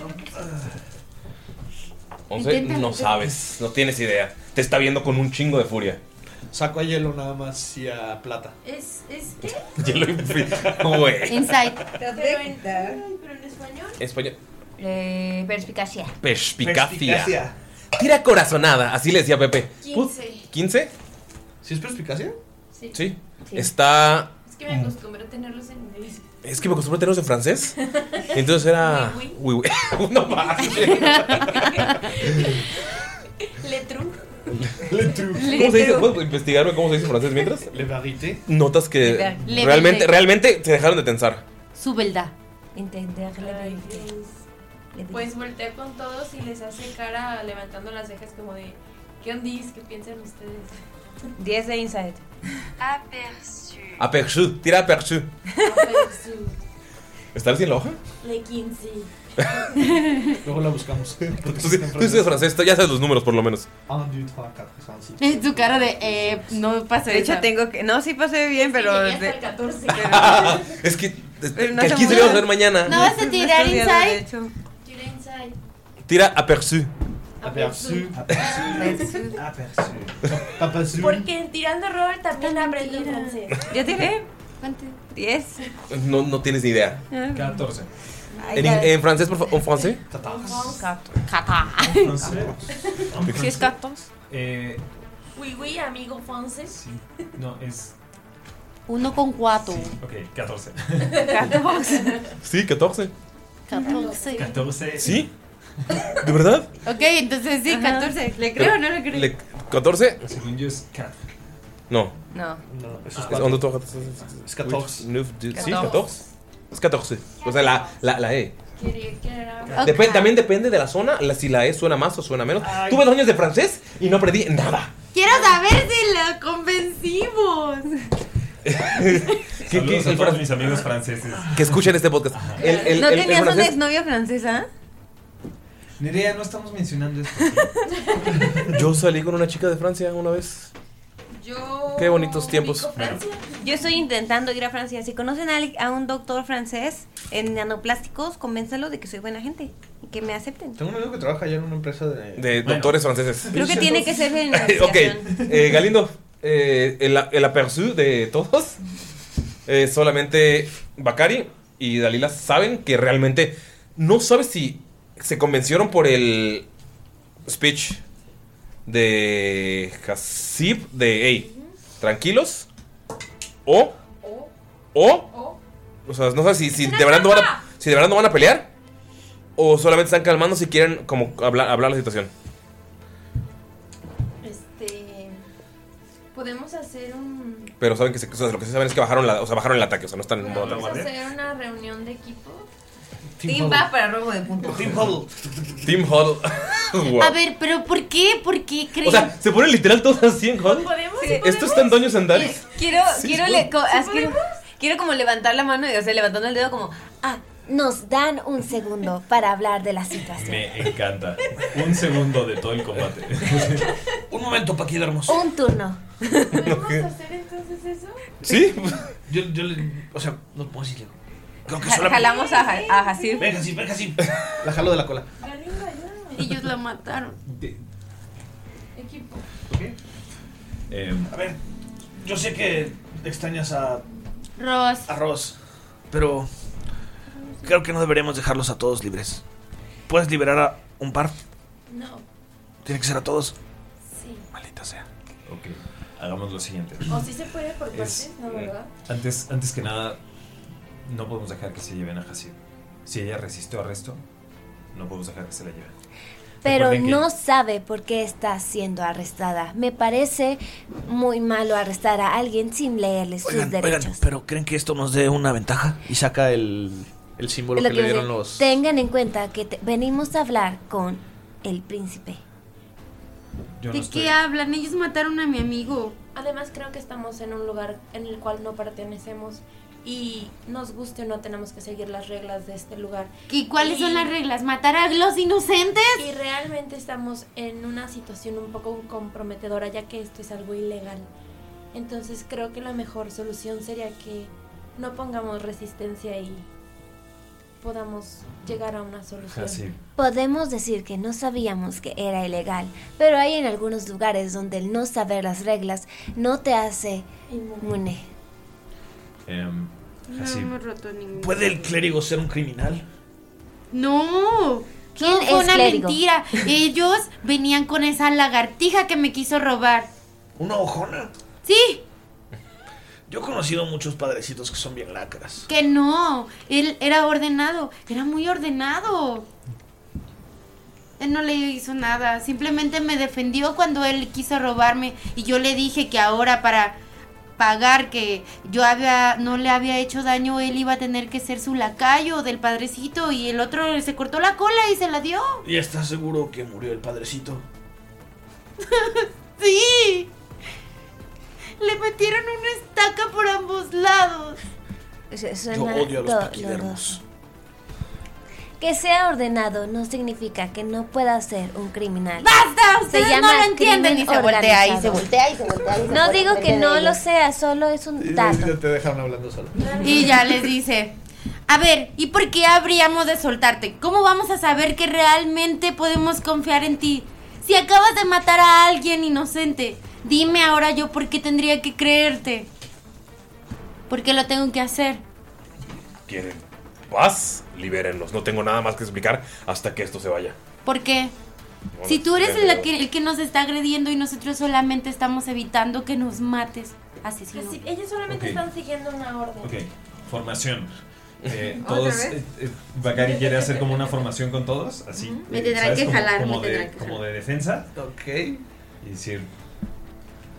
S1: Once,
S11: Inténtalo,
S1: no
S11: inténtalo.
S1: sabes, no tienes idea. Te está viendo con un chingo de furia.
S7: Saco a hielo nada más y a plata.
S8: ¿Es, ¿Es qué?
S1: Hielo y fri- Güey.
S5: Insight.
S8: Pero en, ay, pero en español.
S1: Español.
S11: Eh, perspicacia.
S1: Perspicacia.
S7: Perspicacia.
S1: Tira corazonada, así le decía Pepe.
S8: 15.
S1: ¿15?
S7: ¿Sí es perspicacia?
S8: Sí.
S1: Sí. Está.
S8: Es que me acostumbré a tenerlos en inglés.
S1: Mm. Es que me acostumbré a tenerlos en francés. Entonces era. Uy, uy. No más.
S8: Letru.
S1: ¿Cómo se dice? ¿Puedes investigarme cómo se dice en francés mientras?
S7: Le barrité.
S1: Notas que
S5: Le-
S1: realmente,
S5: le-
S1: realmente se dejaron de tensar.
S5: Su beldad.
S8: Ay, Dios. Pues voltea con todos y les hace cara levantando las cejas como de ¿Qué ondis? ¿Qué piensan ustedes?
S11: 10 de insight.
S8: Aperçu.
S1: A Perchu, tira a Perchu.
S8: Ah, Aperçu.
S1: ¿Estás sin la hoja?
S8: Le 15.
S7: Luego la buscamos. Porque sí
S1: Tú, sí-
S7: está en
S1: tú sí eres
S7: francés.
S1: francés, ya sabes los números por lo menos.
S7: Un, deux, trois, quatre, cinq, six.
S5: En su cara de, eh, no pasé.
S11: De hecho,
S5: esa.
S11: tengo que. No, sí pasé bien, pero.
S5: llegué hasta
S11: de-
S5: el 14.
S11: pero-
S1: Es que que aquí se lo vamos a ver mañana.
S5: No vas a tirar
S8: Estudiando
S5: inside.
S1: Tira aperçu.
S2: Aperçu.
S1: Aperçu.
S8: Porque tirando Robert también aprende francés.
S11: Ya tiré. ¿Cuánto?
S8: 10.
S1: No, no tienes ni idea.
S4: 14.
S1: En, en francés, por favor. ¿En francés?
S11: Cata.
S8: Si es 14.
S4: Eh,
S8: Oui, oui, amigo francés.
S4: no, es.
S5: Uno con cuatro.
S4: Ok, 14.
S1: Sí, 14.
S5: 14.
S4: 14.
S1: ¿Sí? ¿De verdad?
S5: Ok, entonces sí, 14. ¿Le creo o no le creo?
S1: Le- ¿14?
S4: Según yo es 14.
S1: No.
S5: No.
S4: No,
S1: Es
S4: eso es cuatro. Es 14.
S1: Sí, 14. Es 14. O sea, la, la, la E.
S8: Quería que era.
S1: Depen- también depende de la zona, la- si la E suena más o suena menos. Tuve dos años de francés y no aprendí nada.
S5: Quiero saber si la convencimos.
S1: ¿Qué, qué-
S4: Saludos a
S1: el
S4: todos
S1: fran-
S4: mis amigos franceses.
S1: que escuchen este podcast. El- el-
S11: ¿No
S1: el- el
S11: tenías una
S1: francés-
S11: exnovia francesa?
S4: Nerea, no estamos mencionando esto.
S1: Yo salí con una chica de Francia una vez.
S11: Yo.
S1: Qué bonitos tiempos.
S11: Yo estoy intentando ir a Francia. Si conocen a, alguien- a un doctor francés en nanoplásticos, convénzalo de que soy buena gente y que me acepten.
S7: Tengo un amigo que trabaja allá en una empresa de.
S1: De doctores franceses.
S11: Creo que tiene que ser en
S1: ok,
S11: investigación.
S1: eh, Galindo, eh, el, el aperçu de todos, eh, solamente Bakari y Dalila saben que realmente no sabes si se convencieron por el speech de Hasib de hey, tranquilos o o o sea, no sabes si, si de verdad no van a, si de verdad no van a pelear o solamente están calmando si quieren como hablar, hablar la situación.
S8: Este. Podemos hacer un.
S1: Pero saben que se- o sea, lo que sí saben es que bajaron la, o sea, bajaron el ataque, o sea, no están en modo
S8: Podemos
S1: ataque.
S8: hacer una reunión de equipo.
S1: Team
S11: va para robo de puntos.
S1: Team Huddle. Team Huddle. Wow.
S5: A ver, pero ¿por qué? ¿Por qué creen?
S1: O sea, se ponen literal todos así en Huddle.
S11: ¿Podemos?
S1: Esto está en Doños Andares.
S11: Quiero,
S1: Sí,
S11: quiero,
S1: sí.
S11: le- co- as- quiero, quiero como levantar la mano y, o sea, levantando el dedo como,
S6: Ah, nos dan un segundo para hablar de la situación.
S4: Me encanta. Un segundo de todo el combate.
S7: Un momento, Paquidermos.
S6: Un turno.
S8: ¿Podemos hacer entonces eso?
S1: ¿Sí?
S7: Yo, yo le. O sea, no puedo decirle. Creo que
S11: ja-
S7: solamente.
S11: jalamos a, Ja- a Hasib.
S7: Ven, Hasib, ven, Hasib. La jalo de la cola.
S5: Ellos la mataron.
S8: Equipo.
S7: A ver, yo sé que extrañas a,
S5: Ross.
S7: a Ross, pero creo que no deberíamos dejarlos a todos libres. ¿Puedes liberar a un par?
S8: No,
S7: Tiene que ser a todos.
S8: sí.
S7: Maldita sea.
S4: Ok, hagamos lo siguiente.
S8: O si se puede por partes,
S4: Es-
S8: ¿no, verdad?
S4: Antes, antes que nada, no podemos dejar que se lleven a Hasib. Si ella resistió arresto, no podemos dejar que se la lleven.
S6: Pero
S4: Recuerden que-
S6: no sabe por qué está siendo arrestada. Me parece muy malo arrestar a alguien sin leerle sus
S7: Oigan,
S6: derechos.
S7: oigan, pero ¿creen que esto nos dé una ventaja? Y saca el, el símbolo
S6: Es lo que iba a decir. Tengan en cuenta que te- venimos a hablar con el príncipe.
S4: Yo
S5: ¿De qué hablan? Ellos mataron a mi amigo.
S8: Además, creo que estamos en un lugar en el cual no pertenecemos y nos guste o no tenemos que seguir las reglas de este lugar.
S5: ¿Y cuáles son las reglas? ¿Matar a los inocentes?
S8: Y realmente estamos en una situación un poco comprometedora ya que esto es algo ilegal. Entonces creo que la mejor solución sería que no pongamos resistencia y podamos llegar a una
S4: Ah,
S8: solución.
S6: Podemos decir que no sabíamos que era ilegal, pero hay en algunos lugares donde el no saber las reglas no te hace inmune.
S4: Em,
S1: Ah,
S5: No hemos roto ningún.
S7: ¿Puede el clérigo ser un criminal?
S5: No.
S6: ¿Quién
S5: Todo fue
S6: es
S5: una
S6: clérigo?
S5: mentira. Ellos venían con esa lagartija que me quiso robar.
S7: ¿Una ojona?
S5: Sí,
S7: Yo he conocido muchos padrecitos que son bien lacras.
S5: que no. Él era ordenado. Era muy ordenado. Él no le hizo nada. Simplemente me defendió cuando él quiso robarme. Y yo le dije que ahora para pagar que yo había no le había hecho daño, él iba a tener que ser su lacayo del padrecito. Y el otro se cortó la cola y se la dio.
S7: ¿Y estás seguro que murió el padrecito?
S5: ¡Sí! Le metieron una estaca por ambos lados.
S7: Yo odio a los
S6: do-
S7: paquidermos.
S6: Que sea ordenado no significa que no pueda ser un criminal.
S5: ¡Basta!
S11: Ustedes no lo entienden y se voltea y se voltea y se voltea y se
S6: No
S11: voltea
S6: digo
S11: frente
S6: que
S11: de
S6: no lo
S11: ellos.
S6: sea, solo es un dato.
S7: te dejaron hablando solo.
S5: Y ya les dice, A ver, ¿y por qué habríamos de soltarte? ¿Cómo vamos a saber que realmente podemos confiar en ti? Si acabas de matar a alguien inocente, dime ahora yo por qué tendría que creerte. ¿Por qué lo tengo que hacer?
S12: ¿Quieren paz? Libérenlos. No tengo nada más que explicar hasta que esto se vaya.
S5: ¿Por qué?
S12: No
S5: Si
S12: les
S5: tú eres
S12: creen,
S5: la
S12: pero-
S5: que- el que nos está agrediendo y nosotros solamente estamos evitando que nos mates, asesino.
S8: Así- ellos solamente
S4: Ok.
S8: están siguiendo una orden.
S4: Ok, formación. Eh,
S8: ¿Otra
S4: todos.
S8: vez?
S4: eh, eh, Bakari quiere hacer como una formación con todos, así.
S5: Me
S4: eh,
S5: tendrán
S4: ¿sabes?
S5: que
S4: Como-
S5: jalar,
S4: como
S5: me
S4: de,
S5: tendrán que
S4: Como de defensa. Ok. Y decir,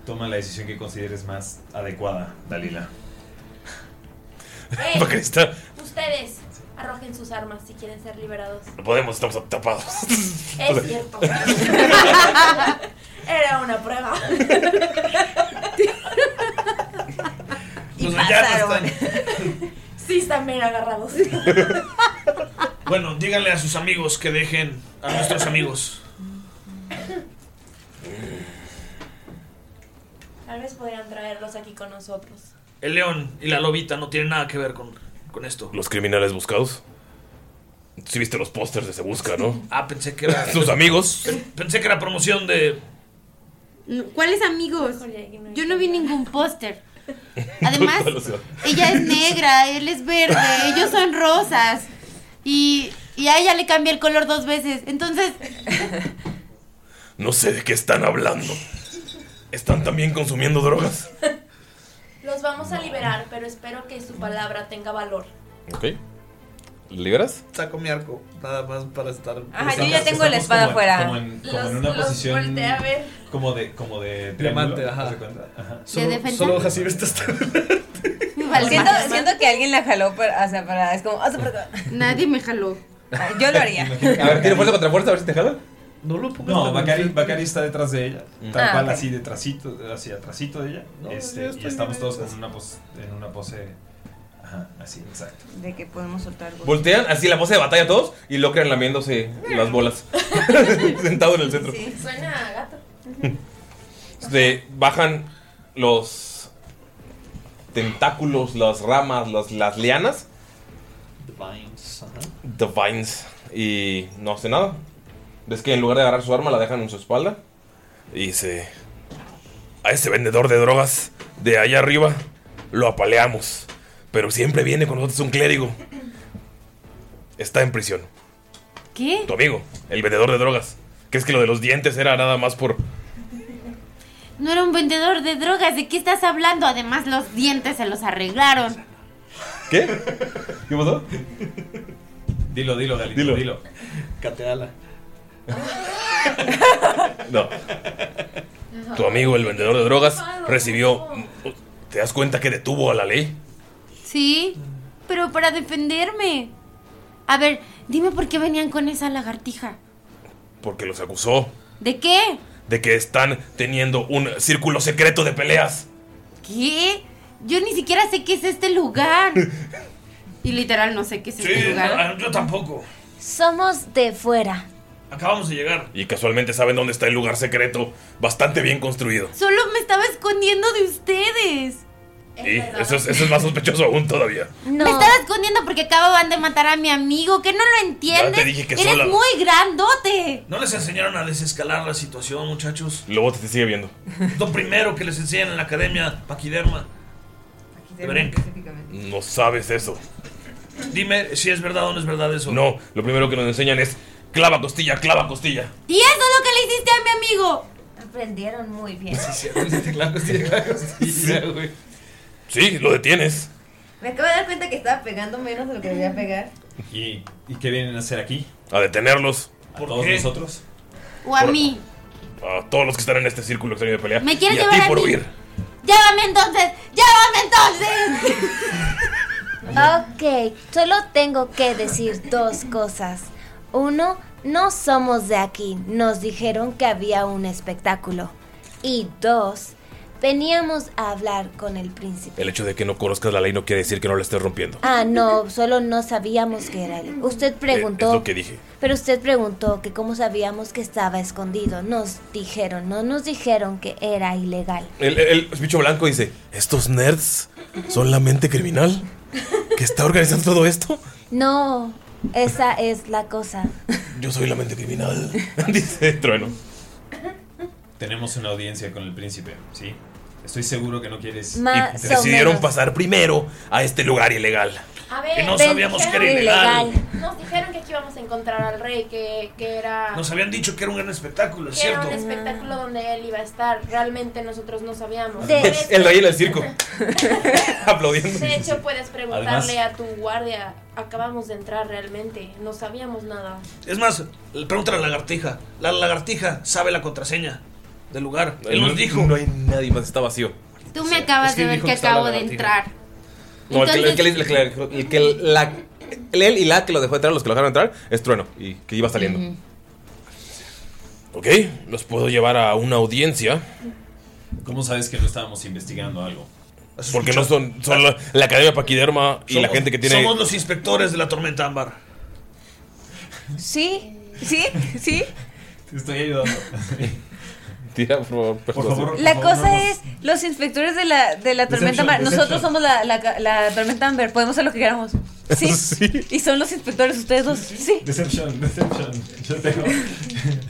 S4: toma la decisión que consideres más adecuada, Dalila.
S8: Eh,
S12: Bakari está-
S8: Ustedes arrojen sus armas si quieren ser liberados.
S12: No podemos, estamos tapados.
S8: Es
S9: Pues,
S8: cierto. Era una prueba.
S9: Pues
S7: Los
S8: pasaron.
S7: villanos están-
S8: Sí, están bien agarrados.
S7: Bueno, díganle a sus amigos que dejen a nuestros amigos.
S8: Tal vez podrían traerlos aquí con nosotros.
S9: El león y la lobita no tienen nada que ver con, con esto.
S12: Los criminales buscados. Sí viste los pósters de Se Busca, ¿no?
S9: Ah, pensé que era.
S12: Sus amigos.
S9: Pensé que era promoción de.
S5: No, eh, ¿Cuáles amigos? Yo no vi ningún póster.
S12: Pues,
S5: Además, ella es negra, él es verde, ellos son rosas. Y, y a ella le cambié el color dos veces. Entonces,
S12: No sé de qué están hablando. Están también consumiendo drogas.
S8: Los vamos a liberar, pero espero que su palabra tenga valor.
S12: Ok. ¿Liberas?
S7: Saco mi arco, nada más para estar.
S8: Ajá, yo ya tengo la espada
S4: como en-
S8: afuera.
S4: Como en, como
S8: Los-
S4: en una
S8: los
S4: posición.
S8: volteé a ver.
S4: Como de. Como de
S7: Diamante,
S4: triángulo,
S7: ajá.
S4: ¿se cuenta? Ajá.
S7: Solo-
S3: defensa?
S7: Solo así ves esta-
S5: vale
S3: siento,
S5: más.
S3: siento que alguien la jaló para, o sea, para es como, "Ah, se perdió".
S5: nadie me jaló.
S3: yo lo haría.
S12: A ver, tiene fuerza contra fuerza, a ver si te jala.
S7: No lo
S4: No, Bakari, Bakari está detrás de ella. Tal
S3: Ah,
S4: cual,
S3: ok.
S4: así detrásito, así atrásito de ella.
S3: No,
S4: Este,
S3: yo estoy
S4: y estamos
S3: bien
S4: todos
S3: ahí.
S4: en una, pose, en una pose. Ajá, así, exacto.
S3: De que podemos soltar algo.
S12: Voltean así la pose de batalla todos y lo crean lamiéndose las bolas. Sentado en el centro.
S8: Sí, suena a gato.
S12: Este, bajan los tentáculos, las ramas, las, las lianas. The Vines. Y no hace nada. Ves que en lugar de agarrar su arma la dejan en su espalda. Y se... A ese vendedor de drogas de allá arriba lo apaleamos. Pero siempre viene con nosotros un clérigo. Está en prisión.
S5: ¿Qué?
S12: Tu amigo, el vendedor de drogas. Que es que lo de los dientes era nada más por...
S5: No era un vendedor de drogas, ¿de qué estás hablando? Además, los dientes se los arreglaron.
S12: ¿Qué? ¿Qué pasó?
S4: Dilo, dilo, Dalila. Dilo. dilo.
S7: Cateala.
S12: No. Tu amigo, el vendedor de drogas, recibió... ¿Te das cuenta que detuvo a la ley?
S5: Sí, pero para defenderme. A ver, dime por qué venían con esa lagartija.
S12: Porque los acusó
S5: ¿De qué?
S12: de que están teniendo un círculo secreto de peleas.
S5: ¿Qué? Yo ni siquiera sé qué es este lugar. Y literal no sé qué es este lugar.
S9: Yo tampoco.
S6: Somos de fuera.
S12: Acabamos de llegar. Y casualmente saben dónde está el lugar secreto, bastante bien construido.
S5: Solo me estaba escondiendo de ustedes.
S12: y eso es, eso es más sospechoso aún todavía.
S5: Me estaba escondiendo porque acababan de matar a mi amigo, que no lo entiendes.
S9: Ya te dije que
S5: Eres
S9: sola.
S5: muy grandote.
S9: No les enseñaron a desescalar la situación, muchachos.
S12: Lobo te sigue viendo.
S9: Lo primero que les enseñan en la academia Paquiderma. De Berenque.
S12: No sabes eso.
S9: Dime si es verdad o no es verdad eso.
S12: No, lo primero que nos enseñan es clava costilla, clava costilla.
S5: Y eso es lo que le hiciste a mi amigo.
S6: Aprendieron muy bien.
S12: Sí, lo detienes.
S3: Me acabo de dar cuenta que estaba pegando menos de lo que debía pegar.
S4: ¿Y, y qué vienen a hacer aquí?
S12: A detenerlos.
S4: ¿A todos nosotros?
S5: O a
S12: Por-
S5: mí.
S12: A todos los que están en este círculo extraño de pelea.
S5: ¿Me quieres
S12: y a
S5: llevar
S12: ti
S5: a
S12: por
S5: mí?
S12: huir.
S5: Llévame entonces. Llévame entonces.
S6: Ok, solo tengo que decir dos cosas. Uno, no somos de aquí. Nos dijeron que había un espectáculo. Y dos, veníamos a hablar con el príncipe.
S12: El hecho de que no conozcas la ley no quiere decir que no la estés rompiendo.
S6: Ah, no, solo no sabíamos que era él. Usted
S12: Es
S6: preguntó,
S12: lo que dije.
S6: pero usted preguntó que cómo sabíamos que estaba escondido. Nos dijeron, no nos dijeron que era ilegal.
S12: El, el- el bicho blanco dice, estos nerds son la mente criminal. ¿Que está organizando todo esto?
S6: No, esa es la cosa.
S12: Yo soy la mente criminal. Dice Trueno.
S4: Tenemos una audiencia con el príncipe, ¿sí? Estoy seguro que no quieres.
S6: Ma-
S12: Y
S6: so
S12: decidieron
S6: menos.
S12: pasar primero a este lugar ilegal.
S8: A ver,
S9: Que no
S8: nos
S9: sabíamos que
S8: dijeron-
S9: era ilegal.
S8: Nos dijeron que aquí íbamos a encontrar al rey, que, que era,
S9: Nos habían dicho que era un gran espectáculo, es
S8: que era
S9: cierto.
S8: un espectáculo donde él iba a estar. Realmente nosotros no sabíamos.
S9: De-
S8: Puedes-
S12: El rey en el circo. Aplaudiendo.
S8: de hecho, puedes preguntarle
S9: Además-
S8: a tu guardia. Acabamos de entrar realmente, no sabíamos nada.
S9: Es más, le pregunta a la lagartija. La lagartija sabe la contraseña del lugar. Él nos dijo.
S12: No hay nadie más, está vacío.
S5: Tú me acabas
S9: Es que
S5: de ver
S9: dijo
S5: que
S9: que estaba
S5: acabo de
S9: lagartija.
S5: entrar.
S12: No, el que- el que,
S5: Entonces-
S12: el que- el que- el que- la- el- él y la que lo dejó entrar, los que lo dejaron entrar, es Trueno y que iba saliendo. Ok, los puedo llevar a una audiencia.
S4: ¿Cómo sabes que no estábamos investigando algo?
S12: Porque no son, son la, la Academia Paquiderma y la
S9: Somos-
S12: gente que tiene.
S9: Somos los inspectores de la tormenta ámbar.
S3: Sí, sí, sí.
S4: Te estoy ayudando.
S12: Tira, por favor.
S4: favor,
S3: La cosa es, los inspectores de la, de la tormenta
S12: Deception,
S3: Amber, nosotros
S12: deception.
S3: somos la, la- la tormenta Amber, podemos hacer lo que queramos. Sí. Y son los inspectores ustedes dos. Sí.
S4: Deception, Deception. Yo tengo.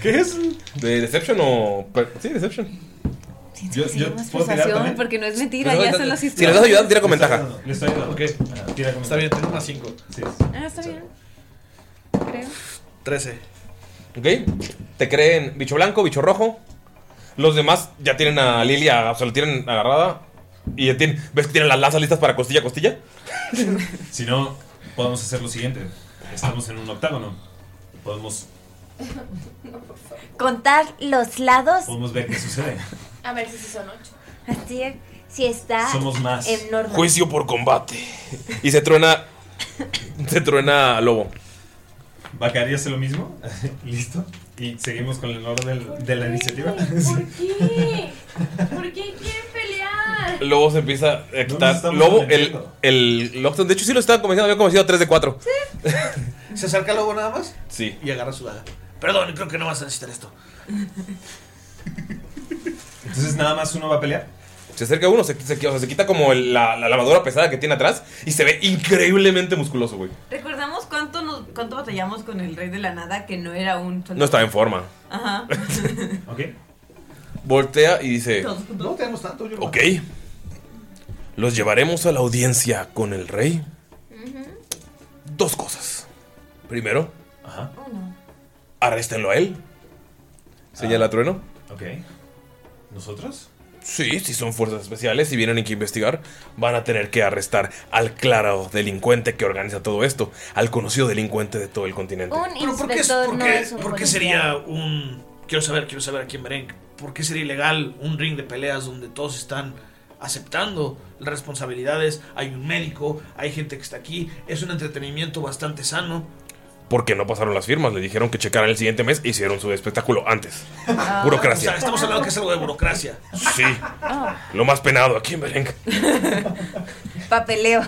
S12: ¿Qué es? ¿De Deception o.? per- Sí, Deception.
S4: Yo, yo puedo tirar
S3: Persuasión,
S4: también.
S3: porque no es mentira,
S12: Les doy-
S3: ya son los
S12: si
S3: inspectores.
S12: les das ayudando, tira con
S4: Le estoy
S12: ventaja.
S4: ayudando, Le estoy ayudando. Ajá, tira con
S7: Está bien, tengo más 5.
S3: Ah, está bien. Creo.
S7: 13.
S12: Ok, te creen bicho blanco, bicho rojo. Los demás ya tienen a Lilia, o sea, la tienen agarrada. Y ya tienen, ves que tienen las lanzas listas para costilla a costilla.
S4: Si no, podemos hacer lo siguiente. Estamos en un octágono. Podemos,
S6: Contar los lados.
S4: podemos ver qué sucede.
S8: A ver si sí son ocho.
S6: Así es, si está
S12: Somos más.
S6: enorme.
S12: Juicio por combate. Y se truena. Se truena a Lobo.
S4: Bacari hace lo mismo. Listo. Y seguimos con el orden del- de la iniciativa.
S8: ¿Qué? ¿Por qué quieren pelear?
S12: Lobo se empieza a quitar.
S4: estamos
S12: Lobo, el,
S4: convenciendo.
S12: el Loxton. De hecho, sí lo estaba convenciendo. Había convencido a 3 de 4.
S7: Se acerca luego nada más
S12: Sí.
S7: y agarra su daga.
S9: Perdón, creo que no vas a necesitar esto.
S4: Entonces, nada más uno va a pelear.
S12: Se acerca uno, se, se- o sea, se quita como el- la, la lavadora pesada que tiene atrás. Y se ve increíblemente musculoso, güey.
S3: ¿Recordamos cuánto, nos, cuánto batallamos con el rey de la nada que no era un soldado?
S12: No estaba en forma.
S3: Ajá.
S4: ok.
S12: Voltea y dice:
S7: No tenemos tanto. Yo
S12: Ok. Los llevaremos a la audiencia con el rey. Dos cosas. Primero, arréstenlo a él.
S4: Ah.
S12: Señala trueno.
S4: Ok. ¿Nosotros?
S12: Sí, si son fuerzas especiales y vienen aquí a investigar, van a tener que arrestar al claro delincuente que organiza todo esto, al conocido delincuente de todo el continente.
S6: Un
S9: Pero ¿por qué, es-
S6: inspector
S9: por
S6: no
S9: qué-
S6: es un
S9: por qué
S6: policía.
S9: sería un... Quiero saber, quiero saber aquí en Bereng. ¿Por qué sería ilegal un ring de peleas donde todos están aceptando las responsabilidades? Hay un médico, hay gente que está aquí. Es un entretenimiento bastante sano.
S12: Porque no pasaron las firmas, le dijeron que checaran el siguiente mes e hicieron su espectáculo antes. Burocracia.
S9: Ah. O sea, estamos hablando que es algo de burocracia.
S12: Sí,
S3: Ah,
S12: lo más penado aquí en Belén.
S3: Papeleo.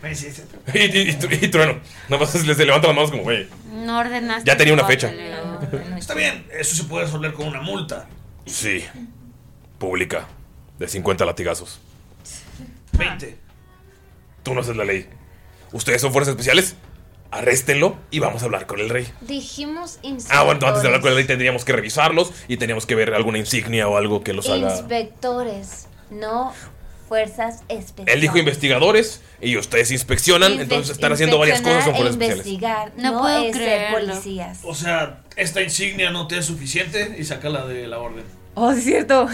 S9: Pues
S12: Y, y- y tru- y trueno, nada más le- se levanta las manos como, güey.
S5: No ordenaste.
S12: Ya tenía una
S5: el
S12: fecha.
S5: papeleo.
S9: Está bien, eso se puede resolver con una multa.
S12: Sí, pública, de 50 latigazos.
S9: 20.
S12: Tú no haces la ley. Ustedes son fuerzas especiales, arréstenlo y vamos a hablar con el rey.
S6: Dijimos inspectores.
S12: Ah, bueno, antes de hablar con el rey tendríamos que revisarlos y teníamos que ver alguna insignia o algo que los haga.
S6: Inspectores, no fuerzas especiales.
S12: Él dijo investigadores y ustedes inspeccionan,
S6: Inve-
S12: entonces están haciendo varias cosas, son
S6: inspeccionar e
S12: fuerzas especiales.
S6: investigar,
S5: No
S6: no,
S5: puedo
S6: es ser
S5: creerlo.
S6: policías.
S9: O sea, esta insignia no te es suficiente y sácala de la orden.
S3: Oh, sí, es cierto.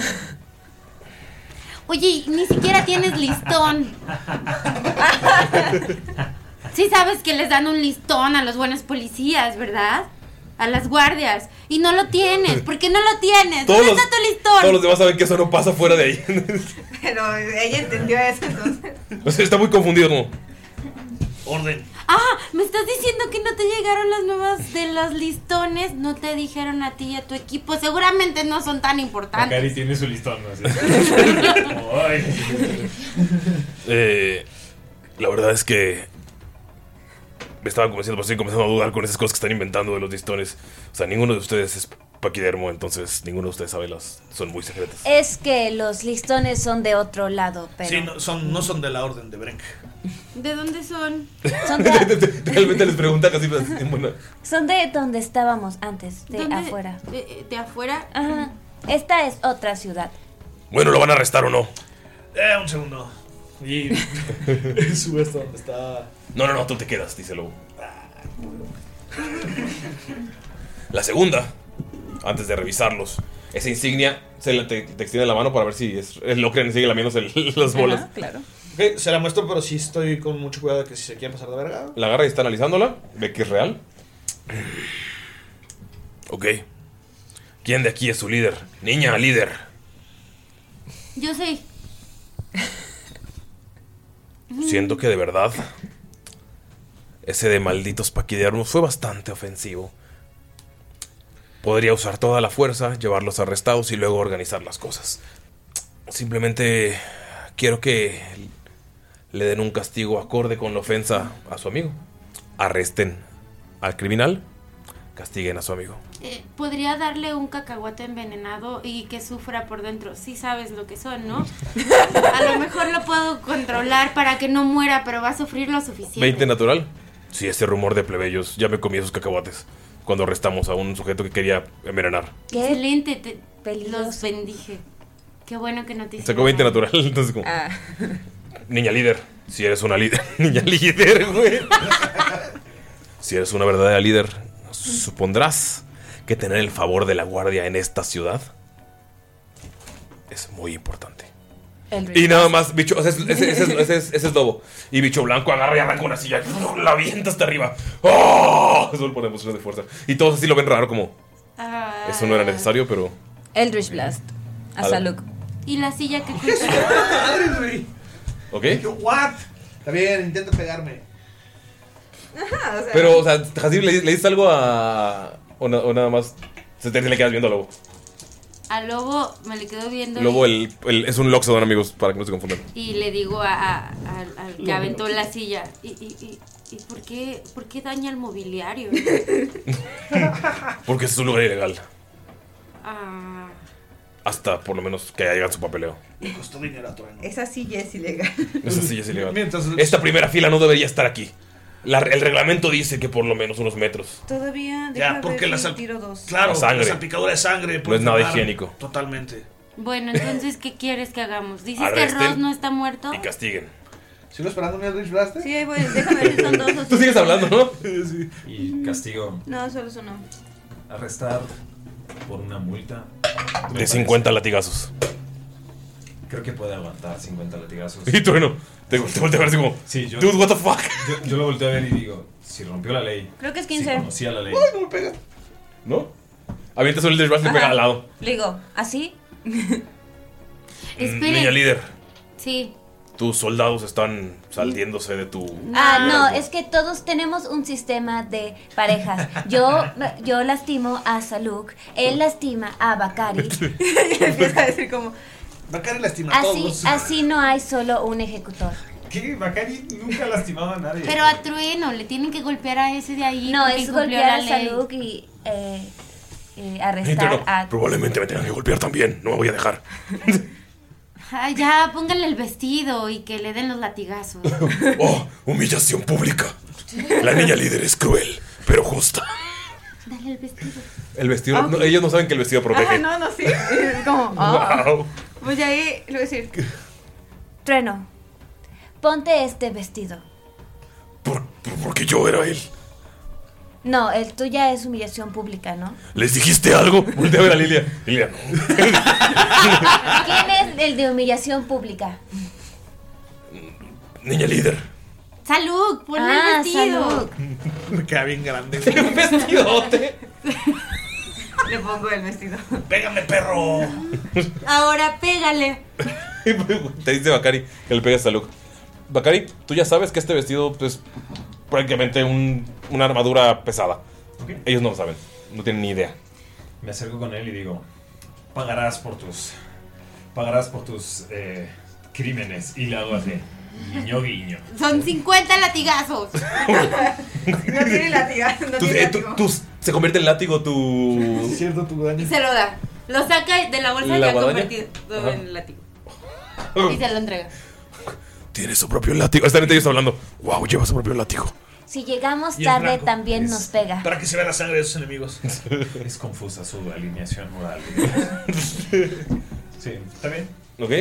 S5: Oye, y ni siquiera tienes listón. Sí sabes que les dan un listón a los buenos policías, ¿verdad? A las guardias. Y no lo tienes. ¿Por qué no lo tienes?
S12: Todos
S5: ¿Dónde
S12: los-
S5: está tu listón?
S12: Todos los demás saben que eso no pasa fuera de ahí.
S3: Pero ella entendió eso entonces.
S12: O sea, está muy confundido como,
S9: Orden.
S5: Ah, me estás diciendo que no te llegaron las nuevas de los listones. No te dijeron a ti y a tu equipo. Seguramente no son tan importantes.
S4: Bacari tiene su listón. Así. e
S12: eh, la verdad es que pues me estaba convenciendo, pero estoy comenzando a dudar con esas cosas que están inventando de los listones. O sea, ninguno de ustedes es paquidermo, entonces ninguno de ustedes sabe las. Son muy secretas.
S6: Es que los listones son de otro lado, pero.
S9: Sí, no son, no son de la orden de Brenk.
S6: ¿De dónde son?
S12: Realmente les preguntan así, pues, bueno,
S6: Son de donde estábamos antes, de
S5: ¿Dónde?
S6: afuera.
S5: ¿De, de afuera?
S6: Ajá. Esta es otra ciudad.
S12: bueno, ¿lo van a arrestar o no?
S9: Eh, un segundo. Y
S7: sube hasta donde está.
S12: No, no, no, tú te quedas, dice Lobo. La segunda, antes de revisarlos, esa insignia se la te, te extiende la mano para ver si es, es lo que sigue lamiéndose el- las bolas.
S13: claro.
S7: Ok, se la muestro, pero sí estoy con mucho cuidado de que si se quiere pasar de verga.
S12: La agarra y está analizándola, ve que es real. Ok. ¿Quién de aquí es su líder? Niña, líder.
S5: Yo soy.
S12: Siento que de verdad ese de malditos paquidermos fue bastante ofensivo. Podría usar toda la fuerza, llevarlos arrestados y luego organizar las cosas. Simplemente eh, quiero que le den un castigo acorde con la ofensa a su amigo. Arresten al criminal, castiguen a su amigo.
S5: Eh, podría darle un cacahuate envenenado y que sufra por dentro. Sí sabes lo que son, ¿no? A lo mejor lo puedo controlar para que no muera, pero va a sufrir lo suficiente.
S12: 20 natural. Sí, ese rumor de plebeyos. Ya me comí esos cacahuates cuando arrestamos a un sujeto que quería envenenar.
S5: Excelente, te- los bendije. Qué bueno que no te
S12: Sacó 20 natural, entonces como... Niña líder, si eres una líder. Niña líder, güey. si eres una verdadera líder, supondrás que tener el favor de la guardia en esta ciudad es muy importante. Y nada más, bicho, ese es, ese, ese es- ese es- ese es lobo. Y bicho blanco agarra y arranca una silla, la avienta hasta arriba. ¡Oh! Eso lo ponemos de fuerza. Y todos así lo ven raro, como.
S3: Ah.
S12: Eso no era necesario, pero.
S3: Eldritch Blast. A
S12: Ala.
S3: Saluk.
S5: Y la silla que
S12: ¿Ok?
S9: ¿What? Está bien, intenta pegarme.
S3: Ajá, o sea.
S12: Pero, o sea, Hasib, ¿le, le dices algo a. O, na- o nada más. Se te, le quedas viendo al lobo.
S5: Al lobo me le quedo viendo.
S12: Lobo
S5: y,
S12: el, el- es un Loxodon, amigos, para que no se confundan.
S5: y le digo a, a- al- al que
S12: Lobo.
S5: aventó la silla. ¿Y, y, y- y por, qué, por qué daña el mobiliario?
S12: Porque ese es un lugar ilegal.
S5: Ah,
S12: Hasta por lo menos que hagan su papeleo.
S9: Me costó dinero a Trueno.
S3: Esa silla es ilegal.
S12: Eso sí es ilegal.
S9: Mientras-
S12: Esta primera fila no debería estar aquí. La- el reglamento dice que por lo menos unos metros.
S3: Todavía.
S9: Ya,
S3: deja
S9: porque
S3: ver
S9: la
S3: si
S9: sal-
S3: tiro dos.
S9: Claro,
S12: La sangre.
S9: la salpicadura de sangre.
S12: No
S9: puede
S12: es nada
S9: enfermar
S12: higiénico.
S9: Totalmente.
S5: bueno, entonces, ¿qué quieres que hagamos? ¿Dices que
S12: Arresten
S5: Ross no está muerto?
S12: Castiguen.
S9: ¿Sigo esperando mi Eldritch Blast?
S3: Sí, ahí voy. Déjame ver si son dos o
S12: Tú sigues hablando, ¿no?
S4: Y castigo.
S3: No, solo es uno.
S4: Arrestar por una multa.
S12: De 50 latigazos.
S4: Creo que puede aguantar 50 latigazos.
S12: Y Trueno, te- te voltea a ver así como,
S4: Sí, yo.
S12: "Dude, what the fuck?"
S4: Yo, yo lo volteo a ver y digo: si rompió la ley.
S3: Creo que es
S4: Si
S3: 15.
S4: conocía la ley.
S3: no me pega.
S12: ¿No? Avientas un Eldritch Blast y le pega
S3: Ajá.
S12: al lado.
S3: Le digo, ¿así?
S12: Mm, Niña líder,
S5: Sí.
S12: tus soldados están saliéndose de tu.
S6: Ah, no, es que todos tenemos un sistema de parejas. Yo, yo lastimo a Saluk, él lastima a Bakari.
S3: Empieza a decir como.
S9: Bacari lastima a
S6: Así,
S9: todos.
S6: así no hay solo un ejecutor.
S4: ¿Qué? Bacari nunca lastimaba a nadie.
S5: Pero a Trueno, le tienen que golpear a ese de ahí.
S6: No,
S5: porque
S6: es
S5: incumplió
S6: golpear a
S5: la ley.
S6: Saluk y eh, eh,
S12: Y Trueno,
S6: arrestar a...
S12: probablemente me tengan que golpear también. No me voy a dejar.
S5: Ah, ya, póngale el vestido y que le den los latigazos.
S12: Oh, humillación pública. La niña líder es cruel, pero justa.
S5: Dale el vestido.
S12: El vestido. no, ellos no saben que el vestido
S3: Ah,
S12: protege.
S3: no, no, sí. Es
S12: oh,
S3: como. ah.
S12: Wow.
S3: Pues ya ahí le voy a decir.
S6: Trueno, ponte este vestido.
S12: Porque yo era él.
S6: No, el tuya es humillación pública, ¿no?
S12: ¿Les dijiste algo? Voltea a ver a Lilia. Lilia, no.
S6: ¿Quién es el de humillación pública?
S12: Niña líder.
S5: Salud, ponle
S6: Ah,
S5: el vestido.
S6: Saluk.
S9: Me queda bien grande.
S12: un vestidote.
S3: Le pongo el vestido.
S9: Pégame, perro.
S5: Ahora pégale.
S12: Te dice Bakari que le pegas a Luke. Bakari, tú ya sabes que este vestido
S1: pues,
S12: es prácticamente un- una armadura pesada. Ellos no lo saben. No tienen ni idea.
S4: Me acerco con él y digo, pagarás por tus, pagarás por tus eh, crímenes. Y le hago así. Guiño, guiño.
S5: Son 50 latigazos.
S11: No tiene latigazo, no
S1: Tú-
S11: tiene
S1: eh, tú-
S11: látigo.
S1: tú- se convierte el látigo tu. Es
S4: cierto, tu daño.
S5: Y
S11: Se lo da. Lo saca de la bolsa
S1: ¿La
S11: y ha
S1: guadaña?
S11: convertido
S1: Ajá. Oh.
S11: en látigo.
S5: Y se lo entrega.
S1: Tiene su propio
S12: Ah,
S1: látigo. Están entre ellos hablando. ¡Wow! Lleva su propio látigo.
S6: Si llegamos
S1: Y es
S6: tarde
S1: blanco.
S6: también
S1: Es-
S6: nos pega.
S9: Para que se vea la sangre de sus enemigos.
S4: Es confusa su alineación moral. sí, está bien.
S1: Ok.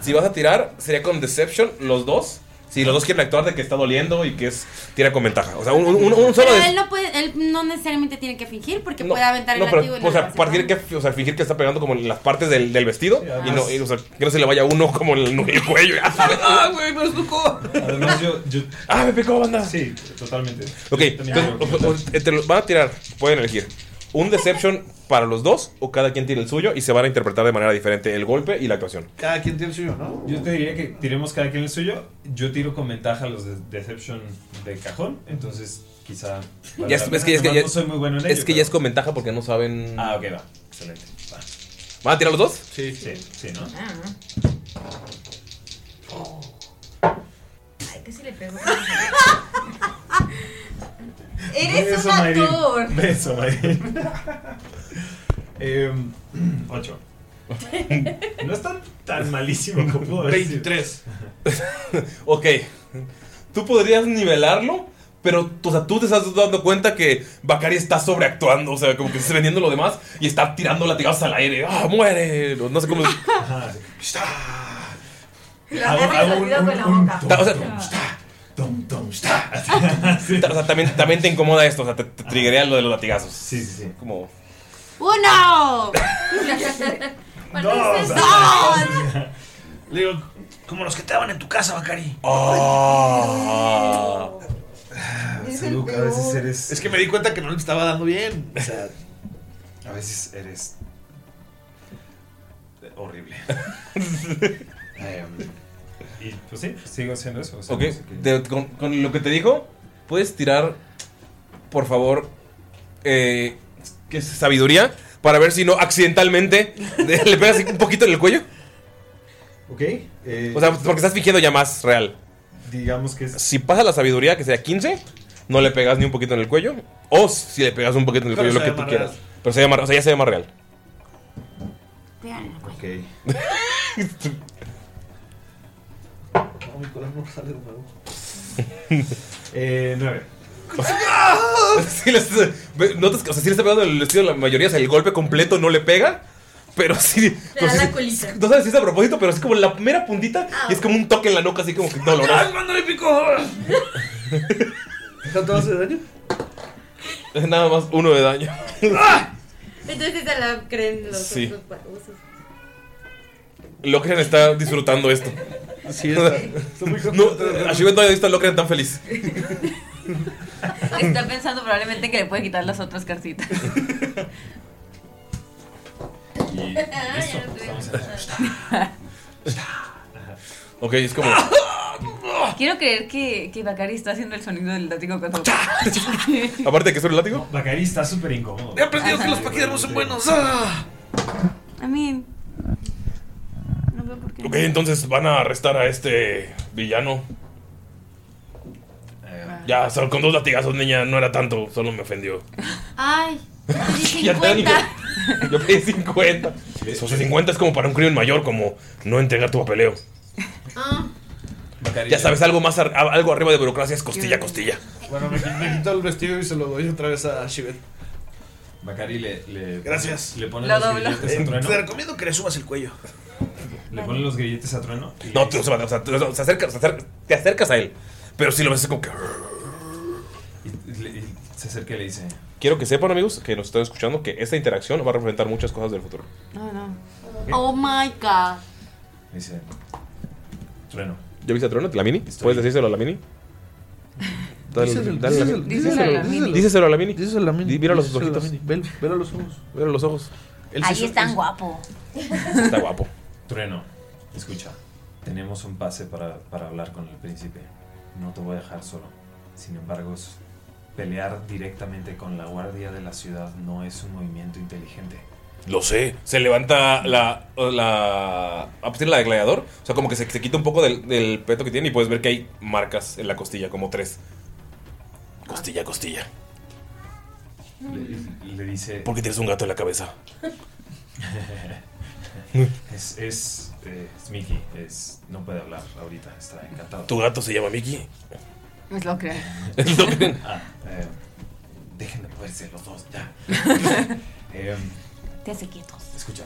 S1: Si vas a tirar, sería con Deception los dos. Si los dos quieren actuar de que está doliendo y que es. Tira con ventaja. O sea, un, un- un solo.
S5: Pero
S1: de-
S5: él no puede, él no necesariamente tiene que fingir porque puede aventar el
S1: No,
S5: látigo
S1: pero, pues
S5: en
S1: o sea, partir que, o sea, fingir que está pegando como en las partes del, del vestido y no, y, o sea, que no se le vaya uno como en el, el cuello.
S11: ¡Ah, güey! ¡Me lo tocó!
S4: Además, yo, yo.
S1: ¡Ah, me picó, banda!
S4: Sí, totalmente.
S1: Ok, entonces, o- o- o- entre los- van a tirar, pueden elegir un Deception para los dos o cada quien tiene el suyo y se van a interpretar de manera diferente el golpe y la actuación.
S4: Cada quien tiene el suyo, ¿no? Yo te diría que tiremos cada quien el suyo. Yo tiro con ventaja los de Deception de cajón, entonces quizá. valga
S1: Ya
S4: la
S1: es,
S4: pena.
S1: es que, es que
S4: Nomás
S1: ya,
S4: no soy muy bueno en
S1: es
S4: ello,
S1: que ya
S4: pero-
S1: es con ventaja porque no saben.
S4: Ah, ok, va. Excelente. Va.
S1: ¿Van a tirar los dos?
S4: Sí, sí, sí, ¿no?
S11: Ay, que se le pegó.
S4: Beso, Mayrin. Beso, Mayrin. Em, Ocho. No está tan malísimo como pudo haber sido.
S1: 23. ok. Tú podrías nivelarlo, pero o sea, tú te estás dando cuenta que Bakari está sobreactuando, o sea, como que está vendiendo lo demás y está tirando latigazos al aire. ¡Ah, muere! No, no sé cómo.
S4: Ajá.
S11: Lo hace sonido con la boca.
S1: Ta- o sea, ta- o sea, también, también te incomoda esto, o sea, te, te triggerea lo de los latigazos.
S4: Sí, sí, sí.
S1: Como.
S5: ¡Uno!
S9: Dos.
S5: ¡Dos!
S9: Le digo, como los que te daban en tu casa, Bacari.
S1: Ah.
S4: Es el Salud, a veces peor. eres-
S9: Es que me di cuenta que no le estaba dando bien. O sea,
S4: A veces eres horrible. Em, y pues sí, sigo haciendo eso. o sea,
S1: Ok,
S4: no sé qué-
S1: de- con, con lo que te dijo, puedes tirar, por favor, eh, ¿qué es? sabiduría para ver si no accidentalmente de- le pegas un poquito en el cuello.
S4: Ok. eh,
S1: O sea, porque estás fingiendo ya más real.
S4: Digamos que es.
S1: Si pasa la sabiduría, que sea 15, no le pegas ni un poquito en el cuello. O si le pegas un poquito en el
S4: Pero
S1: cuello,
S4: se
S1: lo que
S4: ve
S1: tú
S4: más
S1: quieras.
S4: real.
S1: Pero se ve más- o sea, ya se ve más real.
S4: Ok.
S9: no, mi corazón no sale de nuevo.
S4: eh, 9.
S1: Sí le estás- ve- notas que, o sea, sí le está pegando el vestido la mayoría, o sea, el golpe completo no le pega, pero sí.
S11: Le
S1: pero
S11: da
S1: sí-
S11: la colita.
S1: No sabes si es a propósito, pero es como la mera puntita y es como un toque en la nuca, así como que doloroso.
S9: ¡Cuándo le picó!
S1: ¿Cuánto hace daño? Nada más uno de daño.
S5: Entonces se la creen los
S1: Sí.
S5: otros usos.
S1: Locren está disfrutando esto. Sí, no, a Shivet no había visto a Locren tan feliz.
S11: Está pensando probablemente que le puede quitar las otras cartitas.
S4: Y
S11: Ah,
S4: listo, estamos en
S1: Ok, es como.
S11: Quiero creer que, que Bakari está haciendo el sonido del látigo cuando.
S1: Aparte de que es un látigo.
S4: Bacari está súper incómodo.
S11: He aprendido que los paquidermos son buenos. Ah. A mí. No veo por qué.
S1: Ok, entonces van a arrestar a este villano.
S4: Eh,
S1: Ya, solo con dos latigazos, niña, no era tanto, solo me ofendió.
S5: Ay, te di
S1: Ya te
S5: 50.
S1: Yo pedí 50. O sea, 50 es como para un crimen mayor, como no entregar tu papeleo.
S5: Ah,
S1: Ya sabes, algo más ar- algo arriba de burocracia es costilla, costilla.
S7: Bueno, me, qui- me quito el vestido y se lo doy otra vez a Shivet.
S4: Bacari le, le.
S7: Gracias.
S4: Le pone
S7: Lo
S4: los
S7: doblo.
S4: grilletes a
S7: Eh,
S4: trueno.
S9: Te recomiendo que le subas el cuello.
S4: Le pone los grilletes a trueno. y-
S1: No, tú, o sea, o sea, tú- o sea, acercas- acer- te acercas a él, pero si lo ves es como que...
S4: y le- y se acerca y le dice.
S1: Quiero que sepan, amigos, que nos están escuchando, que esta interacción va a representar muchas cosas del futuro.
S5: no, no. Oh my god.
S4: Dice. Trueno.
S1: ¿Ya viste a Trueno? ¿La mini? ¿Puedes decírselo a la mini? Dale-
S7: Díselo-
S1: dale la-
S7: díselo- díselo a la mini.
S1: Díselo a la mini.
S7: Díselo a la mini.
S1: Di- Mira los
S7: Díselo a la
S1: ojitos.
S7: mini. Velo, velo a los ojos.
S1: Mira los ojos.
S3: Ahí es tan guapo.
S1: Está guapo.
S4: Trueno, escucha. Tenemos un pase para, para hablar con el príncipe. No te voy a dejar solo. Sin embargo, s- pelear directamente con la guardia de la ciudad no es un movimiento inteligente.
S12: Lo sé. Se levanta la. la ah, pues tiene la de gladiador. O sea, como que se, se quita un poco del, del peto que tiene y puedes ver que hay marcas en la costilla, como tres. Costilla, costilla.
S4: Le, le dice.
S12: ¿Por qué tienes un gato en la cabeza?
S4: es. Es. eh, es Mickey. Es, no puede hablar ahorita. Está encantado.
S12: ¿Tu gato se llama Mickey?
S11: Es lo que.
S12: Es lo que-
S4: Ah, eh, dejen de moverse los dos, ya. Eh,
S3: Te hace quietos.
S4: escucha,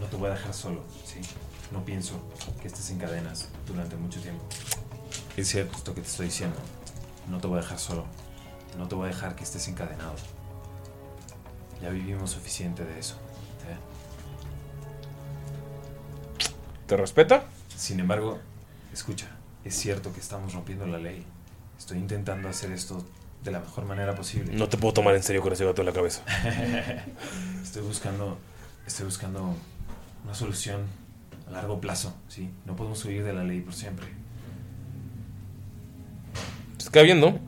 S4: no te voy a dejar solo, ¿sí? No pienso que estés en cadenas durante mucho tiempo. Es cierto esto que te estoy diciendo. No te voy a dejar solo. No te voy a dejar que estés encadenado. Ya vivimos suficiente de eso. ¿eh?
S12: ¿Te respeta?
S4: Sin embargo, escucha, es cierto que estamos rompiendo la ley. Estoy intentando hacer esto de la mejor manera posible.
S12: No te puedo tomar en serio con ese gato en la cabeza.
S4: estoy buscando, estoy buscando una solución a largo plazo, ¿sí? No podemos huir de la ley por siempre.
S12: Se queda viendo.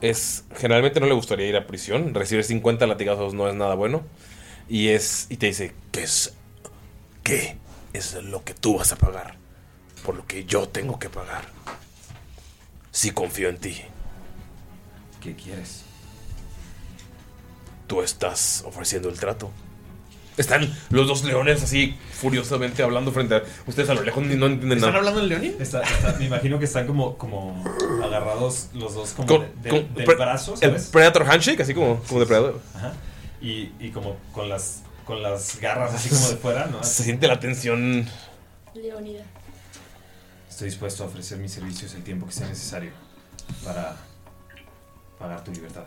S12: Es, generalmente no le gustaría ir a prisión. Recibir 50 latigazos no es nada bueno. Y es y te dice, ¿qué es, qué es lo que tú vas a pagar? Por lo que yo tengo que pagar. Si confío en ti.
S4: ¿Qué quieres?
S12: Tú estás ofreciendo el trato. Están los dos leones así furiosamente hablando frente a ustedes a lo lejos ni no entienden nada.
S4: hablando en Leonin? me imagino que están como, como agarrados los dos como
S12: Con-
S4: de, de-
S12: con-
S4: del
S12: pre-
S4: brazo,
S12: el
S4: ¿sabes?
S12: Predator Handshake, así como, como depredador.
S4: Ajá. Y, y como con las, con las garras así como de fuera, ¿no?
S12: Se siente la tensión
S14: Leonida.
S4: Estoy dispuesto a ofrecer mis servicios el tiempo que sea necesario para pagar tu libertad.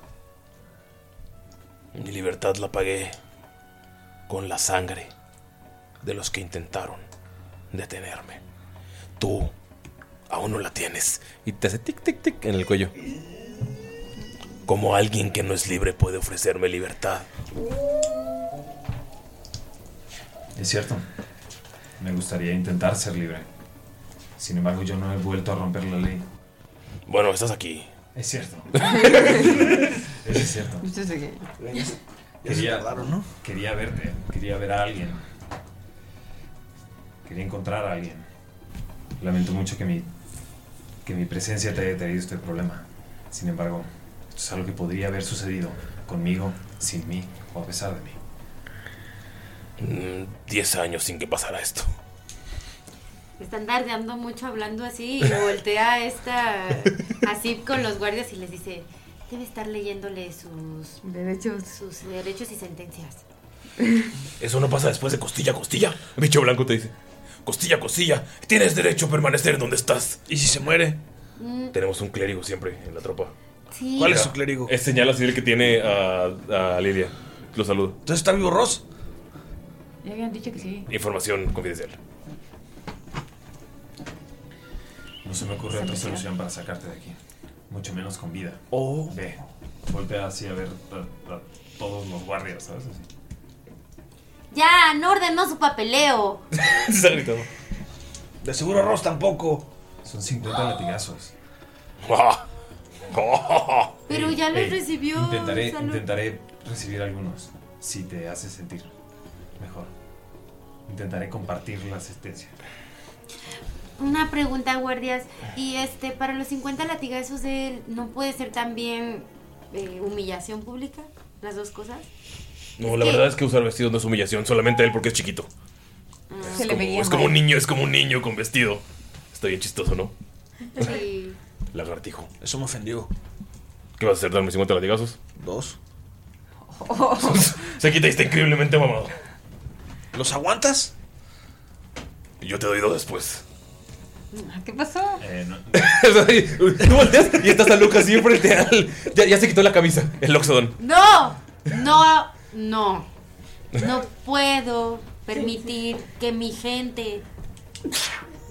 S12: Mi libertad la pagué con la sangre de los que intentaron detenerme. Tú aún no la tienes. Y te hace tic, tic, tic en el cuello. Como alguien que no es libre puede ofrecerme libertad.
S4: Es cierto. Me gustaría intentar ser libre. Sin embargo, yo no he vuelto a romper la ley.
S12: Bueno, estás aquí.
S4: Es cierto. es cierto.
S11: Usted se que-
S4: Quería, quería verte, ¿eh? quería ver a alguien. Quería encontrar a alguien. Lamento mucho que mi, que mi presencia te haya traído este problema. Sin embargo, esto es algo que podría haber sucedido conmigo, sin mí o a pesar de mí.
S12: Mm, Diez años sin que pasara esto.
S5: Están tardeando mucho hablando así y voltea a esta así con los guardias y les dice, debe estar leyéndole sus
S11: derechos,
S5: sus derechos y sentencias.
S12: Eso no pasa después de costilla a costilla. El bicho blanco te dice. Costilla a costilla. Tienes derecho a permanecer donde estás.
S15: ¿Y si se muere?
S5: Mm,
S12: Tenemos un clérigo siempre en la tropa.
S5: sí.
S15: ¿Cuál es su clérigo?
S12: Es señal así el que tiene a, a Lilia. Lo saludo.
S15: Entonces está vivo Ross.
S11: Ya habían dicho que sí.
S12: Información confidencial.
S4: No se me ocurre otra
S11: Solución.
S4: solución para sacarte de aquí. Mucho menos con vida.
S15: Oh.
S4: O ve. Voltea así a ver a, a todos los guardias, ¿sabes? Así.
S5: Ya, no ordenó su papeleo.
S12: Está gritando.
S15: De seguro Ross tampoco.
S4: Son 50 latigazos.
S5: Pero ya los
S4: Ey,
S5: recibió,
S4: Intentaré,
S5: salud.
S4: intentaré recibir algunos si te hace sentir mejor. Intentaré compartir la asistencia.
S5: Una pregunta, guardias. Y este, para los 50 latigazos de él, ¿no puede ser también eh, humillación pública? Las dos cosas.
S12: No, la
S5: ¿Qué?
S12: verdad es que usar vestido no es humillación, solamente él porque es chiquito. Es,
S5: Se le
S12: como,
S5: veía
S12: es
S5: mal.
S12: como un niño, es como un niño con vestido. Está bien chistoso, ¿no?
S5: Sí.
S12: Lagartijo.
S15: Eso me ofendió.
S12: ¿Qué vas a hacer? ¿Darme 50 latigazos?
S15: Dos.
S12: Se quita y está increíblemente mamado.
S15: ¿Los aguantas?
S12: Yo te doy dos después.
S11: ¿Qué pasó?
S4: Eh,
S12: Tú volteas y estás a Lucas así frente al. Ya, ya se quitó la camisa, el Loxodon.
S5: No, no, no. No puedo permitir que mi gente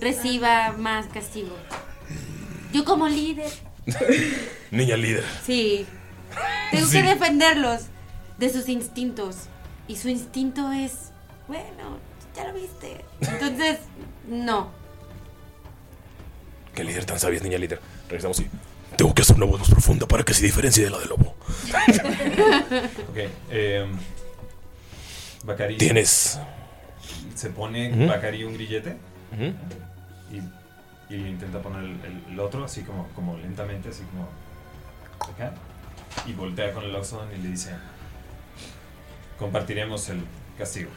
S5: reciba más castigo. Yo como líder,
S12: Niña líder.
S5: sí. Tengo que
S12: Sí.
S5: defenderlos de sus instintos. Y su instinto es, bueno, ya lo viste. Entonces, no.
S12: ¿Qué líder tan sabia es niña líder? Regresamos y. Tengo que hacer una voz más profunda para que se diferencie de la del lobo.
S4: Ok. eh, Bacari.
S1: Tienes.
S4: Se pone
S1: Ujú.
S4: Bacari un grillete.
S1: Ujú.
S4: y, y intenta poner el, el- el otro, así como, como lentamente, así como. Acá. Y voltea con el Oxon y le dice: Compartiremos el castigo.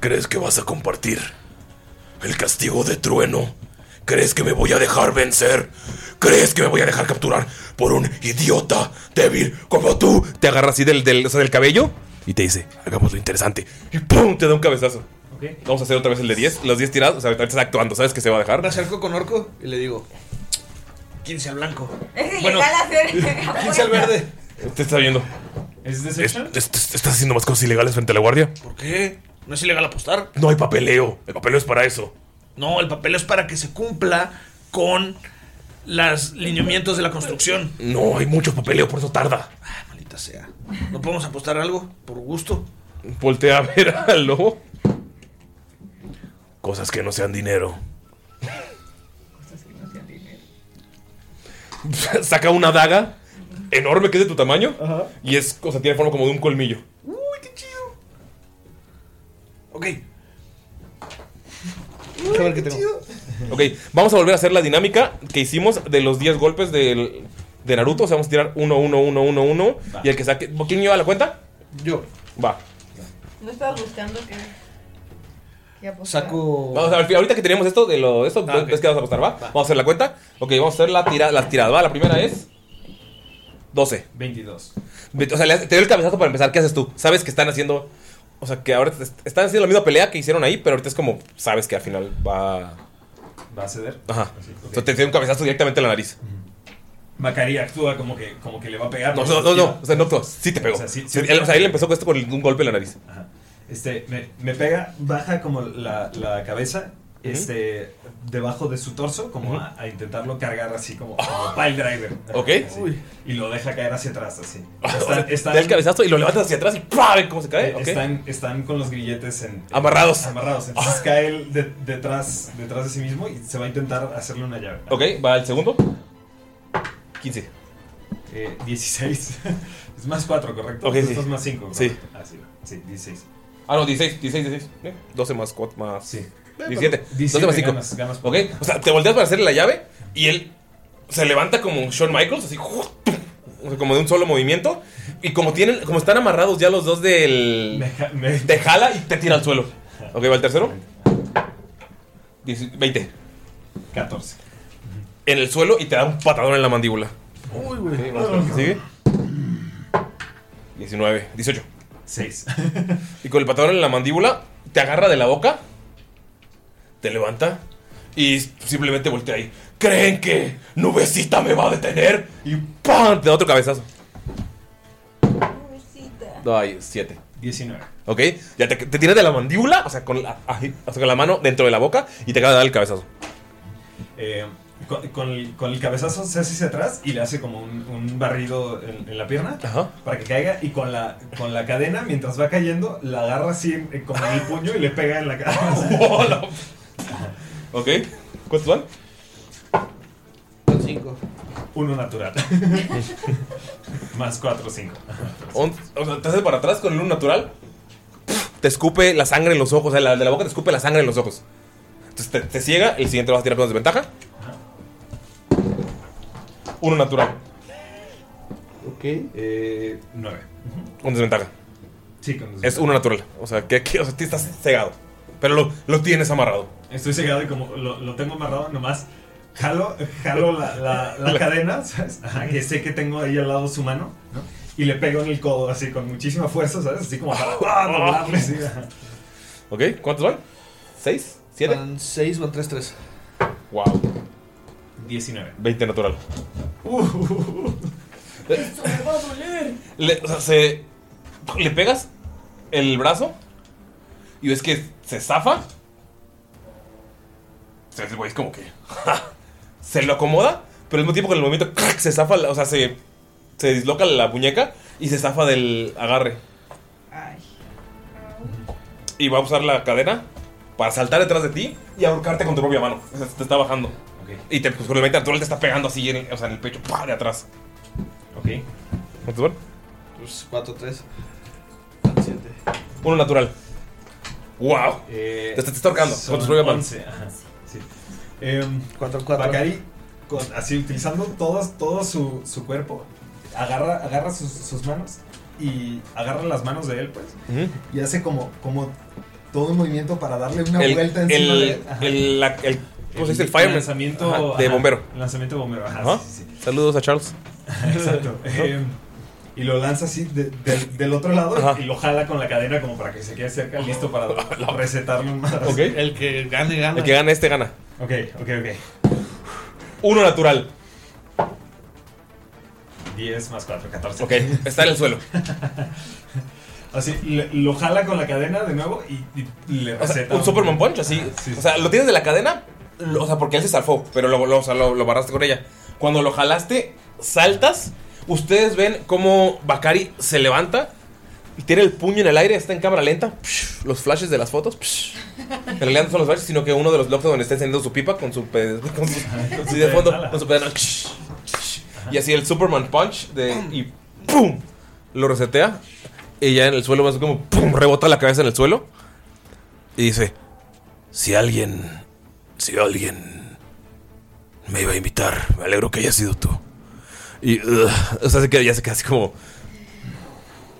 S12: ¿Crees que vas a compartir el castigo de trueno? ¿Crees que me voy a dejar vencer? ¿Crees que me voy a dejar capturar por un idiota débil como tú?
S1: Te agarra así del, del, o sea, del cabello y te dice, hagamos lo interesante. Y ¡pum! Te da un cabezazo.
S9: Ok.
S1: Vamos a hacer otra vez el de 10. Los 10 tirados. O sea, ahorita estás actuando. ¿Sabes que se va a dejar?
S9: Me acerco con Orco y le digo: 15 al blanco.
S3: Bueno,
S9: Quince al verde.
S1: Te está viendo.
S4: ¿Es
S12: Es- es- ¿Estás haciendo más cosas ilegales frente a la guardia?
S9: ¿Por qué? ¿No es ilegal apostar?
S12: No hay papeleo. El papeleo es para eso.
S9: No, el papel es para que se cumpla con los lineamientos de la construcción.
S12: No, hay mucho papeleo, por eso tarda.
S9: Maldita sea. ¿No podemos apostar algo? Por gusto.
S12: Voltea a ver al lobo. Cosas que no sean dinero.
S1: Saca una daga enorme que es de tu tamaño. Y es, o sea, tiene forma como de un colmillo.
S9: Ok.
S7: A ver qué tengo.
S1: Ok, vamos a volver a hacer la dinámica que hicimos de los 10 golpes del, de Naruto. O sea, vamos a tirar 1, 1, 1, 1, 1.
S11: Va.
S1: Y el que saque. ¿Quién lleva la cuenta?
S9: Yo.
S1: Va.
S11: No estaba buscando que. que apostara.
S9: Saco.
S1: Vamos a ver, ahorita que tenemos esto de lo. Esto
S4: Ah,
S1: ves que vamos a apostar, ¿va? Vamos a hacer la cuenta. Ok, vamos a hacer la tira, las tiradas, ¿va? La primera es. 12.
S4: 22.
S1: Ve- O sea, le hace- te doy el cabezazo para empezar. ¿Qué haces tú? Sabes que están haciendo. O sea, que ahora est- están haciendo la misma pelea que hicieron ahí, pero ahorita es como. Sabes que al final va.
S4: ¿Va a ceder?
S1: Ajá.
S4: Así, ok.
S1: Entonces te doy un cabezazo directamente en la nariz.
S4: Bacari actúa como que, como que le va a pegar.
S1: No,
S4: pero
S1: no, no, no.
S4: esquiva.
S1: O sea, no, no, sí te pegó.
S4: O sea, sí-
S1: Sí,
S4: sí-
S1: él- o sea, él empezó con esto por un golpe en la nariz.
S4: Este, me, me pega, baja como la, la cabeza,
S1: Ujú.
S4: este, debajo de su torso, como
S1: Ujú.
S4: a- a, intentarlo cargar así como, como pile driver.
S1: Ok.
S4: Así. y lo deja caer hacia atrás, así.
S1: sea, te da el cabezazo y lo levantas hacia atrás y ¡pua! Ven cómo se cae,
S4: Eh,
S1: ok.
S4: Están, están con los grilletes en,
S1: Amarrados.
S4: amarrados. Entonces cae él de- detrás, detrás de sí mismo y se va a intentar hacerle una llave.
S1: Ok, va el segundo. 15.
S4: Eh, 16. es más 4, ¿correcto?
S1: Ok,
S4: Esto
S1: sí.
S4: es más 5.
S1: Sí.
S4: Así va. Sí, 16.
S1: Ah, no, 16, 16, 16. ¿eh? 12 más 4 más. Sí. 17.
S4: 17
S1: 12 más
S4: ganas,
S1: 5.
S4: ganas
S1: ok, o sea, te volteas para hacerle la llave y él se levanta como un Shawn Michaels, así. ¡pum! O sea, como de un solo movimiento. Y como tienen, como están amarrados ya los dos del. Te jala y te tira al suelo. Ok, va el tercero. 10, 20.
S4: 14.
S1: En el suelo y te da un patadón en la mandíbula.
S9: Uy, güey.
S1: Vamos a ver qué sigue. 19, 18.
S4: 6.
S1: Y con el patadón en la mandíbula, te agarra de la boca, te levanta y simplemente voltea ahí. ¿Creen que Nubecita me va a detener? Y ¡pam! Te da otro cabezazo. Ay, 7.
S4: 19.
S1: Ok, ya te, te tiras de la mandíbula, o sea, con la, ahí, o sea, con la mano dentro de la boca y te acaba de dar el cabezazo.
S4: Eh, con, con el, con el cabezazo se hace hacia atrás y le hace como un, un barrido en, en la pierna para que caiga y con la, con la cadena, mientras va cayendo, la agarra así en- en- como en el puño y le pega en la cara.
S1: ok, ¿cuántos van?
S4: 5. Uno natural. Más 4, 5.
S1: On- o sea, te haces para atrás con el uno natural. Te escupe la sangre en los ojos. O sea, la, de la boca te escupe la sangre en los ojos. Entonces te, te ciega. El siguiente vas a tirar con desventaja. Uno natural.
S4: Ok. Eh, 9.
S1: Con desventaja.
S4: Sí, con
S1: Es
S4: desventaja.
S1: uno natural. O sea, que, que- o sea, te estás cegado. Pero lo, lo tienes amarrado.
S4: Estoy cegado y como lo, lo tengo amarrado, nomás jalo, jalo la, la- la
S1: La-
S4: cadena, ¿sabes? Ajá, que sé que tengo ahí al lado su mano, ¿no? Y le pego en el codo así con muchísima fuerza, ¿sabes? Así como para ¡ah! doblarle, sí, ajá.
S1: ¿Ok? ¿Cuántos van? ¿Seis? ¿Siete?
S7: Van 6, van 3, 3.
S1: Wow.
S4: 19.
S1: 20 natural.
S2: Esto me va a doler.
S1: Le, o sea, se- le pegas el brazo y ves que se zafa. O sea, el güey es como que. ja, se lo acomoda, pero al mismo tiempo con el movimiento crack, se zafa, la- o sea, se, se disloca la muñeca y se zafa del agarre. Y va a usar la cadena para saltar detrás de ti y ahorcarte con tu propia mano. O sea, te está bajando. Y te, pues, con el 20 natural te está pegando así en, el- o sea, en el pecho, ¡pah! de atrás.
S4: Ok.
S1: ¿Cuántos van?
S7: Pues 4, 3.
S1: Uno natural. ¡Wow!
S4: Eh,
S1: te, te está ahorcando.
S4: son
S1: Con tus propias manos.
S4: 11, ajá, sí. Em, Bacari, con- así utilizando todo, todo su, su cuerpo, agarra, agarra sus, sus manos y agarra las manos de él, pues. Y hace como, como todo un movimiento para darle una
S1: El-
S4: vuelta
S1: el-
S4: encima de él. Ajá.
S1: el- la- el- ¿cómo se dice? El fireman.
S4: lanzamiento
S1: Ajá, de
S4: ajá,
S1: bombero.
S4: Lanzamiento de bombero, ajá,
S1: Ajá.
S4: sí, sí, sí.
S1: Saludos a Charles.
S4: Exacto. Em, y lo lanza así de- del- del otro lado
S1: Ajá.
S4: y lo jala con la cadena como para que se quede cerca, listo para recetarle un madrazo.
S9: El que gane, gana.
S1: El que gana este gana.
S4: Ok, ok, ok.
S1: Uno natural.
S4: 10 más 4, 14.
S1: Ok, está en el suelo.
S4: Así, le- lo jala con la cadena de nuevo y, y le
S1: O sea,
S4: receta.
S1: un Superman Punch, así. O sea, lo tienes de la cadena, lo- o sea, porque él se zafó, pero lo, lo, o sea, lo, lo barraste con ella. Cuando lo jalaste, saltas. Ustedes ven cómo Bakari se levanta y tiene el puño en el aire, está en cámara lenta. Psh, los flashes de las fotos. psh. En realidad no son los flashes, sino que uno de los bloques donde está encendiendo su pipa con su. pe- Con su, así de fondo, con su pedernal. Psh, psh. Y así el Superman Punch de, y ¡pum! Lo resetea. Y ya en el suelo, más como ¡pum! rebota la cabeza en el suelo. Y dice:
S12: Si alguien. Si alguien. Me iba a invitar. Me alegro que haya sido tú.
S1: Y. ugh, o sea, se queda, ya se queda así como.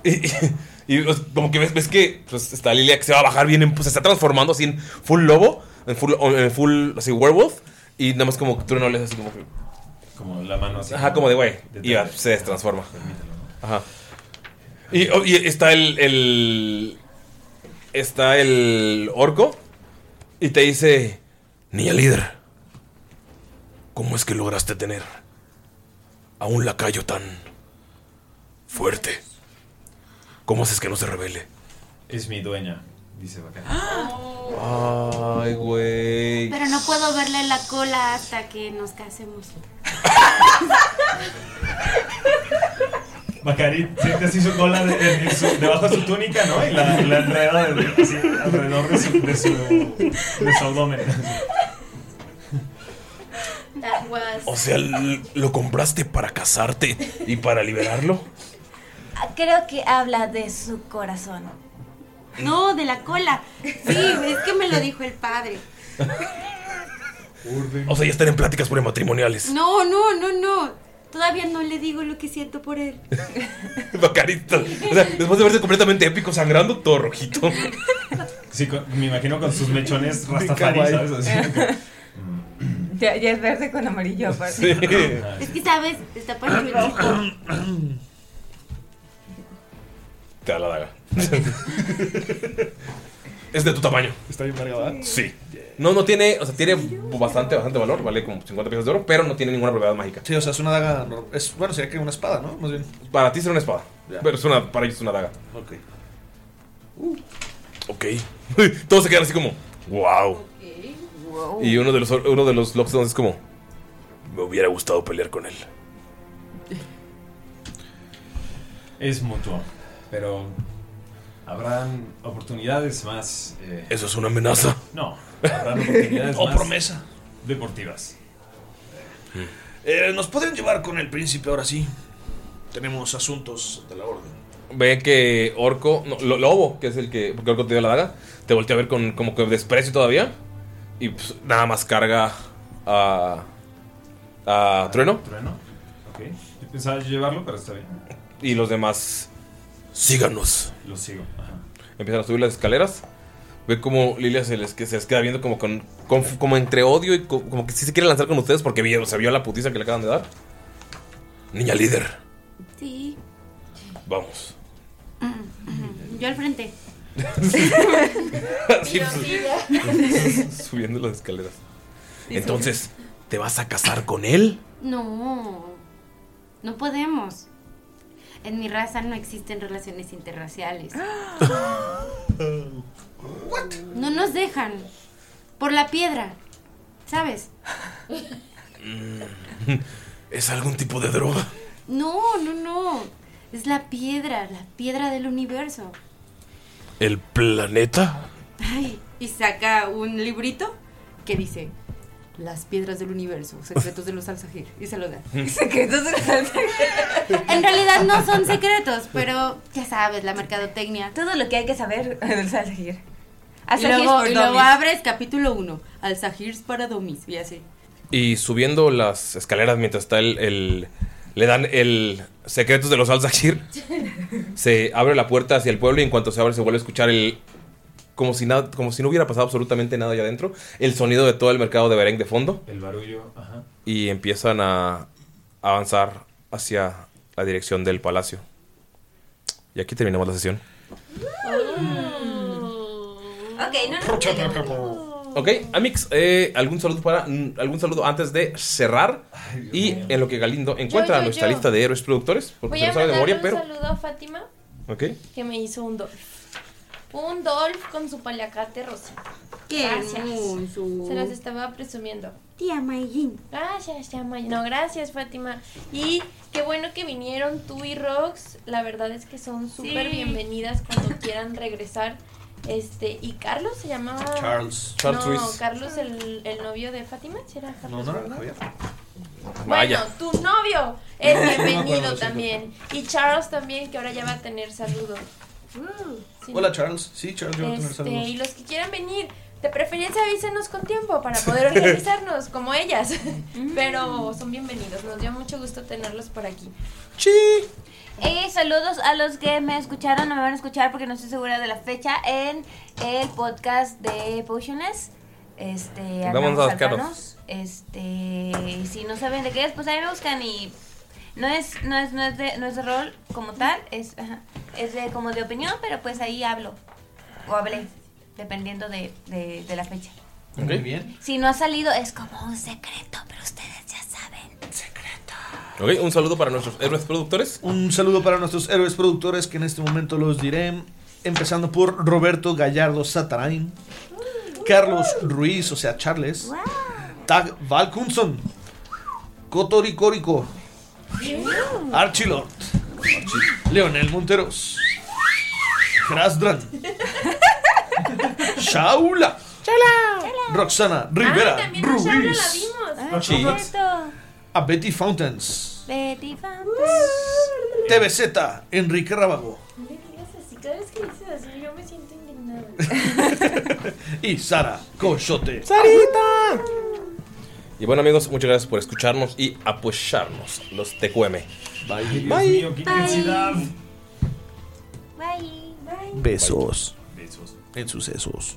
S1: Y, y- y, pues, como que ves, ves que pues, está Lilia que se va a bajar bien. en- pues, se está transformando así en full lobo. En full, en full así, werewolf. Y nada más como que tú no le haces así como que.
S4: Como la mano así.
S1: Ajá, como de güey.
S4: De
S1: Y ya, se transforma. Ajá. Y, oh, y está el, el- Está el orco. Y te dice.
S12: Niña líder. ¿Cómo es que lograste tener a un lacayo tan fuerte? ¿Cómo haces que no se revele?
S4: Es mi dueña, dice Bacari.
S1: Ay, güey.
S5: Pero no puedo verle la cola hasta que nos casemos.
S4: Bacari siente así su cola de- de- de su- debajo de su túnica, ¿no? Y la, la enreda de- así alrededor de su, de su, de su abdomen.
S8: That was-
S12: O sea, l- lo compraste para casarte y para liberarlo.
S6: Creo que habla de su corazón.
S5: No, de la cola. Sí, es que me lo dijo el padre.
S12: O sea, ya están en pláticas prematrimoniales.
S5: No, no, no, no. Todavía no le digo lo que siento por él.
S1: Bacari. O sea, después de verse completamente épico, sangrando, todo rojito.
S4: Sí, con- me imagino con sus mechones rastafari, ¿sabes? Así.
S11: Ya, ya es verde con amarillo aparte.
S5: Es que, ¿sabes? Está poniendo
S1: Te da la daga. es de tu tamaño.
S9: Está bien verga, ¿verdad?
S1: Sí. No, no tiene, o sea, tiene bastante, bastante valor, vale como 50 piezas de oro, pero no tiene ninguna propiedad mágica.
S9: Sí, o sea, es una daga. nor- Es, bueno, sería que una espada, ¿no? Más bien.
S1: Para ti será una espada,
S9: Ya.
S1: pero es una, para ellos es una daga. Uh.
S9: Ok.
S1: Ok. Todos se quedan así como, wow. Y uno de los, uno de los locks es como,
S12: Me hubiera gustado pelear con él.
S4: Es mutuo. Pero habrán oportunidades más. eh,
S12: ¿Eso es una amenaza?
S4: No, habrán oportunidades
S9: O
S4: más.
S9: promesa.
S4: Deportivas.
S9: Eh, Nos podrían llevar con el príncipe ahora sí. Tenemos asuntos de la orden.
S1: ve que Orco, no, lo- Lobo, que es el que, porque Orco te dio la daga, te voltea a ver con como que desprecio todavía. Y pues, nada más carga a, a Trueno.
S4: Trueno. Ok. Yo pensaba llevarlo, pero está bien.
S1: Y los demás.
S12: Síganos.
S4: Los sigo. Ajá.
S1: Empiezan a subir las escaleras. Ve como Lilia se les, que se les queda viendo como con, con- como entre odio y co- como que sí se quiere lanzar con ustedes porque vio, se vio la putiza que le acaban de dar.
S12: Niña líder,
S5: Sí.
S1: Vamos.
S5: Yo al frente.
S1: Así, pues, subiendo las escaleras.
S12: entonces, ¿te vas a casar con él?
S5: No. No podemos. En mi raza no existen relaciones interraciales. No nos dejan. Por la piedra. ¿Sabes?
S12: ¿Es algún tipo de droga?
S5: No, no, no. Es la piedra, la piedra del universo.
S12: ¿El planeta?
S5: Ay, y saca un librito que dice
S16: Las piedras del universo, secretos de los Alzajir. Y se lo da.
S11: Secretos de los
S5: En realidad no son secretos, pero ya sabes, la mercadotecnia.
S11: Todo lo que hay que saber del Alzajir.
S16: Y luego, y luego abres capítulo 1, Alzahirs para Domis. Y así.
S1: Y subiendo las escaleras mientras está el. el- le dan el secretos de los Al-Zakir. Se abre la puerta hacia el pueblo y en cuanto se abre se vuelve a escuchar el. Como si, nada, como si no hubiera pasado absolutamente nada allá adentro. El sonido de todo el mercado de Bereng de fondo.
S4: El barullo, ajá.
S1: Y empiezan a avanzar hacia la dirección del palacio. Y aquí terminamos la sesión.
S11: Ok, no,
S1: Ok, Amix, eh, ¿algún, saludo para, mm, ¿algún saludo antes de cerrar? y en lo que Galindo encuentra
S8: Yo, yo,
S1: nuestra
S8: yo.
S1: lista de héroes productores, porque
S8: Voy
S1: se
S8: a
S1: lo sabe de
S8: mandarle
S1: memoria,
S8: un
S1: pero...
S8: saludo a Fátima
S1: Ok.
S8: que me hizo un Dolph. Un Dolph con su paliacate rosita.
S5: Qué
S8: Gracias.
S5: hermoso.
S8: Se las estaba presumiendo.
S5: Tía Mayrin.
S8: Gracias, tía May- No, gracias, Fátima. Y qué bueno que vinieron tú y Rox. La verdad es que son súper bienvenidas cuando quieran regresar. Este, y Carlos se llamaba.
S9: Charles.
S1: Charles
S8: no,
S1: Ruiz.
S8: Carlos, el, el novio de Fátima. ¿sí era Carlos?
S1: Vaya.
S8: Bueno, tu novio es
S1: No me
S8: bienvenido
S1: acuerdo,
S8: también. Y Charles también, que ahora ya va a tener saludo. Sí.
S7: Hola Charles. Sí, Charles, yo voy a tener
S8: Este,
S7: saludos.
S8: y los que quieran venir, de preferencia avísenos con tiempo para poder organizarnos como ellas. Pero son bienvenidos, nos dio mucho gusto tenerlos por aquí.
S11: Y Eh, saludos a los que me escucharon, no me van a escuchar porque no estoy segura de la fecha, en el podcast de Potionless. Este,
S1: Vamos
S11: hablamos
S1: a
S11: al
S1: buscarlos.
S11: Thanos. Este, y si no saben de qué es, pues ahí me buscan y no es, no es, no es de, no es de rol como tal, es, ajá, es de como de opinión, pero pues ahí hablo o hablé, dependiendo de, de- de la fecha.
S9: Muy bien.
S11: Si no ha salido, es como un secreto, pero ustedes ya saben.
S1: Ok, un saludo para nuestros héroes productores.
S7: Un saludo para nuestros héroes productores que en este momento los diré. Empezando por Roberto Gallardo Satarain, Carlos Ruiz, o sea, Charles, Tag Valkunson, Cotori Córico, Archilord, Leonel Monteros, Krasdran, Shaula, Roxana Rivera,
S8: Ah, también a Shaula la
S7: Ruiz,
S8: vimos.
S7: Ah, Sí. correcto. a Betty Fountains.
S11: Betty Fan.
S7: TVZ, Enrique Rábago
S8: No me digas así, cada vez que dices así yo me siento indignada.
S7: y Sara Coyote.
S1: ¡Sarita! Y bueno amigos, muchas gracias por escucharnos y apoyarnos. Los TQM. Bye.
S4: Dios mío, qué
S11: Bye.
S4: intensidad.
S11: Bye, bye.
S7: Besos.
S4: Besos.
S7: En sucesos.